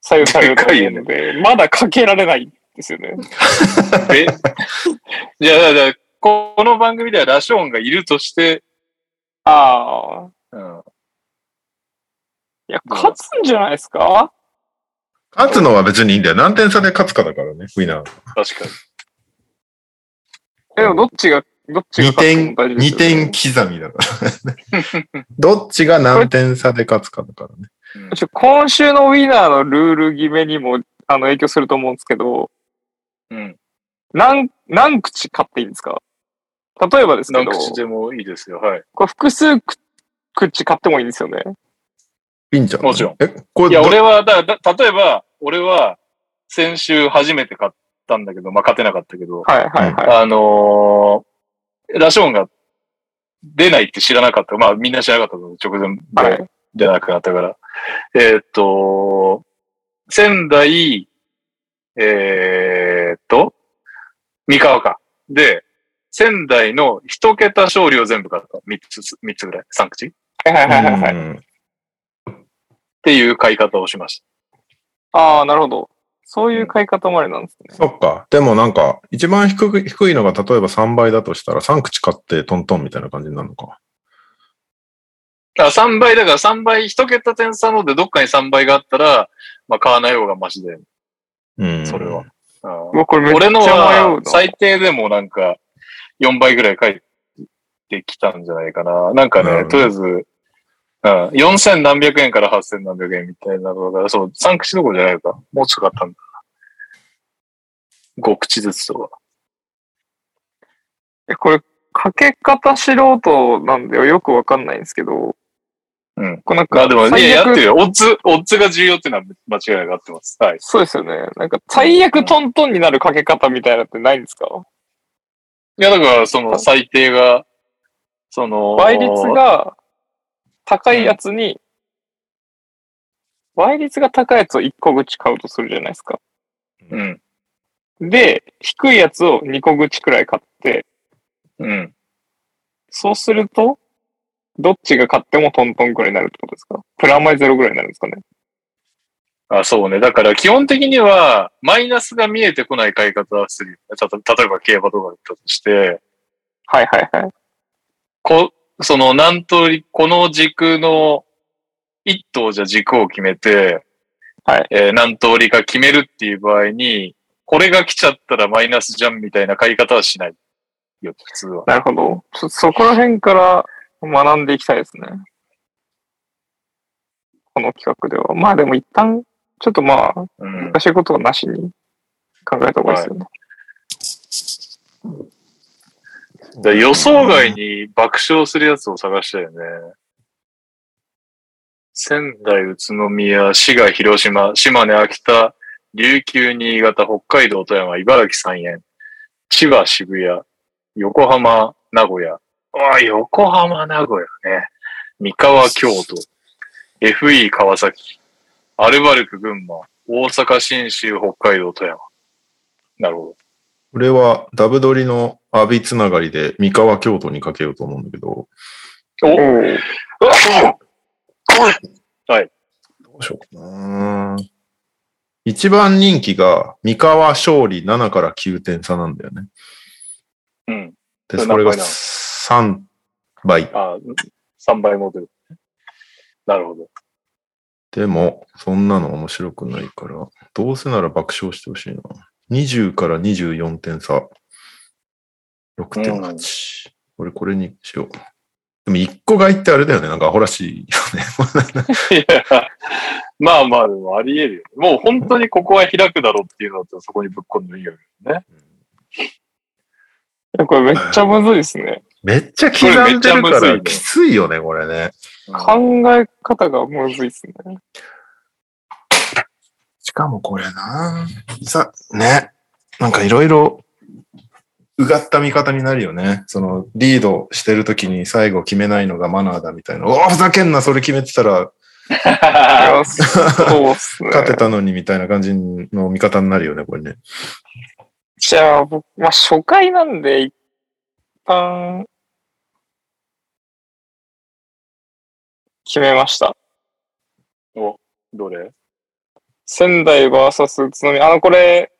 Speaker 3: 左右されると思うので、まだかけられないんですよね。
Speaker 2: えいや、だから、この番組ではラショーンがいるとして、
Speaker 3: ああ。
Speaker 2: うん。
Speaker 3: いや、勝つんじゃないですか
Speaker 4: 勝つのは別にいいんだよ。何点差で勝つかだからね、ウィナー。
Speaker 2: 確かに。
Speaker 3: えでもどっちが、どっちが
Speaker 4: 2
Speaker 3: 勝つ
Speaker 4: 点、
Speaker 3: も大事で
Speaker 4: 二
Speaker 3: すよね
Speaker 4: 点刻みだから、 ね。どっちが何点差で勝つかだからね。
Speaker 3: ちょ今週のウィナーのルール決めにもあの影響すると思うんですけど、
Speaker 2: うん。
Speaker 3: 何、何口買っていいんですか例えばですけ
Speaker 2: 何
Speaker 3: ど、
Speaker 2: 口でもいいですよ。はい。
Speaker 3: これ複数く口買ってもいいんですよね。
Speaker 4: いいんじゃない
Speaker 2: もちろん。
Speaker 4: え、これ、
Speaker 2: いや、
Speaker 4: ど
Speaker 2: 俺は、だだ例えば、俺は、先週初めて買ったんだけど、まあ、勝てなかったけど、
Speaker 3: はいはいはい。
Speaker 2: あのーラショーンが出ないって知らなかった。まあ、みんな知らなかったけど、直前で。
Speaker 3: はい。
Speaker 2: じゃなくなったから。えーっと、仙台、えーっと、三河か。で、仙台の一桁勝利を全部買った。三つ、三つぐらい。三口っ
Speaker 3: はいはいはいはい。
Speaker 4: うん
Speaker 2: ていう買い方をしまし
Speaker 3: ああ、なるほど。そういう買い方もあれなんですね。
Speaker 4: そっか。でもなんか、一番低く低いのが例えば3倍だとしたら、3口買ってトントンみたいな感じになるのか。
Speaker 2: た。あ、3倍、だから3倍、一桁点差のでどっかに3倍があったら、まあ買わない方がマシで。
Speaker 4: うん。
Speaker 2: それは。あー
Speaker 3: うわこれめっちゃ
Speaker 2: 俺の
Speaker 3: 迷
Speaker 2: は
Speaker 3: うな。
Speaker 2: 最低でもなんか4倍ぐらい返ってきたんじゃないかな。なんか
Speaker 4: なる
Speaker 2: ね、
Speaker 4: ほど
Speaker 2: とりあえず、うん、4000何百円から8000何百円みたいなのが、そう、3口どころじゃないのか。もうちょっとかったんだ。5口ずつとか。
Speaker 3: えこれ、かけ方素人なんでよくわかんないんですけど。
Speaker 2: うん
Speaker 3: こうなんか、
Speaker 2: まあでも、い
Speaker 3: 最
Speaker 2: や、
Speaker 3: 悪
Speaker 2: やってるよ。オッズ、オッズが重要っていうのは間違いなくあってます。はい。
Speaker 3: そうですよね。なんか、最悪トントンになるかけ方みたいなのってないんですか
Speaker 2: いや、だから、その、最低が、その、
Speaker 3: 倍率が高いやつに、倍率が高いやつを1個口買うとするじゃないですか。
Speaker 2: うん、
Speaker 3: で、低いやつを2個口くらい買って、
Speaker 2: うん。
Speaker 3: そうすると、どっちが買ってもトントンくらいになるってことですかプラマイゼロくらいになるんですかね
Speaker 2: あ、そうね。だから基本的には、マイナスが見えてこない買い方はするよね。たと例えば競馬とかだったとして、
Speaker 3: はいはいはい。
Speaker 2: こ、その何通り、この軸の、一頭じゃ軸を決めて、
Speaker 3: はい
Speaker 2: えー何通りか決めるっていう場合に、これが来ちゃったらマイナスじゃんみたいな買い方はしないよ、普通は。
Speaker 3: なるほど。そ、そこら辺から学んでいきたいですね。この企画では。まあでも一旦、ちょっとまあ、
Speaker 2: うん。
Speaker 3: 難しいことはなしに考えた方がいいですよね。
Speaker 2: だから予想外に爆笑するやつを探したよね。仙台、宇都宮、滋賀、広島、島根、秋田、琉球、新潟、北海道、富山、茨城、三円、千葉、渋谷、横浜、名古屋。ああ、横浜、名古屋ね。三河、京都、FE、川崎、アルバルク、群馬、大阪、新州、北海道、富山。なるほど。
Speaker 4: これは、ダブドリのアビつながりで、三河京都にかけようと思うんだけど、
Speaker 2: お
Speaker 3: おー
Speaker 4: どうしようかな。一番人気が、三河勝利7から9点差なんだよね。
Speaker 2: うん。
Speaker 4: で、
Speaker 2: それ
Speaker 4: それが
Speaker 2: 何倍な
Speaker 4: 3倍。
Speaker 2: のあ、3倍もという。なるほど。
Speaker 4: でも、そんなの面白くないから、どうせなら爆笑してほしいな。20から24点差。6.8。俺これにしよう。でも一個買いってあれだよね。なんかアホらしいよね。
Speaker 2: いや まあまあ、でもあり得るよ。もう本当にここは開くだろうっていうのだったらそこにぶっ込んでもいいよね。
Speaker 3: やこれめっちゃむずいですね。
Speaker 4: めっちゃ刻んでる
Speaker 2: これ
Speaker 4: か
Speaker 2: めっちゃむずい
Speaker 4: ら
Speaker 2: ね
Speaker 4: きついよね、これね。
Speaker 3: 考え方がむずいですね。
Speaker 4: しかもこれな。さ、ね。なんかいろいろ、うがった見方になるよね。その、リードしてるときに最後決めないのがマナーだみたいな。おお、ふざけんな、それ決めてたら
Speaker 3: いやそうっすね。
Speaker 4: 勝てたのにみたいな感じの見方になるよね、これね。。
Speaker 3: じゃあ、僕、まあ、初回なんで、一旦、決めました。
Speaker 2: どれ
Speaker 3: 仙台 VS 宇都宮。あの、これ、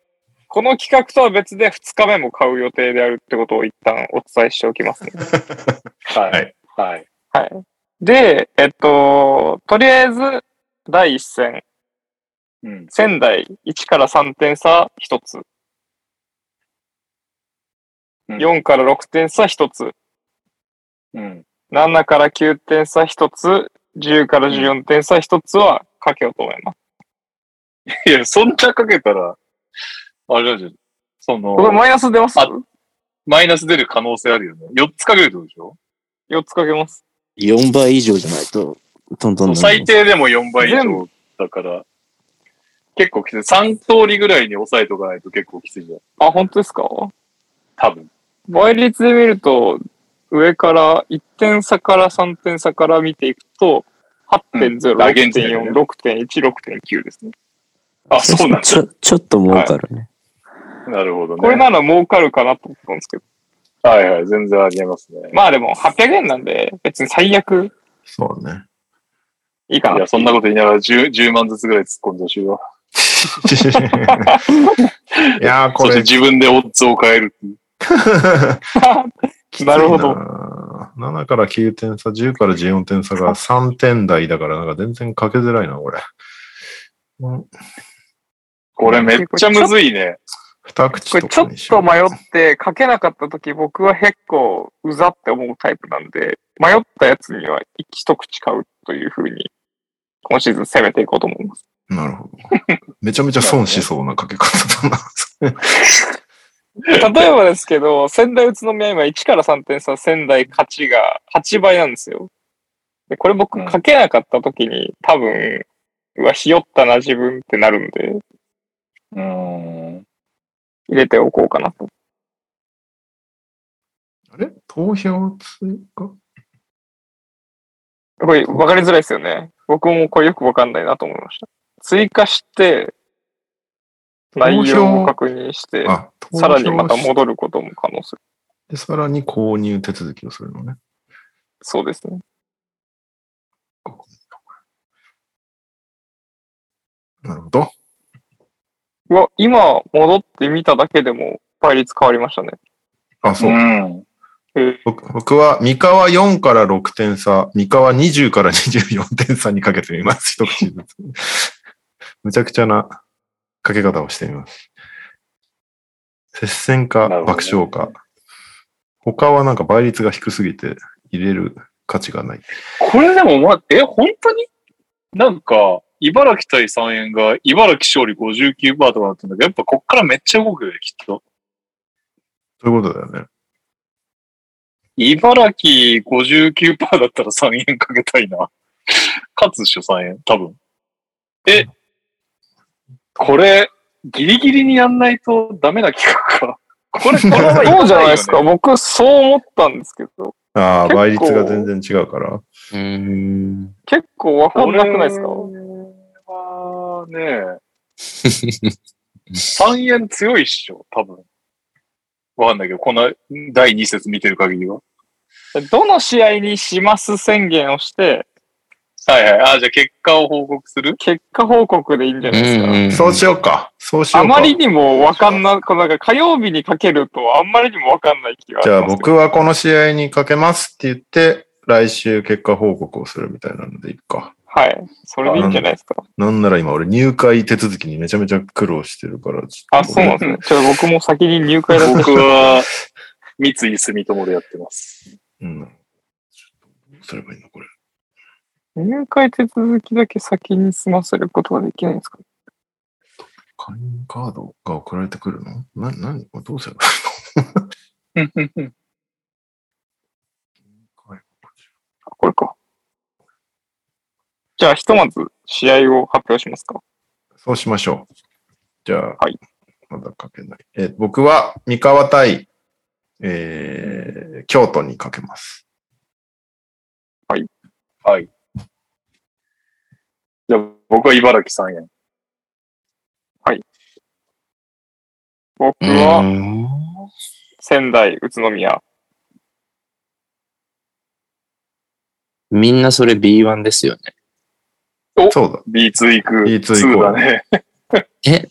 Speaker 3: この企画とは別で2日目も買う予定であるってことを一旦お伝えしておきますね。
Speaker 2: はいはい。
Speaker 3: はい。で、えっと、とりあえず、第1戦、
Speaker 2: うん。
Speaker 3: 仙台1から3点差1つ。
Speaker 2: うん
Speaker 3: 4から6点差1つ。
Speaker 2: うん。
Speaker 3: 7から9点差1つ、10から14点差1つはかけようと思います。
Speaker 2: いや、そんなかけたら、あれだじゃん。その
Speaker 3: こ、れマイナス出ます
Speaker 2: あマイナス出る可能性あるよね。4つかけるってことでしょ
Speaker 3: ?4 つかけます。
Speaker 5: 4倍以上じゃないと、トントンな
Speaker 2: 最低でも4倍以上だから、結構きつい。3通りぐらいに抑えとかないと結構きついじゃん。
Speaker 3: あ、本当ですか
Speaker 2: 多分。
Speaker 3: 倍率で見ると、上から1点差から3点差から見ていくと、8.0、
Speaker 2: うんあ現在ね
Speaker 3: 6.4、6.1、6.9ですね。
Speaker 2: あ、そうなん
Speaker 5: ちょ、ちょっと儲かるね。
Speaker 2: だ。なるほどね。
Speaker 3: これなら儲かるかなと思ったんですけど。
Speaker 2: はいはい、全然ありえますね。
Speaker 3: まあでも800円なんで、別に最悪
Speaker 4: そう ね。
Speaker 3: いいか
Speaker 2: い
Speaker 3: な
Speaker 2: や、。そんなこと言いながら 10, 10万ずつぐらい突っ込んでほしいわ。
Speaker 4: いやー、こ
Speaker 2: そして
Speaker 4: れ。
Speaker 2: 自分でオッズを変えるっていう。
Speaker 3: なるほ
Speaker 4: ど。
Speaker 3: ど。
Speaker 4: 7から9点差、10から14点差が3点台だから、なんか全然かけづらいな、これ。
Speaker 2: これめっちゃむずいね。
Speaker 4: 二口
Speaker 3: これ
Speaker 4: と
Speaker 3: ちょ
Speaker 4: か
Speaker 3: っ
Speaker 4: にしよう。
Speaker 3: と迷って書けなかった時僕は結構うざって思うタイプなんで、迷ったやつには一口買うというふうに、今シーズン攻めていこうと思います。
Speaker 4: なるほど。めちゃめちゃ損しそうなかけ方だな。
Speaker 3: 例えばですけど、仙台宇都宮今1から3点差、仙台勝ちが8倍なんですよ。で、これ僕書けなかった時に多分、うわ、ひよったな自分ってなるんで、
Speaker 2: うーん。
Speaker 3: 入れておこうかな と。
Speaker 4: あれ投票追加
Speaker 3: これ分かりづらいですよね。僕もこれよく分かんないなと思いました。追加して、内容を確認して、
Speaker 4: あ、投票
Speaker 3: さらにまた
Speaker 4: し
Speaker 3: 戻ることも可能性。
Speaker 4: て、さらに購入手続きをするのね。
Speaker 3: そうですね。
Speaker 4: なるほど。
Speaker 3: うわ、今戻ってみただけでも倍率変わりましたね。
Speaker 4: あ、そうう。
Speaker 2: ん。
Speaker 4: 僕僕は、三河4から6点差、三河20から24点差にかけてみます。一口ずつ。 むちゃくちゃなかけ方をしてみます。接戦か
Speaker 2: なるほどね
Speaker 4: 爆笑か。他はなんか倍率が低すぎて入れる価値がない。
Speaker 2: これでもま、え、本当になんか、茨城対三円が、茨城勝利59%とかだったんだけど、やっぱこっからめっちゃ動くよね、きっと。
Speaker 4: そういうことだよね。
Speaker 2: 茨城59%だったら3円かけたいな。 勝つっしょ、3円。多分。え、これ、ギリギリにやんないとダメな企画か。これ、このまま
Speaker 3: そうじゃないで
Speaker 2: か
Speaker 3: すか。僕、そう思ったんですけど、
Speaker 4: ああ、
Speaker 3: 結構
Speaker 4: 倍率が全然違うから。
Speaker 5: うーん。
Speaker 3: 結構わかんなくないですか
Speaker 2: これはね、3円強いっしょ、多分。わかんないけど、この第2節見てる限りは。
Speaker 3: どの試合にします宣言をして、
Speaker 2: はいはい。あ、じゃあ結果を報告する
Speaker 3: 結果報告でいいんじゃないですか。
Speaker 4: そうしようか。そうしよう
Speaker 3: あ
Speaker 4: か。
Speaker 3: まりにもわかんなく、なんか火曜日にかけるとあんまりにもわかんない気が
Speaker 4: じゃあ僕はこの試合にかけますって言って、来週結果報告をするみたいなのでいいか。
Speaker 3: はい。それでいいんじゃないですか。
Speaker 4: なんなら今俺入会手続きにめちゃめちゃ苦労してるから。ちょ
Speaker 3: あ、
Speaker 4: っと
Speaker 3: そうなんですね。ちょっと僕も先に入会だった
Speaker 2: 僕は、三井住友でやってます。
Speaker 4: うん。ちょっとどうすればいいのこれ。
Speaker 3: 入会手続きだけ先に済ませることはできないんですか
Speaker 4: 会員カードが送られてくるのな、何これどうすればいいの
Speaker 3: あこれか。じゃあ、ひとまず試合を発表しますか。
Speaker 4: そうしましょう。じゃあ、
Speaker 3: はい
Speaker 4: まだ書けない。えー僕は三河対、えー京都にかけます。
Speaker 2: はい。じゃあ、僕は茨城3円。
Speaker 3: 僕
Speaker 4: う
Speaker 3: は
Speaker 4: ん
Speaker 3: 仙台、宇都宮。
Speaker 5: みんなそれ B1 ですよね。
Speaker 4: そうだ。
Speaker 2: B2 行く。
Speaker 4: B2 行
Speaker 2: 2
Speaker 4: こう
Speaker 2: だね。
Speaker 5: え、え、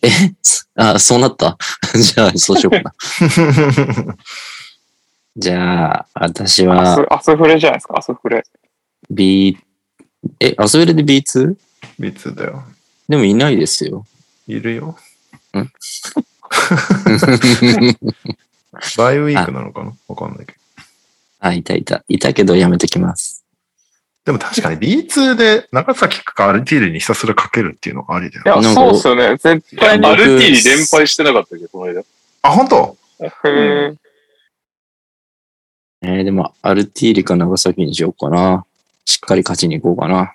Speaker 5: あ、そうなった じゃあ、そうしようかな。 じゃあ、私
Speaker 3: ア
Speaker 5: は
Speaker 3: スアスフレじゃないですか、アスフレ。
Speaker 5: B、え、アスベルで B2?
Speaker 4: 密だよ。
Speaker 5: でもいないで すよ。
Speaker 4: いるよ。バイウィークなのかなわかんないけど。
Speaker 5: あ、いたいた。いたけどやめときます。
Speaker 4: でも確かに B2 で長崎かアルティールにひたすらかけるっていうのがありだよ
Speaker 3: い。や、
Speaker 5: なんか
Speaker 3: そうっすよね。絶対に。
Speaker 2: アルティに連敗してなかったっけど、この間。
Speaker 4: あ、本当
Speaker 3: へー
Speaker 5: えーでも、アルティーリか長崎にしようかな。しっかり勝ちに行こうかな。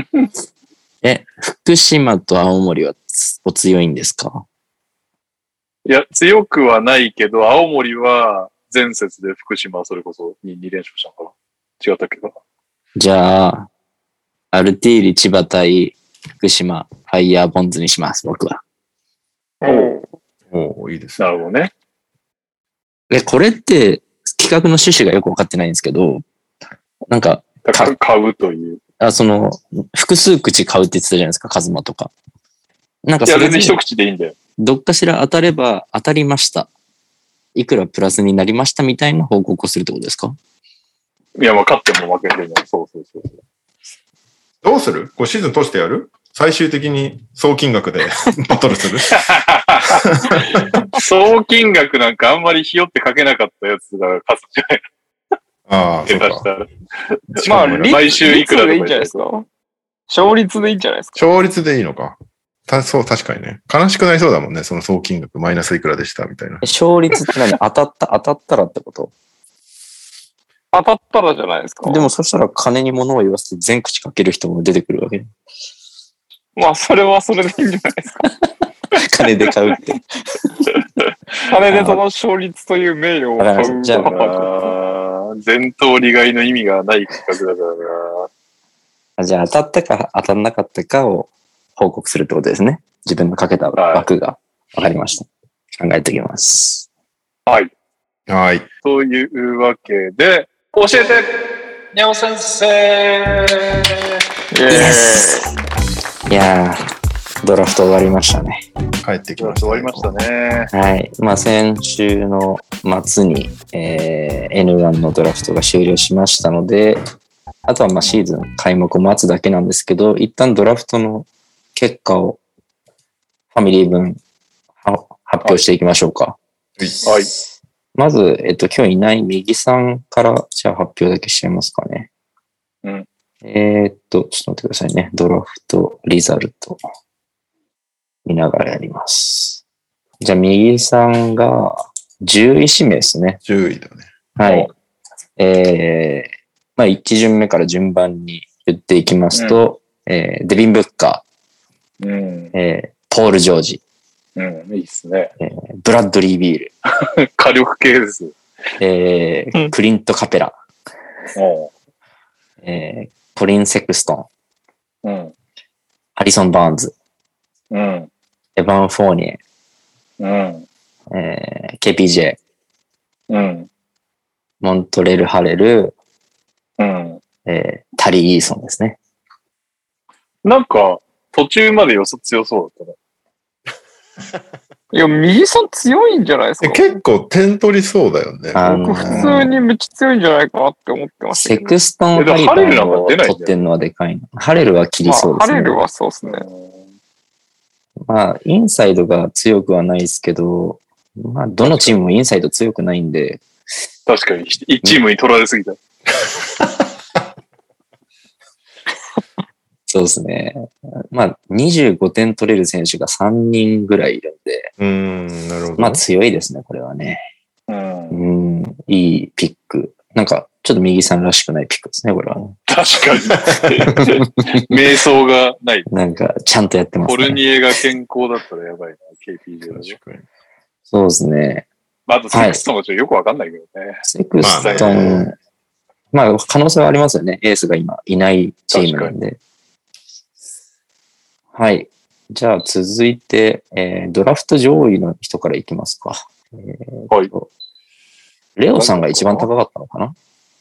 Speaker 5: え、福島と青森はつお強いんですか
Speaker 2: いや、強くはないけど、青森は前節で福島はそれこそ 2, 2連勝したのかな違ったっけかな
Speaker 5: じゃあ、アルティーリ千葉対福島、ファイヤーボンズにします、僕は。
Speaker 3: おう
Speaker 4: おおいいですね。
Speaker 2: なるほどね。
Speaker 5: え、これって企画の趣旨がよくわかってないんですけど、なんか、
Speaker 2: だから買うという。
Speaker 5: あその、複数口買うって言ってたじゃないですか、カズマとか。なんか
Speaker 2: い
Speaker 5: そ
Speaker 2: や、
Speaker 5: れ
Speaker 2: 全
Speaker 5: で
Speaker 2: 然一口でいいんだよ。
Speaker 5: どっかしら当たれば当たりました。いくらプラスになりましたみたいな報告をするってことですか
Speaker 2: いや、まあ、勝っても負けても。そうそうそう。
Speaker 4: どうするこうシーズン通してやる最終的に総金額 でバトルする
Speaker 2: 総金額なんかあんまりひよってかけなかったやつが勝つんじゃない
Speaker 4: ああ、そう
Speaker 2: 下手し
Speaker 4: か。
Speaker 2: たら。
Speaker 3: まあ、
Speaker 4: しかも
Speaker 2: リ
Speaker 3: 率
Speaker 2: 毎週いくらとか
Speaker 3: 率でい
Speaker 2: 言
Speaker 3: い
Speaker 2: っ
Speaker 3: んじゃ
Speaker 2: て
Speaker 3: ないですか。勝率でいいんじゃないですか。
Speaker 4: 勝率でいいのか。たそう、確かにね。悲しくなりそうだもんね。その総金額、マイナスいくらでしたみたいな。
Speaker 1: 勝率って何当たった、当たったらってこと
Speaker 3: 当たったらじゃないですか。
Speaker 1: でもそしたら金に物を言わせて全口かける人も出てくるわけ。
Speaker 3: まあ、それはそれでいいんじゃない ですか。
Speaker 1: 金で買う って。
Speaker 3: あれでその勝率という名誉を買う
Speaker 1: じゃあ
Speaker 2: あー前頭利害の意味がない企画だからな。
Speaker 1: あじゃあ当たったか当たんなかったかを報告するってことですね。自分のかけた枠が。わかりました。考えておきます。
Speaker 4: はい。
Speaker 2: というわけで、教えてにゃお先生
Speaker 3: イエーイ
Speaker 1: いやー、ドラフト終わりましたね。
Speaker 4: 帰ってき
Speaker 2: 今
Speaker 4: ま
Speaker 2: 日
Speaker 4: した、
Speaker 2: 終わりましたね。
Speaker 1: はい。まあ、先週の末に、えー N1 のドラフトが終了しましたので、あとはまあシーズン開幕を待つだけなんですけど、一旦ドラフトの結果をファミリー分は発表していきましょうか。
Speaker 2: はい。
Speaker 1: まず、えっと、今日いない右さんから、じゃあ発表だけしちゃいますかね。
Speaker 2: うん。
Speaker 1: えーっと、ちょっと待ってくださいね。ドラフト、リザルト、見ながらやります。じゃあ、右さんが、10位指名ですね。
Speaker 4: 10位だね。
Speaker 1: はい。えー、まあ、1巡目から順番に言っていきますと、えーデビン・ブッカ
Speaker 2: うん
Speaker 1: ー、。えーポール・ジョージ、
Speaker 2: うん。いいっすね。
Speaker 1: ブラッドリー・ビール、
Speaker 2: 火力系です。
Speaker 1: えー
Speaker 3: うん
Speaker 1: クリント・カペラ、
Speaker 2: お
Speaker 1: えーコリン・セクストン、
Speaker 2: ううん。
Speaker 1: ハリソン・バーンズ、
Speaker 2: うん。
Speaker 1: エヴァン・フォーニエ、
Speaker 2: うん。
Speaker 1: えー KPJ、
Speaker 2: うん。
Speaker 1: モントレル・ハレル、
Speaker 2: うん。
Speaker 1: えータリー・イーソンですね。
Speaker 2: なんか、途中まで予想強そうだっ
Speaker 3: いや、右さん強いんじゃないです
Speaker 4: え
Speaker 3: か。
Speaker 4: 結構点取りそうだよね。
Speaker 1: あの
Speaker 3: 僕普通にめっちゃ強いんじゃないかなって思ってました
Speaker 1: セ
Speaker 3: けど。
Speaker 1: クストン・ハリバーを取ってんのはでかいな。ハレルは切り
Speaker 3: ま
Speaker 1: そ
Speaker 3: あ、ハ
Speaker 1: うですね。
Speaker 3: レルはそうですね。
Speaker 1: まあ、インサイドが強くはないですけど、まあ、どのチームもインサイド強くないんで、
Speaker 2: 確かに、一チームに取られすぎた。
Speaker 1: そうですね。まあ、25点取れる選手が3人ぐらいいるんで、
Speaker 4: うーん、なるほど。
Speaker 1: まあ強いですね、これはね。
Speaker 2: うん
Speaker 1: うん、いいピック。なんか、ちょっと右さんらしくないピックですね、これは。
Speaker 2: 確かに。 瞑想がない。
Speaker 1: なんか、ちゃんとやってま
Speaker 2: コ
Speaker 1: す
Speaker 2: ル
Speaker 1: ね。
Speaker 2: ニエが健康だったらやばいな、KPJ だね。
Speaker 4: 確かに
Speaker 1: そうですね。
Speaker 2: まあ、あとセックスとかちょっとよくわかんないけどね。
Speaker 1: セクスト
Speaker 4: まあ
Speaker 1: ン、まあ、可能性はありますよね。エースが今いないチームなんで。はい。じゃあ続いて、えードラフト上位の人からいきますか。えーと
Speaker 2: はい
Speaker 1: レオさんが一番高かったのかな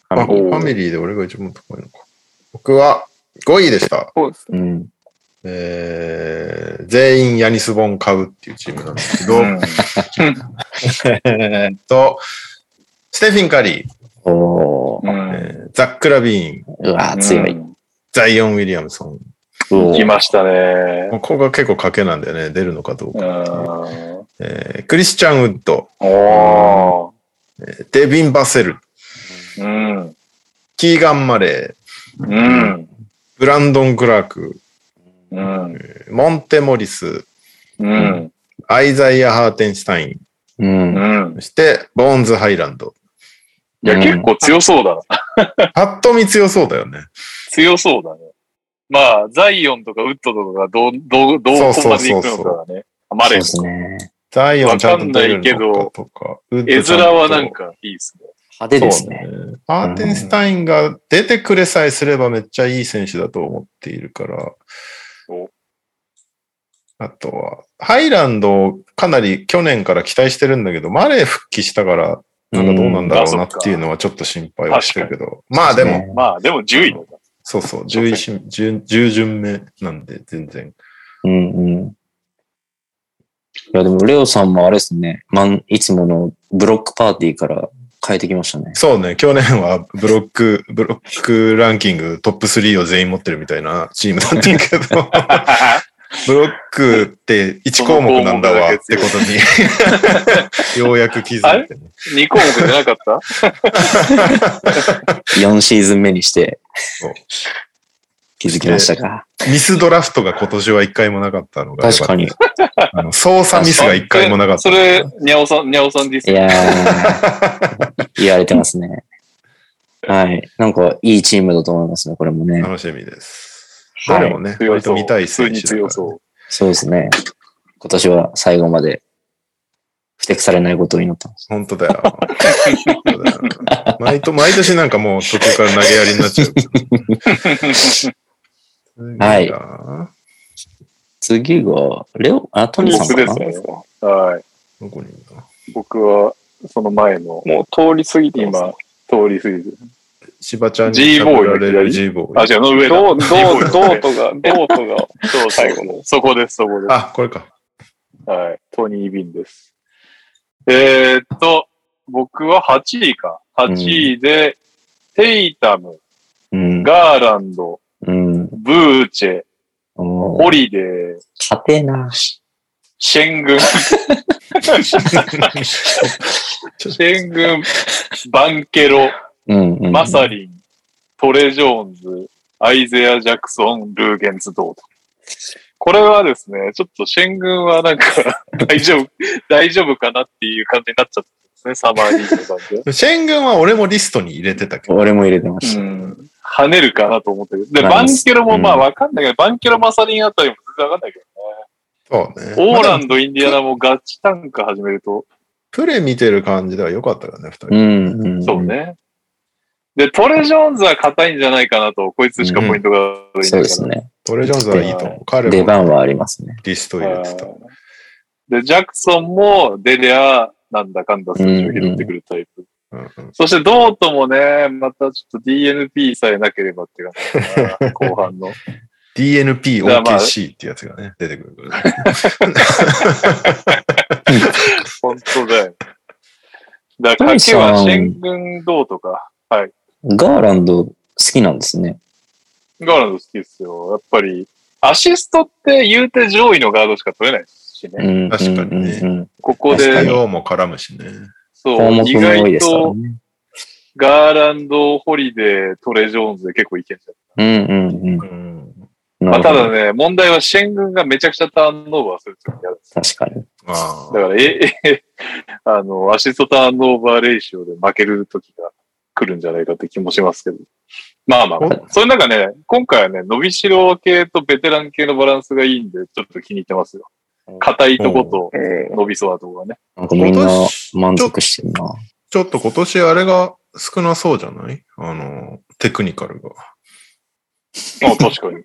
Speaker 4: あフ
Speaker 2: おー
Speaker 4: ァミリーで俺が一番高いのか。僕は5位でした。
Speaker 3: そうですね。
Speaker 1: うん。
Speaker 4: えー、全員ヤニスボン買うっていうチームなんですけど、えーっと、ステフィン・カリー、
Speaker 1: おー
Speaker 2: うん
Speaker 4: えーザック・ラビーン、
Speaker 1: うわー強い。。
Speaker 4: ザイオン・ウィリアムソン。
Speaker 1: お
Speaker 2: うん来
Speaker 1: ー
Speaker 2: ましたね。
Speaker 4: ここが結構賭けなんだよね。出るのかどう
Speaker 2: う
Speaker 4: か。
Speaker 2: ん
Speaker 4: えークリスチャン・ウッド、
Speaker 2: お
Speaker 4: デビン・バセル、
Speaker 2: ー。うん。
Speaker 4: キーガン・マレー、
Speaker 2: うん。
Speaker 4: ブランドン・クラーク、
Speaker 2: うん。
Speaker 4: モンテ・モリス、
Speaker 2: うん。
Speaker 4: アイザイア・ハーテンシュタイン、
Speaker 1: うん。
Speaker 2: うん。
Speaker 4: そして、ボーンズ・ハイランド。
Speaker 2: いや、結構強そうだな。
Speaker 4: パッと見強そうだよね。
Speaker 2: 強そうだね。まあ、ザイオンとかウッドとかがどう、どう、どう
Speaker 4: そうそ
Speaker 2: こま
Speaker 4: う
Speaker 2: で
Speaker 4: そ
Speaker 2: 行
Speaker 4: う
Speaker 2: く
Speaker 4: そう
Speaker 2: のかがね。あマ
Speaker 1: そう
Speaker 2: レ
Speaker 1: で
Speaker 2: ー。
Speaker 1: すね。
Speaker 4: ザイオンちゃん
Speaker 2: わかん
Speaker 4: と
Speaker 2: な
Speaker 4: 出
Speaker 2: いけ
Speaker 4: る
Speaker 2: ど
Speaker 4: のかとか。
Speaker 2: 絵面はなんかいいですね。
Speaker 1: 派手
Speaker 4: そう
Speaker 1: で
Speaker 4: ね
Speaker 1: すね。
Speaker 4: アーテンシュタインが出てくれさえすればめっちゃいい選手だと思っているから
Speaker 2: お。
Speaker 4: あとは、ハイランドをかなり去年から期待してるんだけど、マレー復帰したから、なんかどうなんだろうなっていうのはちょっと心配はしてるけど、まあでも、
Speaker 1: ね
Speaker 2: まあ、でも10位だか
Speaker 4: そうそう、11し10 10巡目なんで全然。
Speaker 1: うんうん。いや、でも、レオさんもあれですね。まん、いつものブロックパーティーから変えてきましたね。
Speaker 4: そうね、去年はブロック、ブロックランキングトップ3を全員持ってるみたいなチームだったけど、 ブロックって1項目なんだわってことに、ようやく気づいてね。
Speaker 2: ら。2項目じゃなかった
Speaker 1: 4シーズン目にして
Speaker 4: そう、
Speaker 1: 気づきましたか。
Speaker 4: ミスドラフトが今年は1回もなかったのが。
Speaker 1: 確かに。い
Speaker 4: あの。操作ミスが1回もなかった。
Speaker 2: それ、にゃおさん、にゃおさんです。
Speaker 1: やー、言われてますね。はい。なんか、いいチームだと思いますね、これもね。
Speaker 4: 楽しみです。
Speaker 1: はい
Speaker 4: 誰もね、
Speaker 2: 強
Speaker 4: 割
Speaker 2: そ
Speaker 4: と
Speaker 2: う。
Speaker 4: 見たい
Speaker 2: 普通
Speaker 4: 選
Speaker 2: に
Speaker 4: 手だから
Speaker 2: 強そう。
Speaker 1: そうですね。今年は最後まで、不適されないことを祈ってます。
Speaker 4: 本当だよ。本当だよ毎年毎年なんかもうそこから投げやりになっちゃう。
Speaker 1: はい
Speaker 4: 次が
Speaker 1: 次が、レオ、あ、トニーさん
Speaker 2: 僕
Speaker 1: か
Speaker 2: で
Speaker 1: な
Speaker 2: すね。はい。
Speaker 4: どこにいるの
Speaker 2: 僕は、その前の、
Speaker 3: もう通り過ぎてます
Speaker 2: 今、通り過ぎて。
Speaker 4: 芝ちゃんに
Speaker 2: G ボーイ
Speaker 4: 探られる G ボ
Speaker 2: あ、
Speaker 4: ーイ。
Speaker 2: 違う、 の上だ。
Speaker 3: どう、ど
Speaker 2: そう
Speaker 3: う、
Speaker 2: です
Speaker 3: ど
Speaker 2: ね
Speaker 3: うとが、どうとが、
Speaker 2: そう、
Speaker 3: 最後の。
Speaker 2: そこです、そこです。
Speaker 4: あ、これか。
Speaker 2: はい。トニー・ビンです。えーっと、僕は8位か。8位で、テイタム、
Speaker 1: うん。
Speaker 2: ガーランド、
Speaker 1: うん。
Speaker 2: ブーチェ、
Speaker 1: もう
Speaker 2: ホリデー、
Speaker 1: 勝てえな。
Speaker 2: シェ ングン。シェングン、バンケロ、
Speaker 1: うん、うん。
Speaker 2: マサリン、トレ・ジョーンズ、アイゼア・ジャクソン、ルーゲンズ・ドーと。これはですね、ちょっとシェン軍は なんか大丈夫、大丈夫かなっていう感じになっちゃったんですね、サマーリーグの感じで。
Speaker 4: シェン軍は俺もリストに入れてたけど。
Speaker 1: 俺も入れてました。
Speaker 2: うん跳ねるかなと思ってる。で、
Speaker 1: まあ
Speaker 2: バンケロもまあ
Speaker 1: うん
Speaker 2: わかんないけど、バンケロマサリンあたりも全然わかんないけど、
Speaker 4: そうね。
Speaker 2: オーラ
Speaker 4: まあでも
Speaker 2: ンド、インディアナもガチタンク始めると、
Speaker 4: プレ見てる感じでは良かったからね、二人。
Speaker 1: うん、うん。
Speaker 2: そう。ね。で、トレ・ジョーンズは硬いんじゃないかなと、こいつしかポイントが取れ
Speaker 1: そ
Speaker 2: な
Speaker 1: う
Speaker 2: い
Speaker 1: で
Speaker 2: か
Speaker 1: す
Speaker 2: ら。
Speaker 1: ね。
Speaker 4: トレジョーンズはいいと思う。彼
Speaker 1: 出
Speaker 4: も
Speaker 1: 番はありますね。
Speaker 4: リスト入れてた。
Speaker 2: はいで、ジャクソンも出りゃ、なんだかんだ数字を拾ってくるタイプ。
Speaker 4: うんうん
Speaker 2: そして、ドー トもね、またちょっと DNP さえなければって感じかな、後半の。からまあ
Speaker 4: DNPOKC ってやつがね、出てくる。
Speaker 2: 本当だよ。だから、
Speaker 1: ト
Speaker 2: かけ
Speaker 1: ミさん
Speaker 2: は新軍どうとか、
Speaker 1: ガーランド好きなんですね。
Speaker 2: ガーランド好きですよ。やっぱり、アシストって言うて上位のガードしか取れないですしね。
Speaker 1: うん、
Speaker 4: 確かにね
Speaker 1: うんうんうん
Speaker 2: ここ
Speaker 1: 確か
Speaker 2: で
Speaker 1: に、
Speaker 4: 量も絡むしね。
Speaker 2: そう
Speaker 1: 項、目
Speaker 2: 意
Speaker 1: も多
Speaker 2: 外
Speaker 1: いですから
Speaker 2: と
Speaker 1: ね。
Speaker 2: ガーランド、ホリデー、トレジョーンズで結構いけんじゃん。
Speaker 1: うんうんうん。
Speaker 4: うん。
Speaker 1: な
Speaker 2: まあ、
Speaker 1: るほ
Speaker 2: た
Speaker 1: ど
Speaker 2: だね、問題はシェン軍がめちゃくちゃターンオーバーするっていうのが嫌です。
Speaker 1: 確かに。
Speaker 4: まあ
Speaker 2: だから、え、え、 あの、アシストターンオーバーレーシオで負ける時が来るんじゃないかって気もしますけど。まあまあ、そういう中ね、今回はね、伸びしろ系とベテラン系のバランスがいいんで、ちょっと気に入ってますよ。硬いとこと
Speaker 3: うん
Speaker 2: 伸びそうなとこがね。
Speaker 1: なんかみんな満足してるな。
Speaker 4: ちょっと今年あれが少なそうじゃないあの、テクニカルが。
Speaker 2: あ確かに。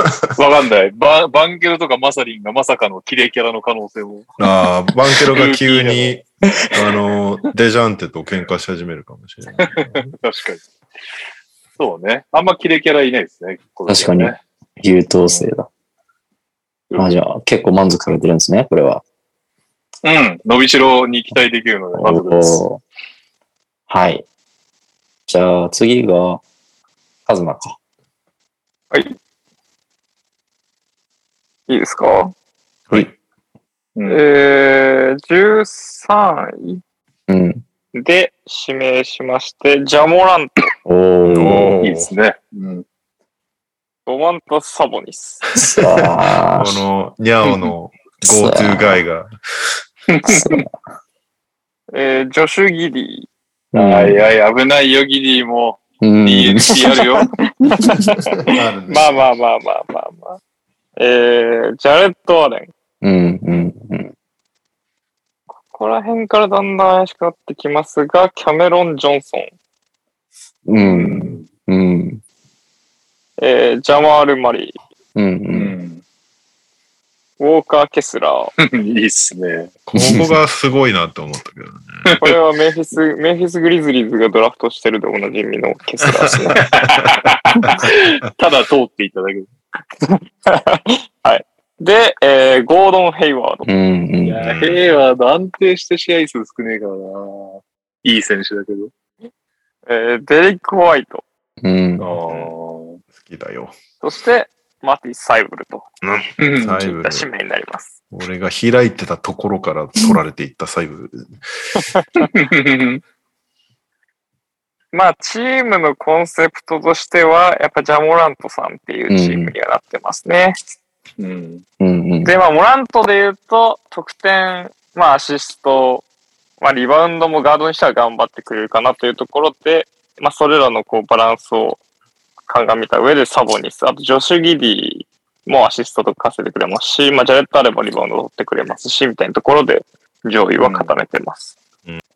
Speaker 2: わかんない。ババンゲルとかマサリンがまさかの綺麗キャラの可能性も。
Speaker 4: ああ、バンケロが急 に、あの、デジャンテと喧嘩し始めるかもしれな い。
Speaker 2: 確かに。そうね。あんま綺麗キャラいないですね。今年は
Speaker 1: 確
Speaker 2: ね
Speaker 1: 優等生だ。
Speaker 2: うん
Speaker 1: まあじゃあ結構満足されてるんですね、これは。
Speaker 2: うん。伸びしろに期待できるので、満足です。
Speaker 1: おーはい。じゃあ次が、カズマか。
Speaker 3: いいですか
Speaker 2: うん
Speaker 3: えー、13
Speaker 1: うん。
Speaker 3: 位で指名しまして、ジャモラント、
Speaker 1: おー。
Speaker 4: おー
Speaker 2: いいですね。うん。
Speaker 3: ロマンタス・サボニス。
Speaker 1: さ
Speaker 4: あ
Speaker 1: あ、
Speaker 4: の、ニャオの GoTo ガイが。
Speaker 3: えー、ジョシュ・ギリ
Speaker 2: はいはい、危ないよ、ギリーも。
Speaker 1: うん。
Speaker 2: DNC あるよ。
Speaker 3: ー。まあまあまあまあまあまあ。えー、ジャレット・アレン。
Speaker 1: うん、うん、うん。
Speaker 3: ここら辺からだんだん怪しくなってきますが、キャメロン・ジョンソン。
Speaker 1: う、
Speaker 2: うんん。
Speaker 1: うん、
Speaker 3: えー、ジャマール・マリ
Speaker 1: うん、う。
Speaker 2: うんん。
Speaker 3: ー、ウォーカー・ケスラー。
Speaker 2: いいっすね。
Speaker 4: ここがすごいなって思ったけどね。
Speaker 3: これはメンフィス、メンフィス・グリズリーズがドラフトしてるでおなじみのケスラーです ね。
Speaker 2: ただ通っていただけ。
Speaker 3: で、えー、ゴードン・ヘイワード。
Speaker 1: うん、
Speaker 2: い
Speaker 1: うん。
Speaker 2: や、ヘイワード安定して試合数少ねえからな。いい選手だけど。
Speaker 3: えー、デリック・ホワイト。
Speaker 1: うん。
Speaker 2: あ
Speaker 4: 好きだよ。
Speaker 3: そして、マティ・サイブルと
Speaker 2: あ。
Speaker 4: サイ
Speaker 3: い
Speaker 4: ブ
Speaker 3: っ
Speaker 4: ル
Speaker 3: た。指名になります。
Speaker 4: 俺が開いてたところから取られていったサイブル。
Speaker 3: まあ、チームのコンセプトとしては、やっぱジャモラントさんっていうチームにはなってますね。
Speaker 2: うん。
Speaker 1: うん、うん。
Speaker 3: で、まあ、モラントで言うと、得点、まあ、アシスト、まあ、リバウンドもガードにしては頑張ってくれるかなというところで、まあ、それらのこう、バランスを鑑みた上でサボニス、あとジョシュ・ギリーもアシストとか稼いでくれますし、まあ、ジャレットあればリバウンドを取ってくれますし、みたいなところで上位は固めてます。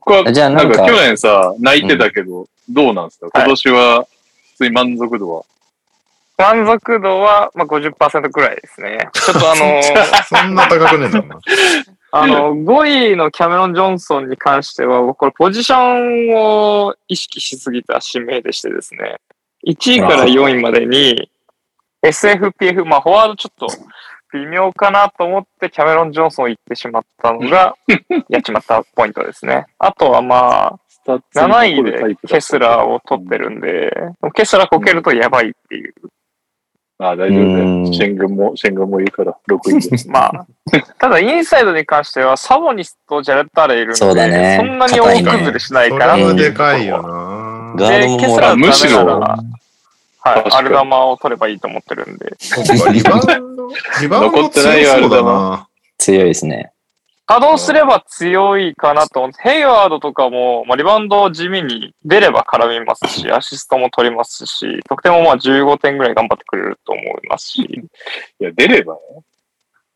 Speaker 2: これは、
Speaker 1: じゃあ
Speaker 2: な
Speaker 1: なんんか
Speaker 2: か去年さ、泣いてたけど、どうなんですか今年は、普通に満足度は。
Speaker 3: 満足度は、まあ、50%くらいですね。ちょっとあの
Speaker 4: そんな高くねえんだな。
Speaker 3: あの、5位のキャメロン・ジョンソンに関しては、僕これポジションを意識しすぎた指名でしてですね、1位から4位までに、SFPF、まあ、フォワードちょっと微妙かなと思ってキャメロン・ジョンソンを行ってしまったのが、やっちまったポイントですね。あとはま
Speaker 2: 7
Speaker 3: あ、7位でケスラーを取ってるんで、ケスラーこけるとやばいっていう、
Speaker 2: ああ、大丈夫だ
Speaker 1: う
Speaker 2: よ。
Speaker 1: ん
Speaker 2: シェン軍も、シェン軍も言うから、6位で。
Speaker 3: まあ、ただインサイドに関してはサボニスとジャレット・アレいるので、
Speaker 1: そうだね
Speaker 3: んなに大崩れしない
Speaker 4: そ
Speaker 3: か
Speaker 4: れ
Speaker 3: なっていう
Speaker 4: は
Speaker 3: ところは
Speaker 4: でかいよな。
Speaker 1: ガードも
Speaker 3: ケ
Speaker 1: も
Speaker 3: ス
Speaker 1: ら
Speaker 3: ラ
Speaker 1: う
Speaker 3: ー
Speaker 2: むしろ
Speaker 3: は
Speaker 2: 確
Speaker 3: い、
Speaker 2: かに
Speaker 3: アルガマを取ればいいと思ってるんで。
Speaker 4: そっかリバウンド、リバウン
Speaker 2: 残
Speaker 4: ド
Speaker 2: ってないよ
Speaker 4: 強そう
Speaker 2: あれだ
Speaker 4: だ
Speaker 2: な
Speaker 4: な。
Speaker 1: 強いですね。
Speaker 3: 稼働すれば強いかなと思って、ヘイワードとかも、まあ、リバウンドを地味に出れば絡みますし、アシストも取りますし、得点もまあ15点ぐらい頑張ってくれると思いますし、
Speaker 2: いや、出ればね。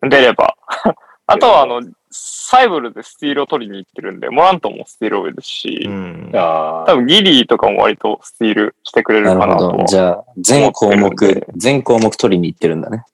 Speaker 3: 出れば。 あとは、あの、サイブルでスティールを取りに行ってるんで、モラントもスティール多いで
Speaker 4: う
Speaker 3: すし、
Speaker 4: ん。
Speaker 2: あ
Speaker 3: 多分ギリーとかも割とスティールしてくれる
Speaker 1: な
Speaker 3: か
Speaker 1: る
Speaker 3: なと
Speaker 1: ほど。
Speaker 3: は
Speaker 1: じゃあ、全項
Speaker 3: 思ってるん
Speaker 1: 目
Speaker 3: で、
Speaker 1: 全項目取りに行ってるんだね。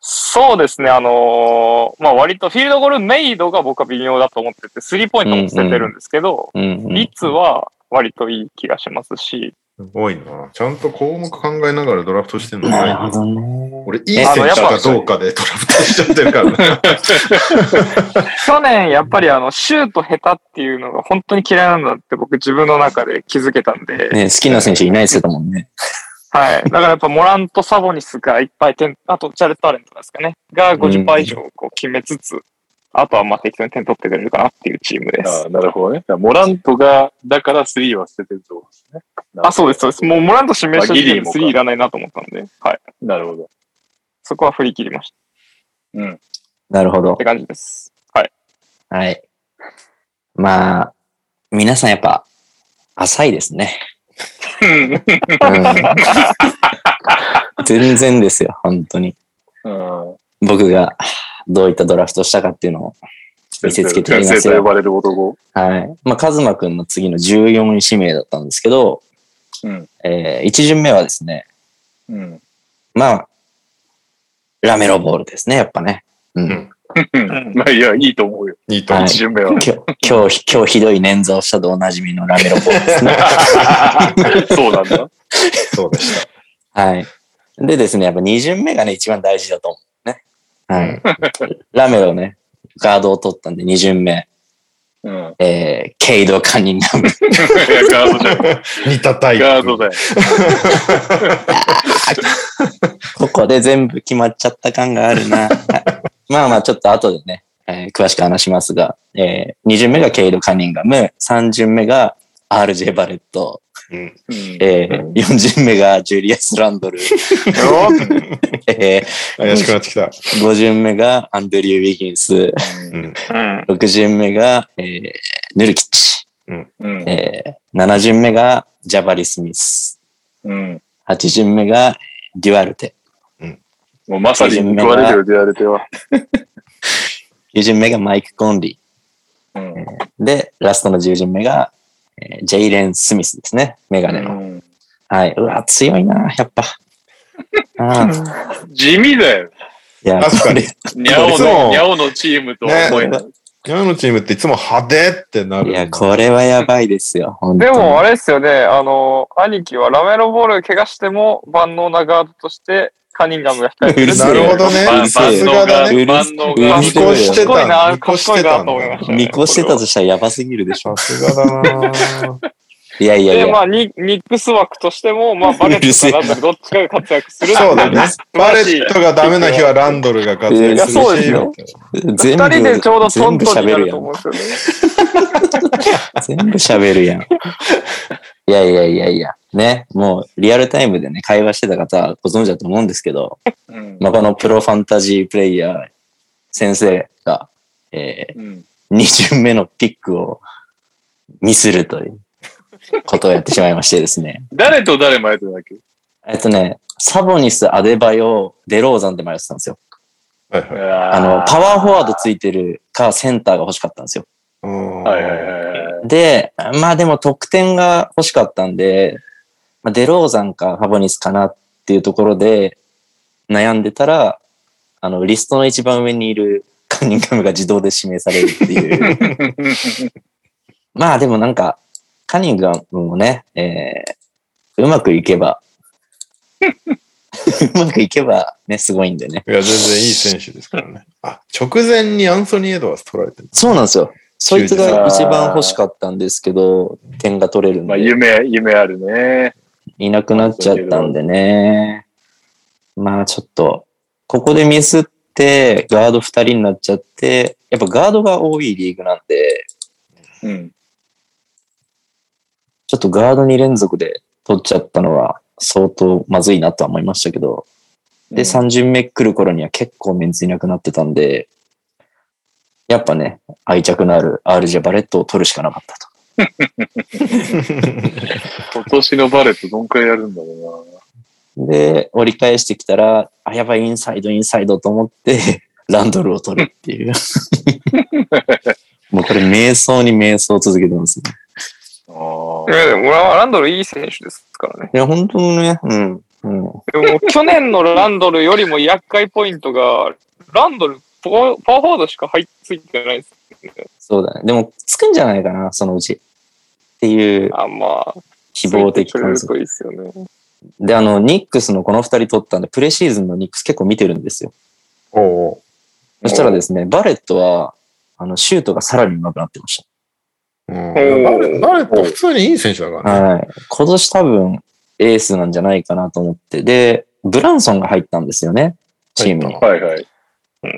Speaker 3: そうですね、あのーまあ割とフィールドゴールメイドが僕は微妙だと思ってて、スリーポイントも捨ててるんですけど、
Speaker 1: うん、うん。
Speaker 3: 率は割といい気がしますし、
Speaker 4: う多いな。ちゃんと項目考えながらドラフトしてんの
Speaker 1: なるほ
Speaker 4: ね。
Speaker 1: どね。
Speaker 4: 俺、いい選手かどうかでドラフトしちゃってるからね。
Speaker 3: 去年、やっぱりあの、シュート下手っていうのが本当に嫌いなんだって僕自分の中で気づけたんで、
Speaker 1: ね、好きな選手いないって言ってたもんね。
Speaker 3: はい。だからやっぱモラント・サボニスがいっぱい点、あとジャレット・アレンとかですかね、が50%以上こう決めつつ、あとはまあ適当に点取ってくれるかなっていうチームです
Speaker 2: あ。あ、なるほどね。だからモラントが、だからスリーは捨ててると思うんですね。
Speaker 3: あ、そうです、そうです。もうモラント指名した時
Speaker 2: あギリー
Speaker 3: 点で
Speaker 2: もか
Speaker 3: 3いらないなと思ったんで、はい。
Speaker 2: なるほど。
Speaker 3: そこは振り切りました
Speaker 2: うん。
Speaker 1: なるほど
Speaker 3: って。感じです。
Speaker 1: はい。まあ、皆さんやっぱ、浅いですね。うん全然ですよ、本当に。
Speaker 2: うん。
Speaker 1: 僕がどういったドラフトしたかっていうのを見せつけてみま
Speaker 2: 先生と
Speaker 1: す
Speaker 2: 呼
Speaker 1: よ。
Speaker 2: ばれる男。
Speaker 1: はい。まあ、カズマくんの次の14位指名だったんですけど、
Speaker 2: うん
Speaker 1: えー、1巡目はですね、
Speaker 2: うん。
Speaker 1: まあ、ラメロボールですね、やっぱね。うん。
Speaker 4: うん
Speaker 2: まあ、いや、いいと思うよ。
Speaker 4: いいと
Speaker 1: は
Speaker 4: 思
Speaker 1: い
Speaker 2: 一巡目は
Speaker 1: 今。日、今日、今日ひどい捻挫をしたとおなじみのラメロボ ールですね。
Speaker 2: そうなんだ。
Speaker 4: そうでした。
Speaker 1: はい。でですね、やっぱ2巡目がね、一番大事だと思うね。はい。ラメロね、ガードを取ったんで2巡目、
Speaker 2: うん。いや
Speaker 1: えー、ケイド・カニンガム。
Speaker 2: ガードだよ。
Speaker 4: 似たタイプ。
Speaker 2: ガードだよ。
Speaker 1: ここで全部決まっちゃった感があるな。 はいまあまあ、ちょっと後でね、えー詳しく話しますが、えー、2巡目がケイド・カニンガム、3巡目が RJ ・バレット、
Speaker 2: うん
Speaker 1: えー、4巡目がジュリアス・ランドル、 え
Speaker 4: 怪しくなってきた。
Speaker 1: ー、5巡目がアンドリュー・ウィギンス、
Speaker 4: うん。
Speaker 3: うん。
Speaker 1: 6巡目が、えー、ヌルキッチ。
Speaker 2: うん。
Speaker 1: えー、7巡目がジャバリ・スミス。
Speaker 2: うん。
Speaker 1: 8巡目がデュアルテ。
Speaker 2: もうまさに報われてる出られては。
Speaker 1: 9巡目がマイク・コンリ
Speaker 2: うん。
Speaker 1: ー。で、ラストの10巡目が、えージェイレン・スミスですね。メガネの。
Speaker 2: うん
Speaker 1: はい。うわ、強いな、やっぱ。あ ー
Speaker 2: 地味だよ。
Speaker 1: いや、
Speaker 4: 確かに
Speaker 1: こ
Speaker 2: にゃお
Speaker 4: いつも
Speaker 2: の、にゃおのチームとは思えない。
Speaker 4: 今のチームっていつも派手ってな
Speaker 1: れ
Speaker 4: る。
Speaker 1: いや、これはやばいですよ。本当
Speaker 3: で
Speaker 1: に
Speaker 3: も、あれですよね、あの、兄貴はラメロボール怪我しても万能なガードとしてカニンガムが控えて
Speaker 1: う
Speaker 3: る
Speaker 1: る。せえ
Speaker 4: なるほど ね。
Speaker 2: まあ
Speaker 1: う
Speaker 4: さ
Speaker 1: るせえ
Speaker 4: すがだね。
Speaker 1: うる
Speaker 2: 万能
Speaker 1: う
Speaker 2: が
Speaker 1: る
Speaker 4: 見
Speaker 1: せ
Speaker 4: 越
Speaker 1: え
Speaker 4: して
Speaker 3: かっこいい
Speaker 4: た。
Speaker 3: な
Speaker 4: 見越してたんだ
Speaker 3: かっこいいなと思いまし
Speaker 1: 見越してたとしたらやばすぎるでしょ
Speaker 4: さ。すがだな。
Speaker 1: いやいやい
Speaker 3: で、ま
Speaker 1: や。
Speaker 3: あ、ニニックス枠としても、 まあ、バレットかなんだどっちかが活躍する。
Speaker 4: そうだね。バレ
Speaker 3: しい
Speaker 4: ットがダメな日はランドルが活
Speaker 1: い
Speaker 4: 躍
Speaker 1: や
Speaker 4: するし。
Speaker 3: そうですよ
Speaker 1: 全部、
Speaker 3: 二人でちょうどトントンにな
Speaker 1: 全部喋る
Speaker 3: る
Speaker 1: や
Speaker 3: と
Speaker 1: ん
Speaker 3: 思。うんですよね。
Speaker 1: 全部喋るやん。いやいやいやいや。ね、もうリアルタイムでね、会話してた方はご存知だと思うんですけど、
Speaker 2: うん
Speaker 1: まあ、このプロファンタジープレイヤー先生が、え
Speaker 2: うん
Speaker 1: ー、2巡目のピックをミスるということをやってしまいましてですね。
Speaker 2: 誰と誰迷ってたんだっけ
Speaker 1: えっとね、サボニス、アデバヨ、デローザンで迷ってたんですよ。
Speaker 4: はいはい
Speaker 1: あの、パ
Speaker 2: ワ
Speaker 1: ワーフォワードついてるか、センターが欲しかったんですよ。
Speaker 4: うん
Speaker 2: はいはいはいはい。
Speaker 1: で、まあでも得点が欲しかったんで、まあ、デローザンかファボニスかなっていうところで悩んでたら、あの、リストの一番上にいるカンニンガムが自動で指名されるっていう。 まあでもなんか、カンニンガムもね、えーうまくい けば、うまくいけばね、すごいんでね。
Speaker 4: いや、全然いい選手ですからね。あ、直前にアンソニー・エドワーズ取られてる。
Speaker 1: そうなんですよ。そいつが一番欲しかったんですけど、点が取れるんで。
Speaker 2: まあ、夢、夢あるね。
Speaker 1: いなくなっちゃったんでね。まあちょっと、ここでミスって、ガード2人になっちゃって、やっぱガードが多いリーグなんで、
Speaker 2: うん。
Speaker 1: ちょっとガード2連続で取っちゃったのは相当まずいなとは思いましたけど、で、3巡目来る頃には結構メンツいなくなってたんで、やっぱね、愛着のある RJ バレットを取るしかなかったと。
Speaker 2: 今年のバレットどんくらいやるんだろ
Speaker 1: で、折り返してきたら、あ、やばい、インサイド、インサイドと思って、 ランドルを取るっ ていう。もうこれ、瞑想に瞑想を続けてますね。
Speaker 2: うな。あ
Speaker 3: いやでも、ランドルいい選手ですからね。
Speaker 1: いや、本当にね、うん。う
Speaker 3: で
Speaker 1: ん、
Speaker 3: も、去年のランドルよりも厄介ポイントが、ランドル、パワーフォワードしか入っついてないです。
Speaker 1: そうだね。でも、つくんじゃないかな、そのうち。っていう
Speaker 3: あ、まあ、
Speaker 1: 希望的
Speaker 3: くれ
Speaker 1: 観
Speaker 3: る
Speaker 1: 測。
Speaker 3: といいですよね。
Speaker 1: で、あの、ニックスのこの二人取ったんで、プレシーズンのニックス結構見てるんですよ。
Speaker 4: おう
Speaker 1: そしたらですね、バレットは、あの、シュートがさらに上手くなってまし
Speaker 4: おう。うん、バレバレット普通にいい選手だか
Speaker 1: た。
Speaker 4: らね。
Speaker 1: はい。今年多分、エースなんじゃないかなと思って。で、ブランソンが入ったんですよね、チームに。
Speaker 2: はいはい。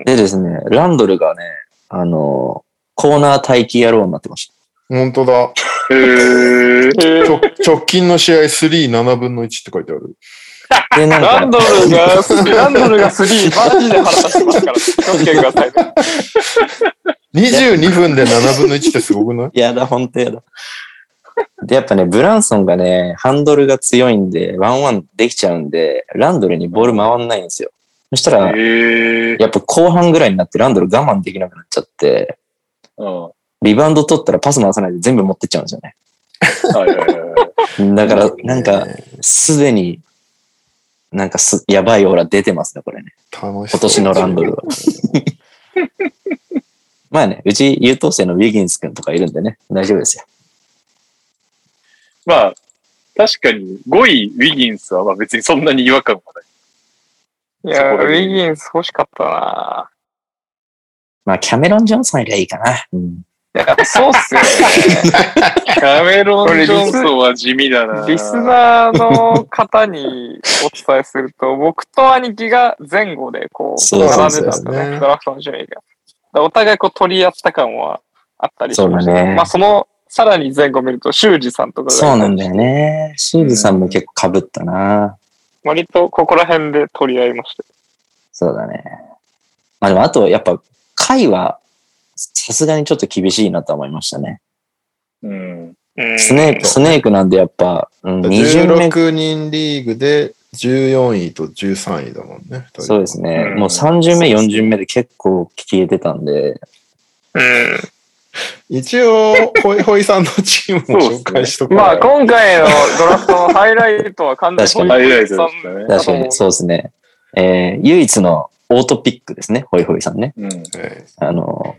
Speaker 1: でですね、ランドルがね、あの、コーナー待機野郎になってました。
Speaker 4: 本当だ。
Speaker 3: えー、
Speaker 4: 直直近の試合3、7分の1って書いてある。
Speaker 1: で、なん
Speaker 3: ランド
Speaker 1: か、
Speaker 3: ルが、ランドルがスリー、マジで腹立ちますから、気をつけてください。
Speaker 4: 22分で7分の1ってすごくない
Speaker 1: やだ、本当やだ。 で、やっぱね、ブランソンがね、ハンドルが強いんで、ワンワンできちゃうんで、ランドルにボール回んないんですよ。そしたら、
Speaker 2: ええ
Speaker 1: やっぱ後半ぐらいになってランドル我慢できなくなっちゃって、
Speaker 2: うん。は
Speaker 1: リバウンド取ったらパス回さないで全部持ってっちゃうんですよね。
Speaker 2: いはいはい。
Speaker 1: だから、なんか、すでに、なんかす、やばいオーラ出てますね、これね。
Speaker 4: 楽しそ
Speaker 1: 今
Speaker 4: う
Speaker 1: 年のランドルは。 まあね、うち優等生のウィギンス君とかいるんでね、大丈夫ですよ。
Speaker 2: まあ、確かに5位ウィギンスはまあ別にそんなに違和感がない。
Speaker 3: いや、ウィギンス欲しかったな
Speaker 1: まあ、キャメロン・ジョンソンよりはいいかな。うん
Speaker 3: いや、そうっすよね。
Speaker 2: キャメロン・ジョンソンは地味だな。
Speaker 3: リスナーの方にお伝えする と、僕と兄貴が前後でこう、
Speaker 1: そうそう
Speaker 3: 並
Speaker 1: そ
Speaker 3: ん
Speaker 1: う
Speaker 3: でたんですね、ドラフトの順位が。だからお互いこう取り合った感はあったりしました
Speaker 1: そうだね
Speaker 3: まあ、その、さらに前後見ると、修二さんとかがいた
Speaker 1: そうなんだよね。シーズさんも結構被ったな。
Speaker 3: 割とここら辺で取り合いました。
Speaker 1: そうだね。まあでも、あと、やっぱ、回は、さすがにちょっと厳しいなとは思いましたね。
Speaker 2: うん。
Speaker 3: うん
Speaker 1: スネーク、スネークなんでやっぱ、うん、20目、
Speaker 4: 16人リーグで14位と13位だもんね。
Speaker 1: そうですね。
Speaker 2: うん
Speaker 1: もう30目、40目で結構消えてたんで、
Speaker 3: うん。
Speaker 4: 一応、 ホイホイさんのチームを紹介しとこう。
Speaker 3: まあ、今回のドラフトのハイライトは完全
Speaker 1: 確
Speaker 2: ハイライトでしたね。
Speaker 1: 確かに、そうですね。えー唯一のオートピックですね、ホイホイさんね。
Speaker 2: うん。
Speaker 4: え
Speaker 1: あの、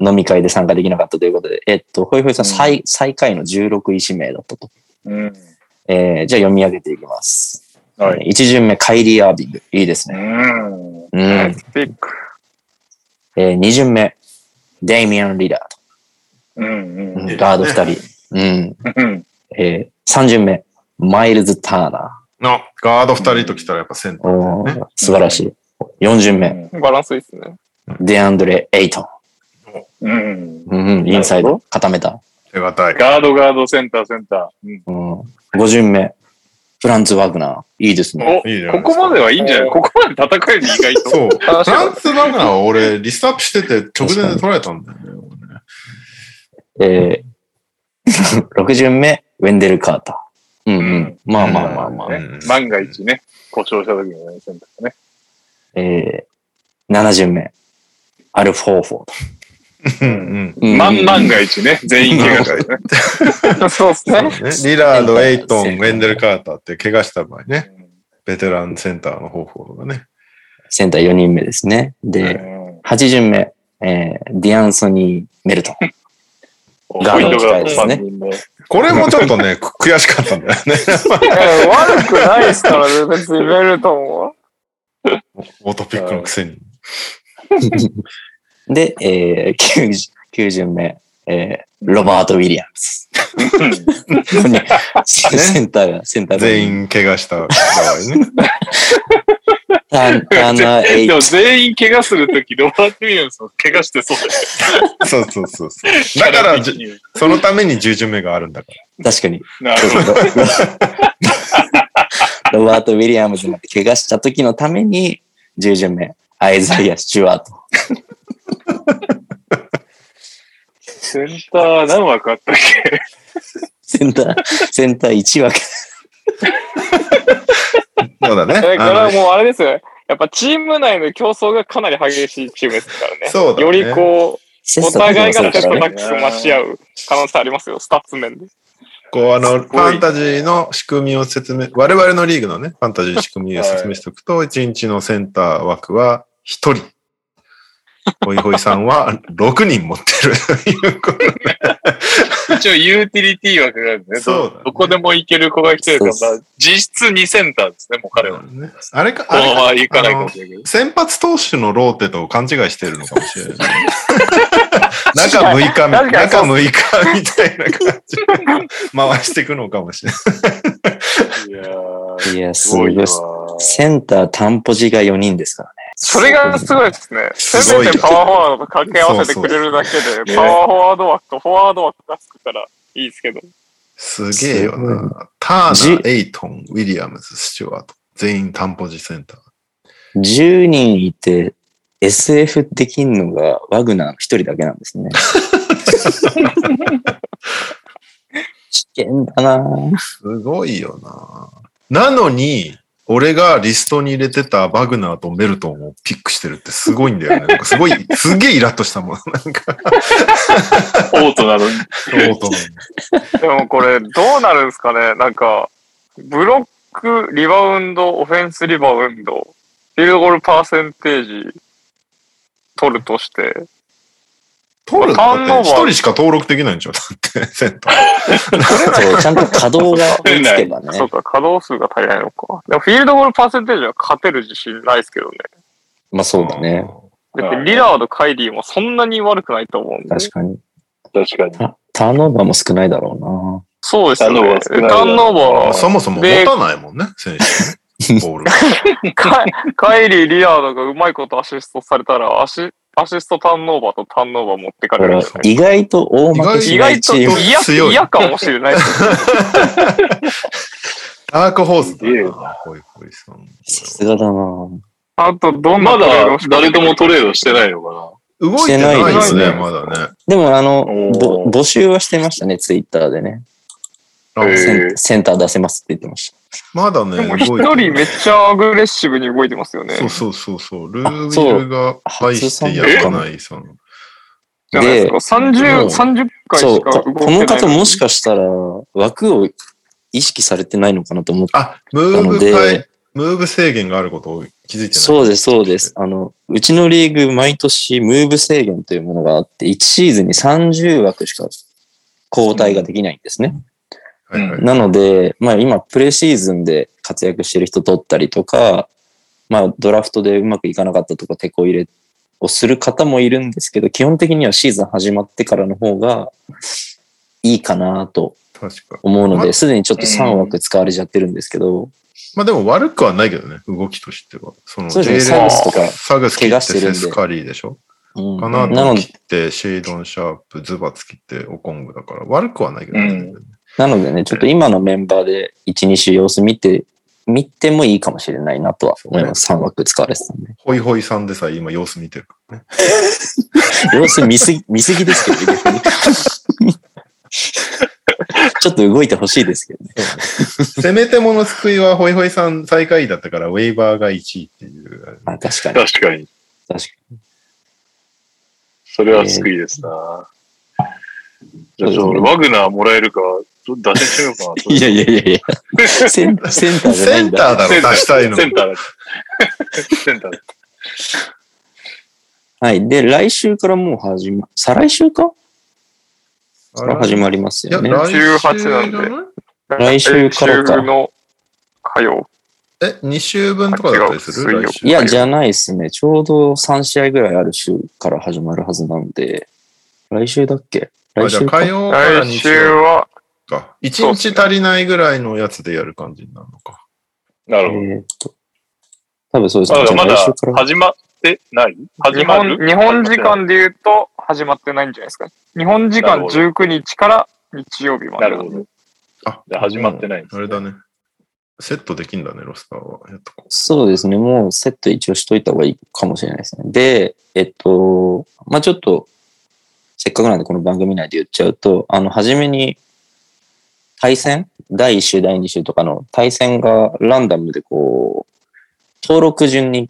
Speaker 1: 飲み会で参加できなかったということで、えっと、ホイホイさん
Speaker 2: うん
Speaker 1: 最,、最下位の16位指名だったと。
Speaker 2: うん。
Speaker 1: えーじゃあ読み上げていきます。
Speaker 2: はい。
Speaker 1: 1巡目、カイリー・アービング。いいです
Speaker 2: う
Speaker 1: ね。
Speaker 2: ん。
Speaker 1: うん。
Speaker 3: ナイ
Speaker 1: え
Speaker 3: スピック。
Speaker 1: 2巡目、デイミアン・リラー
Speaker 2: うん
Speaker 1: ド。
Speaker 4: いいですね
Speaker 1: ガード2人。 うん。
Speaker 2: うん。
Speaker 1: え3巡目、マイルズ・ターナ
Speaker 4: えの、ガード2人ときたらやっぱセンタ
Speaker 1: ー。
Speaker 4: ー。
Speaker 1: おー素晴らしい。4巡目、
Speaker 3: バランスいいっす ね。
Speaker 1: デアンドレ・エイトン。
Speaker 2: うん。
Speaker 1: うん、インサイド固めた。
Speaker 4: 手堅い。
Speaker 2: ガード、ガード、センター、センター。うん
Speaker 1: うん、5巡目、フランツ・ワグナー。いいですね。
Speaker 2: お、
Speaker 4: いいじゃない
Speaker 2: ここまではいいんじゃないここまで戦える意外 と。
Speaker 4: そう。フ
Speaker 3: 確か
Speaker 4: ラ
Speaker 3: に
Speaker 4: ンスバグナーは俺、リストアップしてて直前で取られたんだよね。俺ね
Speaker 1: えー、6巡 目、ウェンデル・カーター。うんうん。
Speaker 2: うん
Speaker 1: まあまあまあまあ。
Speaker 4: うん
Speaker 2: ね万が一ね、故障した時のね、センターがね。
Speaker 1: えー、7巡目、アルフォーフォード。
Speaker 4: うん
Speaker 1: うんうん
Speaker 2: 万万が一ね、全員怪我したりね。
Speaker 3: そうっす
Speaker 4: うん
Speaker 3: ね。
Speaker 4: そうねリラード、エイトン、ウェンデル・カーターって怪我した場合ね、ベテランセンターの方法がね。
Speaker 1: センター4人目ですね。で、
Speaker 2: うん
Speaker 1: 8巡目、えー、ディアンソニー・メルトン。
Speaker 2: ポイントが
Speaker 1: ガードの
Speaker 2: 3
Speaker 1: 機会
Speaker 2: 人目。
Speaker 4: これもちょっとね、く悔しかったんだよね。
Speaker 3: え悪くないっすからね、別にベルトンは。
Speaker 4: オートピックのくせに。
Speaker 1: で、えー、9, 9巡目、えー、ロバート・ウィリアムズ。 センターが、センターが
Speaker 4: 全員怪我した場合ね。
Speaker 1: ターンターナー・エイ
Speaker 2: で
Speaker 1: ト
Speaker 2: も全員怪我するとき、ロバート・ウィリアムスも怪我してそう
Speaker 4: そうそうそうそう。
Speaker 2: だ
Speaker 4: だ
Speaker 2: よ
Speaker 4: から、じ
Speaker 2: な
Speaker 4: そのために10巡目があるんだから。
Speaker 1: ン。確かに。
Speaker 2: るほど。
Speaker 1: ロバート・ウィリアムズが怪我した時のために、10巡目、アイザイア・スチュワート。
Speaker 2: センター何枠あったっけ
Speaker 1: センター、センター1枠。
Speaker 4: そうだね。
Speaker 3: え、これ
Speaker 4: あ
Speaker 3: は
Speaker 4: の
Speaker 3: もうあれですよね。やっぱチーム内の競争がかなり激しいチームですからね。
Speaker 4: そうだね
Speaker 3: よりこう、お互いがセッ
Speaker 1: 切
Speaker 3: ト
Speaker 1: 磋琢
Speaker 3: バッ
Speaker 1: 磨
Speaker 3: クスを増し合う可能性ありますよ、スタッツ面で。
Speaker 4: こう、あの、フ
Speaker 2: ごい
Speaker 4: ァンタジーの仕組みを説明、我々のリーグのね、ファンタジーの仕組みを説明しておくと、1日のセンター枠は1人。ホイホイさんは6人持ってる。ということで
Speaker 2: 一応ユーティリティ枠があるんでね。
Speaker 4: そうだね
Speaker 2: どどこでも行ける子が来てるから、
Speaker 1: そう
Speaker 2: まあ実質2センターですね、もう彼は。
Speaker 4: ねあれか、
Speaker 2: こ
Speaker 4: あ
Speaker 2: の
Speaker 4: れ
Speaker 2: ま
Speaker 4: か
Speaker 2: ま行かないかもしれないけど。
Speaker 4: 先発投手のローテと勘違いしてるのかもしれない。中6日み、
Speaker 3: 確かに
Speaker 4: 中6日みたいな感じで回していくのかもしれない。
Speaker 2: いやー
Speaker 1: いや、
Speaker 2: す
Speaker 1: す
Speaker 2: ご
Speaker 1: ご
Speaker 2: い
Speaker 1: い
Speaker 2: わ
Speaker 1: で。す。センター担保時が4人ですからね。
Speaker 3: それがすごいですね。
Speaker 4: すご
Speaker 3: せ
Speaker 4: い
Speaker 3: めてパワーフォワードと掛け合わせてくれるだけで、パワーフォワード枠とフォワード枠がつくからいいですけど。
Speaker 4: すげえよ
Speaker 1: す
Speaker 4: な。ター
Speaker 1: じ
Speaker 4: ナー、エイトン、ウィリアムズ、スチュワート。全員担保時センター。
Speaker 1: 10人いて SF できんのがワグナーの1人だけなんですね。危険だなぁ
Speaker 4: すごいよな。なのに、俺がリストに入れてたバグナーとメルトンをピックしてるってすごいんだよね。なんかすごい、すげえイラッとしたもん。なんか、
Speaker 2: オートなのに。
Speaker 4: ロートの
Speaker 3: でもこれどうなるんですかねなんか、ブロック、リバウンド、オフェンスリバウンド、フィールドゴールパーセンテージ取るとして、
Speaker 4: 取るの
Speaker 3: ターンオーバ
Speaker 4: だ
Speaker 3: ー
Speaker 4: って一人しか登録できないんでしょだって、センター。
Speaker 1: そうちゃんと稼働が追いつけ ば
Speaker 3: そ
Speaker 1: ね
Speaker 3: う。か、稼働数が足りないのか。でもフィールドゴールパーセンテージは勝てる自信ないですけどね。
Speaker 1: まあそうだね。
Speaker 3: だっ
Speaker 2: は
Speaker 3: て
Speaker 2: い
Speaker 3: リラード、カイリーもそんなに悪くないと思うんで。
Speaker 1: 確かに。
Speaker 2: 確かに。
Speaker 1: タターンオーバーも少ないだろ
Speaker 3: そうですよ
Speaker 2: ターンオーバー。少
Speaker 3: ねタ
Speaker 2: ないな
Speaker 3: ーンオー
Speaker 4: あ
Speaker 3: バ
Speaker 4: ーそもそも持
Speaker 3: で
Speaker 4: たないもんね、選手ね。ボ ール。
Speaker 3: ー、カイカイリー、リラードがうまいことアシストされたら、アシアシストターンオーバーとターンオーバー持ってか
Speaker 1: うな
Speaker 3: れるん
Speaker 1: ぁ。
Speaker 3: じ
Speaker 1: だ
Speaker 3: ゃ
Speaker 1: から
Speaker 3: ない
Speaker 1: 意外と大負け
Speaker 3: 意
Speaker 1: しな
Speaker 3: 外
Speaker 1: いチ
Speaker 3: と
Speaker 1: ーム。
Speaker 3: 嫌
Speaker 4: 強い
Speaker 3: 嫌かもしれない。
Speaker 4: ダークホースだ
Speaker 2: すげえ
Speaker 4: な。ホイホイさん
Speaker 1: さすがだなぁ
Speaker 3: あと、どんな
Speaker 2: ま
Speaker 3: トレード
Speaker 2: だ
Speaker 3: を仕掛
Speaker 2: 誰
Speaker 3: けて
Speaker 2: と
Speaker 3: くる
Speaker 2: もトレードしてないのか
Speaker 4: 動いてないで
Speaker 3: し
Speaker 4: す
Speaker 3: てな
Speaker 4: ね、
Speaker 3: い
Speaker 4: まだね。
Speaker 1: でもあの、ぼ
Speaker 2: おー
Speaker 1: 募集はしてましたね、ツイッターでね。
Speaker 4: あ
Speaker 2: へ
Speaker 1: セン
Speaker 2: えー
Speaker 1: センター出せますって言ってました。
Speaker 4: まだね、
Speaker 3: でも一
Speaker 4: 動いて
Speaker 3: 人
Speaker 4: ない。
Speaker 3: めっちゃアグレッシブに動いてますよね。
Speaker 4: そうそうそうそう。ルーウィルが入してやらない、その。
Speaker 3: じゃないです
Speaker 1: で
Speaker 3: か。30、30回
Speaker 1: そ
Speaker 3: し
Speaker 1: う、
Speaker 3: か動いて
Speaker 1: こ
Speaker 3: ない。
Speaker 1: この方もしかしたら枠を意識されてないのかなと思って。
Speaker 4: あ、ムーブ変え、ムーブ制限があることを気づいてない。
Speaker 1: そうです、そうです。。あの、うちのリーグ、毎年、ムーブ制限というものがあって、1シーズンに30枠しか交代ができないんですね。
Speaker 4: はいはい。
Speaker 1: なので、まあ今、プレシーズンで活躍してる人取ったりとか、まあドラフトでうまくいかなかったとか、手こ入れをする方もいるんですけど、基本的にはシーズン始まってからの方がいいかなと
Speaker 4: 確か。
Speaker 1: 思うの
Speaker 4: ま
Speaker 1: で、すでにちょっと3枠使われちゃってるんですけど、
Speaker 4: まあでも悪くはないけどね、動きとしては。その
Speaker 1: そうですね
Speaker 4: ジェイレン
Speaker 1: サグスとか
Speaker 4: サグス切っ
Speaker 1: 怪
Speaker 4: て
Speaker 1: 我してる
Speaker 4: セ
Speaker 1: んで
Speaker 4: スカリーでしょ
Speaker 1: うん
Speaker 4: かな
Speaker 1: な
Speaker 4: と
Speaker 1: の
Speaker 4: 切って、シェイドン・シャープ、ズバツ切って、オコングだから、悪くはないけど
Speaker 2: う
Speaker 4: ね
Speaker 2: ん。
Speaker 1: なのでね、ちょっと今のメンバーで1、2週様子見て、見てもいいかもしれないなとは思います。3枠使われてたんで。
Speaker 4: ホイホイさんでさえ今様子見てるからね。
Speaker 1: 様子 見すぎ、見すぎですけど、逆に ちょっと動いてほしいですけどね。
Speaker 4: せめてもの救いはホイホイさん最下位だったから、ウェイバーが1位っていう。
Speaker 1: あ確か
Speaker 2: な
Speaker 1: に。
Speaker 2: 確かに。
Speaker 1: 確か
Speaker 2: それは救いですな。じゃあ、ちょっと
Speaker 1: そうですね
Speaker 2: 俺、ワグナーもらえるか、ちょっと出してみようかな。
Speaker 1: に。 いやいやいやいや、 センセンターじゃな
Speaker 4: セ
Speaker 1: いん
Speaker 4: ン
Speaker 1: だ。
Speaker 4: ターだろ、出したいの。
Speaker 2: センターだ。センター だ。
Speaker 1: はい。で、来週からもう始ま、再来週か
Speaker 4: あ
Speaker 1: から
Speaker 4: ら
Speaker 1: 始まります
Speaker 4: い
Speaker 1: よ
Speaker 4: や、
Speaker 1: ね。
Speaker 4: 来週
Speaker 3: 18なんで
Speaker 4: じゃない
Speaker 1: 来週からか
Speaker 3: 来週の火曜。
Speaker 4: え、2週分とかだったりす
Speaker 3: あ違
Speaker 4: る
Speaker 3: う
Speaker 4: 来
Speaker 3: 水
Speaker 4: 週
Speaker 1: いや、じゃないですね。ちょうど3試合ぐらいある週から始まるはずなんで、来週だっけ
Speaker 4: あ
Speaker 1: 来
Speaker 4: じゃあ
Speaker 1: 週か
Speaker 4: 火曜から
Speaker 3: 来
Speaker 4: 2
Speaker 3: 週
Speaker 4: 週
Speaker 3: は、
Speaker 4: か。1日足りないぐらいのやつでやる感じになるのか。
Speaker 2: な
Speaker 1: え
Speaker 2: るほど。
Speaker 1: ーっと。多分そうです
Speaker 2: ま
Speaker 1: ね。じ
Speaker 2: だ
Speaker 1: ゃあ
Speaker 2: ま
Speaker 1: 来
Speaker 2: だ
Speaker 1: 週から。
Speaker 2: 始まってない
Speaker 3: 日
Speaker 2: 始ま
Speaker 3: 本
Speaker 2: る
Speaker 3: 日本時間で言うと始まってないんじゃないですか。日本時間
Speaker 2: なるほ
Speaker 3: 19日から日曜日まで。
Speaker 2: なるほど。
Speaker 4: あ
Speaker 2: じゃあ始まってないんです
Speaker 4: あ
Speaker 2: ね
Speaker 4: れだね。セットできんだね、ロスターは。やっとこ
Speaker 1: そうですね。もうセット一応しといた方がいいかもしれないですね。で、えっと、まあちょっと、せっかくなんでこの番組内で言っちゃうと、あの、初めに、対戦第1週、第2週とかの対戦がランダムでこう、登録順に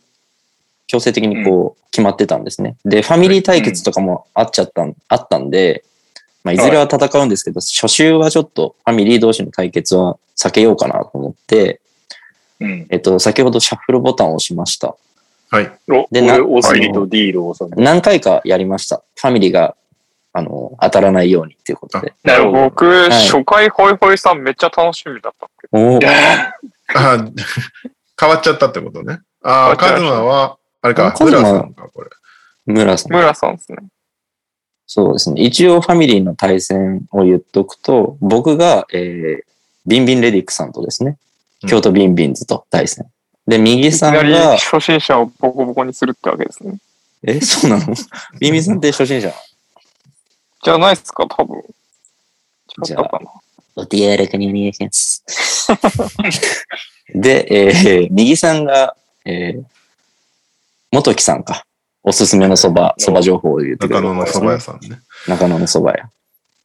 Speaker 1: 強制的にこう、決まってたんですね。で、ファミリー対決とかもあっちゃったん、あったんで、まあ、いずれは戦うんですけど、初週はちょっとファミリー同士の対決は避けようかなと思って、
Speaker 2: うん。
Speaker 1: えっと、先ほどシャッフルボタンを押しました。
Speaker 4: う。はい。
Speaker 2: お、
Speaker 1: でな
Speaker 2: 俺オスリとディールをさん。
Speaker 1: 何回かやりました。ファミリーが、ああの、当たらないようにっていうことで。
Speaker 3: なるほど。僕、
Speaker 1: い
Speaker 3: 初回ホイホイさんめっちゃ楽しみだったんですけ
Speaker 1: おお、
Speaker 4: あ変わっちゃったってことね。ああ、
Speaker 3: 変わっちゃ
Speaker 4: カ
Speaker 3: い
Speaker 4: ズ
Speaker 3: ました
Speaker 4: マは、あれか、
Speaker 1: カ
Speaker 4: ブ
Speaker 1: ズマ
Speaker 4: ラさんか、これ。
Speaker 1: 村さん
Speaker 3: ど。。村さんですね。
Speaker 1: そうですね。一応ファミリーの対戦を言っとくと、僕が、えー、ビンビンレディックさんとですね、
Speaker 4: うん
Speaker 1: 京都ビンビンズと対戦。で、右
Speaker 3: いき
Speaker 1: さん
Speaker 3: なり
Speaker 1: が、
Speaker 3: 初心者をボコボコにするってわけですね。
Speaker 1: え、そうなのビンビンさんって初心者
Speaker 3: じゃないっすか、多分。
Speaker 1: じ
Speaker 3: 違っ
Speaker 1: ゃあ
Speaker 3: たかな。
Speaker 1: お手柔らかにお願いします。 で、えー、右さんが、えー、元木さんか。おすすめのそば、そば情報を言ってくれ
Speaker 4: 中野
Speaker 1: る
Speaker 4: の蕎麦屋さんね。
Speaker 1: 中野のそば屋。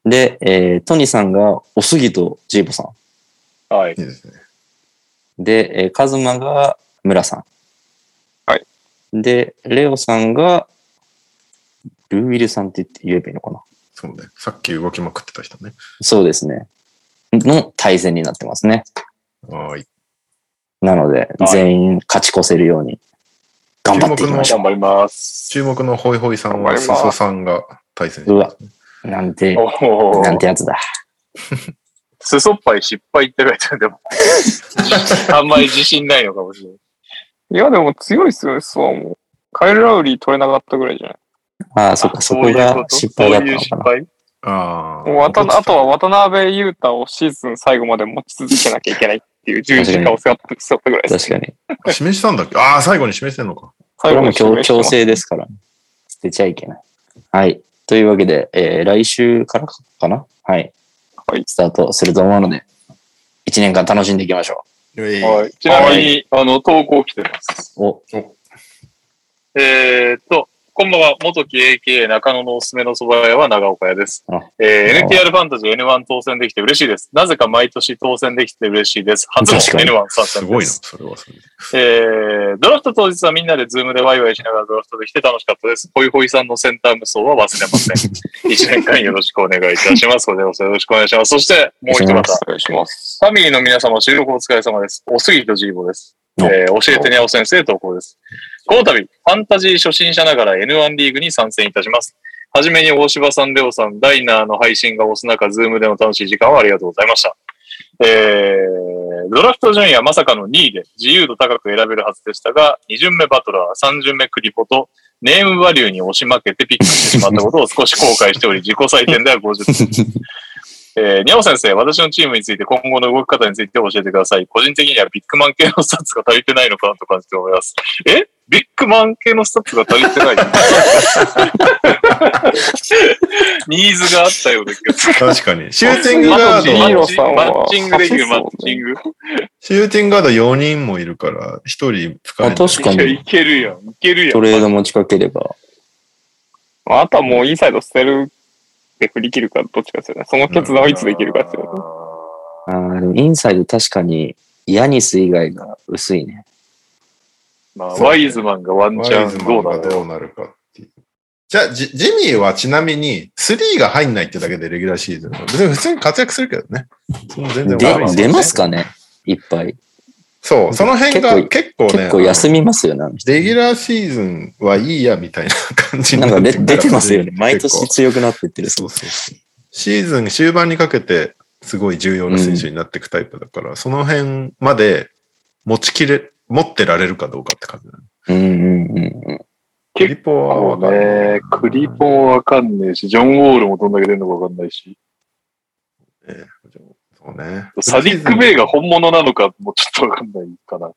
Speaker 1: で、えー、トニーさんが、おすぎとジーボさ
Speaker 5: はい
Speaker 4: い。いですね。
Speaker 1: ん。で、えー、カズマが、村さん。
Speaker 3: はい。
Speaker 1: で、レオさんが、ルーウィルさんって言って言えばいいのかな。
Speaker 4: そうね。さっき動きまくってた人ね。
Speaker 1: そうですね。の対戦になってますね。
Speaker 4: はーい。
Speaker 1: なので、
Speaker 5: はい
Speaker 1: 全員勝ち越せるように、頑張っていきましょ
Speaker 5: 頑張ります。
Speaker 4: 注目のホイホイさん
Speaker 3: 頑張
Speaker 4: は、
Speaker 3: ります
Speaker 4: 裾さんが対戦しますね。
Speaker 1: う。なんて、
Speaker 5: お
Speaker 1: なん
Speaker 5: お。
Speaker 1: てやつだ。
Speaker 5: すそっぱい失敗って書いてあるでも。あんまり自信ないのかもしれない。
Speaker 3: いや、でも強いっすよね、そうもう。カエル・ラウリー取れなかったぐらいじゃない。
Speaker 1: ああ、そっか、そこが失敗だったのかな。
Speaker 5: そういう失敗
Speaker 4: ああ。
Speaker 3: もうわたあとは渡辺裕太をシーズン最後まで持ち続けなきゃいけないっていう十字架を背負って背負ったぐらいです。
Speaker 1: 確かに。
Speaker 4: 示したんだっけああ、最後に示してんのか。
Speaker 1: こ
Speaker 3: 最
Speaker 1: れ
Speaker 3: 後
Speaker 1: も
Speaker 3: に指
Speaker 1: 強
Speaker 3: 名してま
Speaker 1: 強
Speaker 3: す
Speaker 1: 制ですから、捨てちゃいけない。はい。というわけで、えー来週からかなはい。
Speaker 3: はい
Speaker 1: スタートすると思うので、1年間楽しんでいきましょ
Speaker 5: はい。ちなみに、あの、投稿来てます。
Speaker 1: う。お、
Speaker 5: えーっと、こんばんは、元木 AKA 中野のおすすめの蕎麦屋は長岡屋です
Speaker 1: あ。
Speaker 5: えー NTR ファンタジー N1 当選できて嬉しいです。なぜか毎年当選できて嬉しいです。初の
Speaker 1: 確かに
Speaker 5: N1 参
Speaker 4: す
Speaker 5: 戦
Speaker 4: ご
Speaker 5: で
Speaker 4: いな、
Speaker 5: す。
Speaker 4: それはそれで。
Speaker 5: えー、ドラフト当日はみんなでズームでワイワイしながらドラフトできて楽しかったです。ホイホイさんのセンター無双は忘れません。一年間よろしくお願いいたします。これこそよろしくお願いします。そして、もう一
Speaker 3: お
Speaker 5: 方。
Speaker 3: 願いします。
Speaker 5: ファミリーの皆様、収録お疲れ様です。おすぎとジーボです。
Speaker 1: お
Speaker 5: えー教えてねお先生投稿です。この度、ファンタジー初心者ながら N1 リーグに参戦いたします。はじめに大柴さん、レオさん、ダイナーの配信が押す中、ズームでの楽しい時間をありがとうございました。えー、ドラフト順位はまさかの2位で、自由度高く選べるはずでしたが、2巡目バトラー、3巡目クリポと、ネームバリューに押し負けてピックしてしまったことを少し後悔しており、自己採点では50点えー、にゃお先生、私のチームについて今後の動き方について教えてください。個人的にはビッグマン系のスタッツが足りてないのかなと感じております。えビッグマン系のスタッツが足りてないニーズがあったようだけど。
Speaker 4: 確 かに。シューティング
Speaker 5: マ
Speaker 4: ガ
Speaker 5: ッチン
Speaker 4: ー
Speaker 3: あ
Speaker 4: ド、
Speaker 3: とジーロさんは
Speaker 5: マッチングできるマッチング。
Speaker 4: シューティングガード4人もいるから、1人使え
Speaker 1: あ
Speaker 4: ない。
Speaker 1: 確か
Speaker 5: いや、
Speaker 1: に
Speaker 5: い、けるやん。いけるや
Speaker 1: ト
Speaker 5: ん。
Speaker 1: レード持ちかければ。
Speaker 3: まあ、あとはもうインサイド捨てるで振り切るかどっちかですよね。その決断をいつできるかですよね。
Speaker 1: ああ、でもインサイド確かに、ヤニス以外が薄いね。
Speaker 5: まあ、ワイズマンがワン
Speaker 4: ワイ
Speaker 5: チャ
Speaker 4: ズ
Speaker 5: ン
Speaker 4: マ
Speaker 5: ど
Speaker 4: ン
Speaker 5: うな
Speaker 4: が
Speaker 5: んだろ
Speaker 4: どうなるかっていう。じゃあ、ジジミーはちなみに、3が入んないってだけでレギュラーシーズンは。別に普通に活躍するけどね。その全
Speaker 1: で
Speaker 4: 然悪いですよね
Speaker 1: 出ますかねいっぱい。
Speaker 4: そう、その辺が結構ね、
Speaker 1: 結構休みますよね。あの人
Speaker 4: レギュラーシーズンはいいやみたいな感じに
Speaker 1: な
Speaker 4: なんって
Speaker 1: かで
Speaker 4: るら
Speaker 1: 出てますよね。 毎
Speaker 4: 結構
Speaker 1: 年強くなってってる。
Speaker 4: そうそうそう。シーズン終盤にかけて、すごい重要な選手になっていくタイプだから、その辺まで持ちきれ、持ってられるかどうかって感じだね。
Speaker 1: うんうんうんうん。
Speaker 4: クリポは
Speaker 5: う。
Speaker 4: わかんない
Speaker 5: ねクリポンわかんねえし、ジョン・ウォールもどんだけ出るのかわかんないし、
Speaker 4: そうね。
Speaker 5: サディック・ベイが本物なのかもちょっとわかんないかな。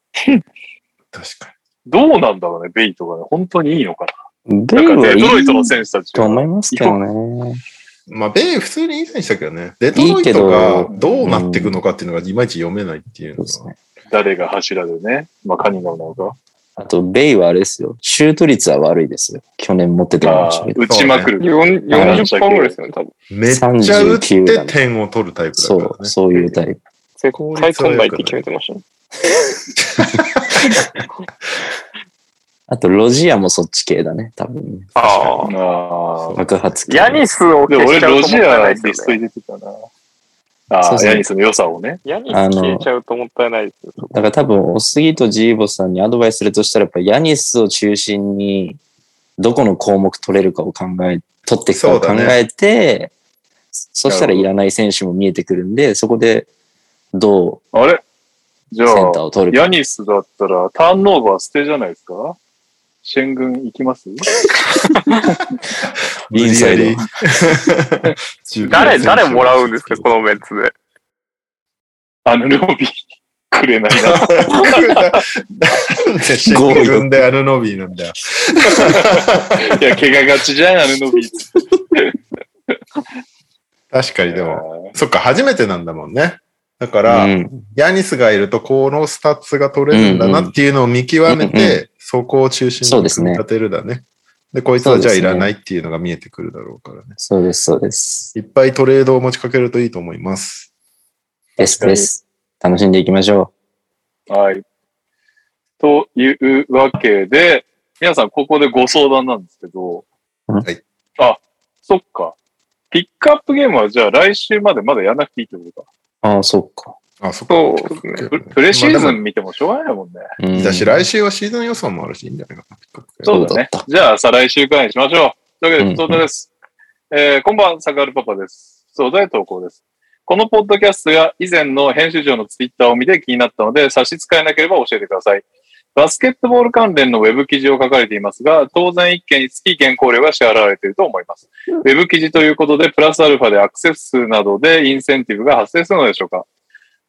Speaker 4: 確か
Speaker 5: どうなんだろうね、ベイとかね。本当にいいのか
Speaker 1: ベ
Speaker 5: な。
Speaker 1: イ
Speaker 5: なんか
Speaker 1: はい
Speaker 5: デトロイトの
Speaker 1: い
Speaker 5: 選手たち
Speaker 1: と
Speaker 5: は。
Speaker 1: 思いますけどね。
Speaker 4: に。まあ、ベイ普通にいい選手だけどね。デトロイトがどうなっていくのかっていうのがいまいち読めないっていう
Speaker 1: そ
Speaker 4: の
Speaker 1: うです
Speaker 4: が。
Speaker 1: ね。
Speaker 5: 誰が柱でね。まあ、カニガムなのか。
Speaker 1: あと、ベイはあれですよ。シュート率は悪いですよ。去年持ってたか
Speaker 5: ま
Speaker 1: もし
Speaker 5: あ
Speaker 1: れ、ない。
Speaker 5: 打ちまくる。
Speaker 3: 4 40本ぐらいですよね、多分。
Speaker 4: めっちゃ打って点を取るタイプだか
Speaker 1: そ
Speaker 4: らね
Speaker 1: う、。そういうタイプ。
Speaker 3: 絶対取んないって決めてましたね。
Speaker 1: あと、ロジアもそっち系だね。多分ね。
Speaker 3: ああ。
Speaker 5: ああ。
Speaker 1: 爆発系。
Speaker 3: ヤニスを
Speaker 5: で、
Speaker 3: 消
Speaker 5: 俺、
Speaker 3: しちゃう
Speaker 5: ロ
Speaker 3: と
Speaker 5: ジ
Speaker 3: もったい
Speaker 5: ア
Speaker 3: な
Speaker 5: ー
Speaker 3: いで
Speaker 5: リス
Speaker 3: すよ
Speaker 5: ト
Speaker 3: ね。
Speaker 5: 入れてたな。あ
Speaker 1: そう
Speaker 5: あ、
Speaker 1: そう
Speaker 5: ヤニスの良さをね。
Speaker 3: ヤニス消えちゃうともったいないですよ。
Speaker 1: だから多分、おすぎとジーボさんにアドバイスするとしたら、やっぱヤニスを中心に、どこの項目取れるかを考え、取っていくかを考
Speaker 4: そうだね
Speaker 1: えて、そしたらいらない選手も見えてくるんで、そこでど
Speaker 2: あれじ
Speaker 1: う
Speaker 2: ゃ
Speaker 1: セン
Speaker 2: あ
Speaker 1: ター、を取るか。
Speaker 2: ヤニスだったらターンオーバー捨てじゃないですかシェン軍行きます
Speaker 4: 無理やり
Speaker 3: 誰、誰もらうんですかこのメンツで。
Speaker 2: あの、料理くれないな。
Speaker 4: 新軍でアルノビーなんだよ。
Speaker 2: いや、怪我がちじゃん、あの、ノビー。
Speaker 4: 確かにでも、そっか、初めてなんだもんね。だから、
Speaker 1: うん
Speaker 4: ヤニスがいるとこのスタッツが取れるんだなっていうのを見極めて、
Speaker 1: うんう
Speaker 4: そこを中心
Speaker 1: そう
Speaker 4: に
Speaker 1: です
Speaker 4: 組み
Speaker 1: ね
Speaker 4: 立てるだね。で、こいつはじゃあ
Speaker 1: そ
Speaker 4: い
Speaker 1: うですね
Speaker 4: らないっていうのが見えてくるだろうからね。
Speaker 1: そうです、そうです。
Speaker 4: いっぱいトレードを持ちかけるといいと思います。
Speaker 1: です
Speaker 2: かに
Speaker 1: です。楽しんでいきましょ
Speaker 2: はい。というわけで、皆さんここでご相談なんですけど。
Speaker 4: はい
Speaker 2: あ、そっか。ピックアップゲームはじゃあ来週までまだやらなくていいってことか。
Speaker 1: う。ああ、そっか。
Speaker 4: あ、そっか。
Speaker 3: そうですね。
Speaker 2: ププレシー
Speaker 4: ま
Speaker 2: ズ
Speaker 4: あで
Speaker 2: ン見てもしょうがないもんね。
Speaker 1: うん
Speaker 4: もだし、来週はシーズン予想もあるし、いいんじゃないかな。ピックアップ
Speaker 1: そ
Speaker 2: そううだ
Speaker 1: だね
Speaker 2: ね。じゃあ、再来週くらいにしましょう。というわけ
Speaker 1: うん
Speaker 2: で、ふつおたです。えーこんばん、サカルパパです。ふつおたへ投稿です。このポッドキャストが以前の編集長のツイッターを見て気になったので、差し支えなければ教えてください。バスケットボール関連のウェブ記事を書かれていますが、当然一件につき原稿料が支払われていると思います。ウェブ記事ということで、プラスアルファでアクセス数などでインセンティブが発生するのでしょうか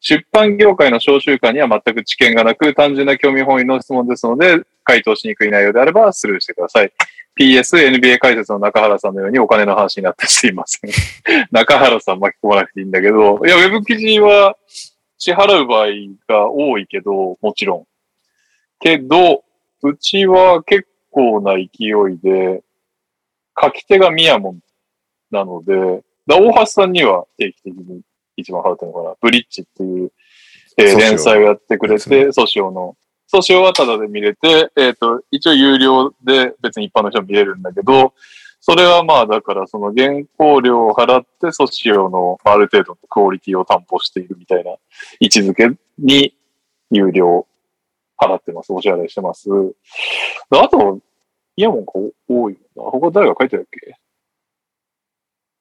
Speaker 2: 出版業界の商習慣には全く知見がなく、単純な興味本位の質問ですので、回答しにくい内容であればスルーしてください。PS、NBA 解説の中原さんのようにお金の話になってす いません。中原さん巻き込まなくていいんだけど、いや、ウェブ記事は支払う場合が多いけど、もちろん。けど、うちは結構な勢いで、書き手がミヤモンなので、だ大橋さんには定期的に一番払ってるのかな。ブリッジっていう、えー
Speaker 4: ソシオ
Speaker 2: 連載をやってくれ
Speaker 4: です
Speaker 2: て、ソシオの。ソシオはタダで見れて、えっ、と、一応有料で別に一般の人も見れるんだけど、それはまあだからその原稿料を払ってソシオのある程度のクオリティを担保しているみたいな位置づけに有料払ってます。お支払いしてます。あと、イヤモンが多いよな。他誰が書いてるっけ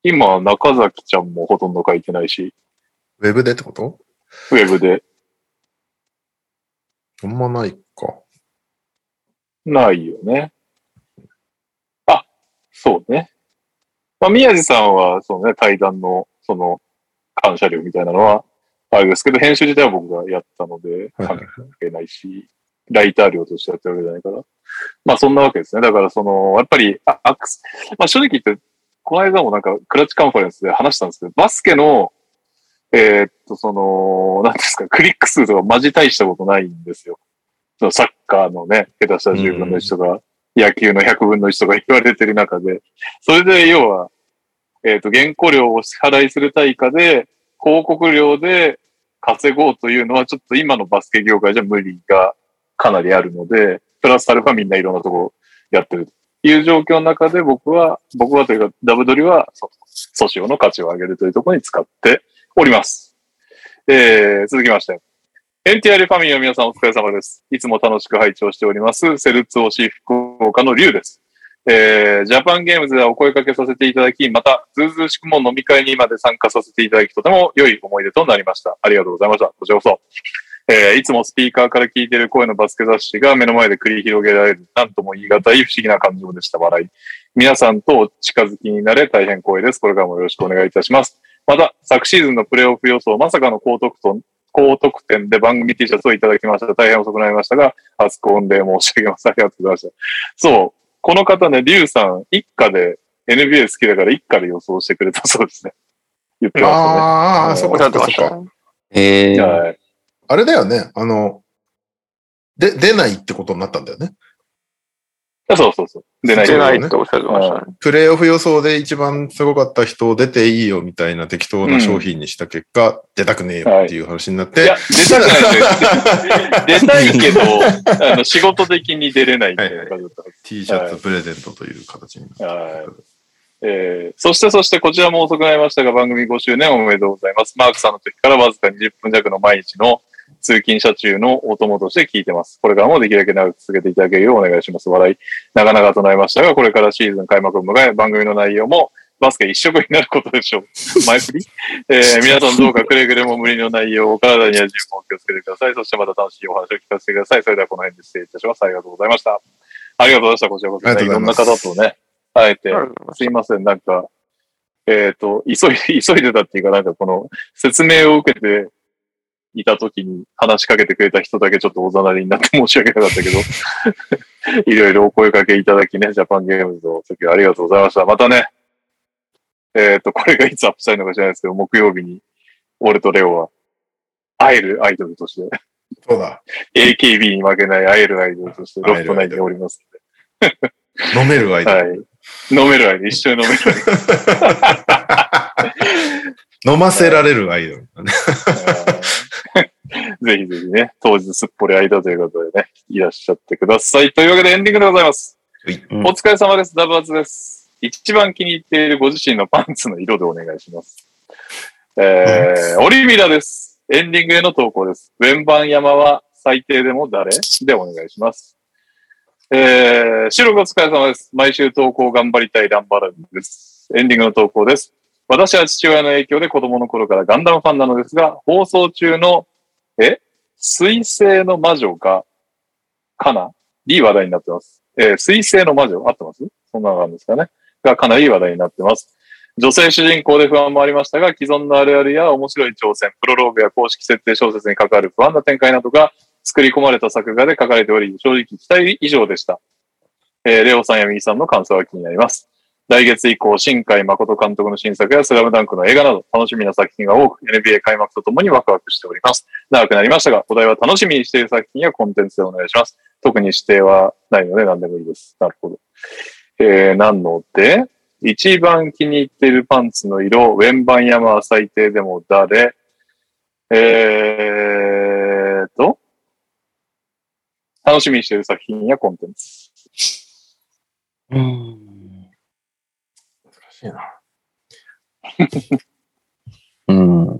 Speaker 2: 今、中崎ちゃんもほとんど書いてないし、
Speaker 4: ウェブでってこと
Speaker 2: ウェブで
Speaker 4: あんまないか。
Speaker 2: ないよね。あ、そうね。まあ、宮地さんは、そうね、対談の、その、感謝料みたいなのは、あれですけど、編集自体は僕がやったので、
Speaker 4: はいはい
Speaker 2: 関係ないし、ライター料としてやってるわけじゃないから。まあ、そんなわけですね。だから、その、やっぱり、あアクスまあ、正直言って、この間もなんか、クラッチカンファレンスで話したんですけど、バスケの、えーっと、その、なんていうんですか、クリック数とかマジ大したことないんですよ。そのサッカーのね、下手したら10分の1とか、野球の100分の1とか言われてる中で、それで要は、えっ、と、原稿料をお支払いする対価で、広告料で稼ごうというのは、ちょっと今のバスケ業界じゃ無理がかなりあるので、プラスアルファみんないろんなとこやってるという状況の中で、僕は、僕はというか、ダブドリは、そ訴訟の価値を上げるというところに使っております。えー、続きまして。NTR ファミリーの皆さんお疲れ様です。いつも楽しく拝聴しております。セルツオシ福岡の龍です。えー、ジャパンゲームズではお声掛けさせていただき、また、ズーズーしくも飲み会にまで参加させていただき、とても良い思い出となりました。ありがとうございました。こちらこそ。えー、いつもスピーカーから聞いている声のバスケ雑誌が目の前で繰り広げられる、なんとも言い難い不思議な感情でした。笑い。皆さんとお近づきになれ大変光栄です。これからもよろしくお願いいたします。また、昨シーズンのプレイオフ予想、まさかの高得点高得点で番組 T シャツをいただきました。大変遅くなりましたが、初婚で申し上げます。ありがとうございました。そう、この方ね、リュウさん、一家で、NBA 好きだから一家で予想してくれたそうですね。言って
Speaker 4: あ
Speaker 2: ま
Speaker 4: ーあー、そっかそっかそっ
Speaker 3: ちゃんと
Speaker 4: か。
Speaker 1: え
Speaker 2: すね。
Speaker 1: ー、
Speaker 2: はい。
Speaker 4: あれだよね。あの、で、出ないってことになったんだよね。
Speaker 2: そうそうそう。でない
Speaker 4: そ
Speaker 3: 出
Speaker 4: うだ
Speaker 3: な
Speaker 4: ね
Speaker 3: いっておっしゃってましたね。
Speaker 4: プレイオフ予想で一番すごかった人を出ていいよみたいな適当な商品にした結果、出たくねえよっていう話になっ
Speaker 2: い
Speaker 4: て、
Speaker 2: や、出たくないですよ。出たいけど、あの、仕事的に出れないっていう感じだったんです
Speaker 4: T シャツプレゼントという形になった。
Speaker 2: はいえーそしてそしてこちらも遅くなりましたが番組5周年おめでとうございます。マークさんの時からわずか20分弱の毎日の通勤車中のお供として聞いてます。これからもできるだけ長く続けていただけるようお願いします。笑い。長々となりましたが、これからシーズン開幕を迎え、番組の内容もバスケ一色になること でしょう。前振り、えー皆さんどうかくれぐれも無理の内容をお体には十分お気をつけてください。そしてまた楽しいお話を聞かせてください。それではこの辺で失礼いたします。ありがとうございました。ありがとうございました。こちらこそ、
Speaker 4: ありがと
Speaker 2: いう
Speaker 4: ござ
Speaker 2: ろ
Speaker 4: い
Speaker 2: んな
Speaker 4: ま
Speaker 2: 方
Speaker 4: す
Speaker 2: とね、会えて、
Speaker 3: ありがとうございます
Speaker 2: いません。なんか、えっ、と、急いで、 急いでたっていうか、なんかこの説明を受けていた時に話しかけてくれた人だけちょっとおざなりになって申し訳なかったけど、 いろいろお声掛けいただきね、ジャパンゲームズの時はありがとうございました。またね、えっ、と、これがいつアップしたいのか知らないですけど、木曜日に、俺とレオは、会えるアイドルとして、
Speaker 4: そうだ。
Speaker 2: AKB に負けない会えるアイドルとして、ロ
Speaker 4: 会え
Speaker 2: フ
Speaker 4: る
Speaker 2: ト
Speaker 4: アイドル
Speaker 2: 内でおります
Speaker 4: 飲める間、
Speaker 2: はい。飲めるアイドル、一緒に飲めるアイドル。
Speaker 4: 飲ませられるアイドルだね。
Speaker 2: ぜひぜひね、当日すっぽり間ということでね、いらっしゃってください。というわけでエンディングでございま
Speaker 4: は
Speaker 2: す。
Speaker 4: い
Speaker 2: お疲れ様です。ダブアツです。一番気に入っているご自身のパンツの色でお願いします。えー、オリミラです。エンディングへの投稿です。連番山は最低でも誰でお願いします。えー、白くお疲れ様です。毎週投稿頑張りたいランバランです。エンディングの投稿です。私は父親の影響で子供の頃からガンダムファンなのですが、放送中の、え水星の魔女が、かなり話題になってます。えー、水星の魔女、合ってますそんなのがあるんですかね。がかなり話題になってます。女性主人公で不安もありましたが、既存のあるあるや面白い挑戦、プロローグや公式設定小説に関わる不安な展開などが作り込まれた作画で書かれており、正直期待以上でした。えーレオさんやミーさんの感想が気になります。来月以降、新海誠監督の新作やスラムダンクの映画など楽しみな作品が多く、NBA 開幕とともにワクワクしております。長くなりましたが、お題は楽しみにしている作品やコンテンツでお願いします。特に指定はないので何でもいいです。なるほど。えー、なので、一番気に入っているパンツの色、ウェンバンヤマは最低でも誰えーと、楽しみにしている作品やコンテンツ。
Speaker 5: うん。
Speaker 2: う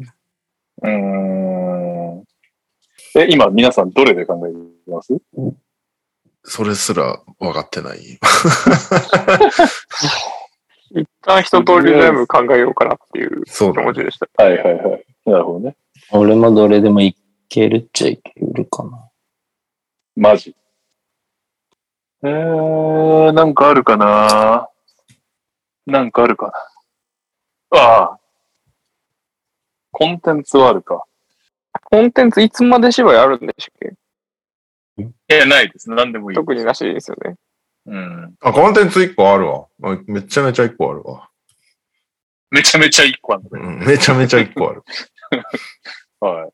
Speaker 2: ーん。え、今皆さんどれで考えてます
Speaker 6: それすら分かってない。
Speaker 3: 一旦一通り全部考えようかなっていう
Speaker 4: そう
Speaker 3: 気
Speaker 4: だ
Speaker 3: 持ちでした。
Speaker 2: はいはいはい。なるほどね。
Speaker 5: 俺もどれでもいけるっちゃいけるかな。
Speaker 2: マジ。えー、なんかあるかななんかあるかなああ。コンテンツはあるか。
Speaker 3: コンテンツいつまで芝居あるんでしたっけ
Speaker 2: え、ないです。何でもい
Speaker 3: 特になしですよね。
Speaker 2: うん。
Speaker 4: あ、コンテンツ1個あるわ。あめちゃめちゃ1個あるわ。
Speaker 2: めちゃめちゃ一個あるの
Speaker 4: うん、
Speaker 2: ね
Speaker 4: めちゃめちゃ1個ある。
Speaker 2: はい。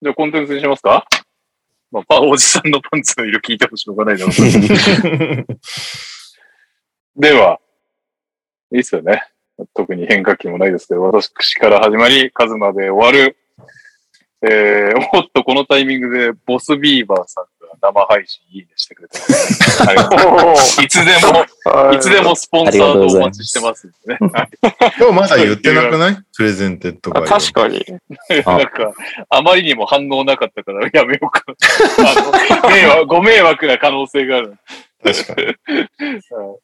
Speaker 2: じゃあコンテンツにしますかまあ、パおじさんのパンツの色聞いてもしょうがないな。では、いいっすよね。特に変化球もないですけど、私から始まり、カズマで終わる。えー、おっと、このタイミングで、ボスビーバーさんが生配信いいねしてくれてます、ありがとういつでも、いつでもスポンサーとお待ちしてますんでね。
Speaker 4: 今日まだ言ってなくない プレゼンテッド
Speaker 3: あ
Speaker 4: バイ。
Speaker 3: 確かに。
Speaker 5: あ
Speaker 2: なんか、あまりにも反応なかったからやめようかな。あの迷惑ご迷惑な可能性がある。
Speaker 4: 確かに。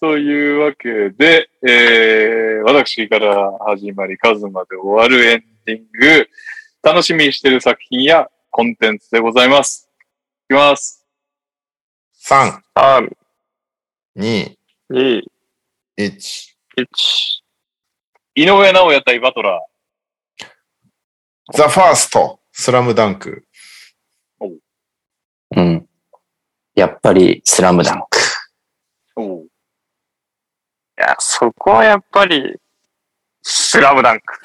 Speaker 2: というわけで、えー、私から始まり、カズまで終わるエンディング、楽しみにしている作品やコンテンツでございます。いきます。
Speaker 4: 3、
Speaker 3: 3、
Speaker 4: 2、
Speaker 3: 2、
Speaker 4: 1。
Speaker 3: 1。
Speaker 2: 井上直也対バトラ
Speaker 4: ザ・ファースト、スラムダンク。
Speaker 5: うん。やっぱり、スラムダンク。
Speaker 2: ー。お
Speaker 3: いや、そこはやっぱり、スラムダンク。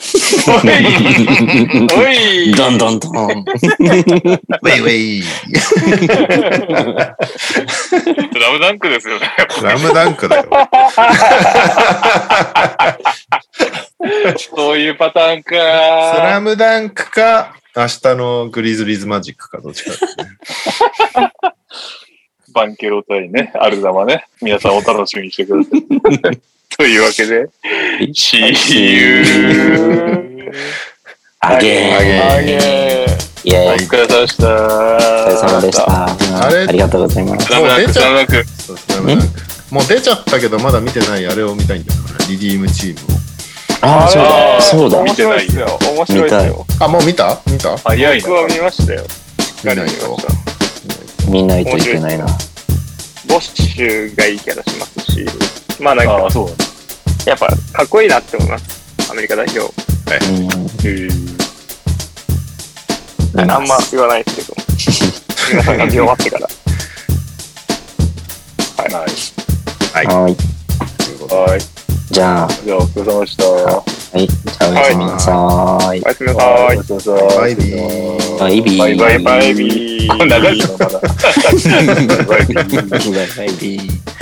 Speaker 2: いお い
Speaker 5: どんどんどん。
Speaker 4: ウェイウェイ。
Speaker 2: ラムダンクですよね。
Speaker 4: スラムダンク だよ。
Speaker 2: そういうパターンか
Speaker 4: スラ
Speaker 2: ー。
Speaker 4: ムダンクか、明日のグリズリーズマジックか、どっちか。
Speaker 2: バンケロ対ね、アルダマね。皆さんお楽しみにしてください。というわけで、See you!
Speaker 1: あ
Speaker 4: ア
Speaker 1: げ
Speaker 4: ゲ
Speaker 3: あげ
Speaker 1: ー。イエ
Speaker 2: お
Speaker 1: ーイ。
Speaker 2: 疲れ様でした。
Speaker 1: お疲れ様でした。
Speaker 4: あれ
Speaker 1: ありがとうございます。
Speaker 2: ダメなく、ダメなく。
Speaker 4: そうですねもう出ちゃったけど、まだ見てないあれを見たいんだよね。リディームチームを。
Speaker 1: ああ、そうだ。そう
Speaker 3: 面
Speaker 1: だ。
Speaker 3: 白いですよ。面白いですよ。
Speaker 4: あ、もう見た見た
Speaker 2: 早いな
Speaker 3: 僕。は見ましたよ。
Speaker 4: 見ないと。
Speaker 1: 見ないといけないな。
Speaker 3: ボッシュがいいキャラしますし、まあなん
Speaker 2: ああ、
Speaker 3: か、
Speaker 2: そう
Speaker 3: やっぱかっこいいなって思います。アメリカ代表。
Speaker 1: うん。
Speaker 2: だ。へえ
Speaker 3: あんま言わないですけど。皆さんが見終わってから。
Speaker 2: はい。
Speaker 1: はい。
Speaker 2: はい。
Speaker 1: じゃあ、
Speaker 2: じゃあ、お疲れ様でした。お
Speaker 1: はい。じゃあ、おやすみなさーい。
Speaker 3: おやすみなさ
Speaker 2: 疲れ
Speaker 3: い。
Speaker 2: 様でした
Speaker 4: バイビー。
Speaker 1: バイビー。
Speaker 2: バイバ
Speaker 3: バイバイビー。
Speaker 2: 長いのまだ。バイビー。
Speaker 1: バイビー。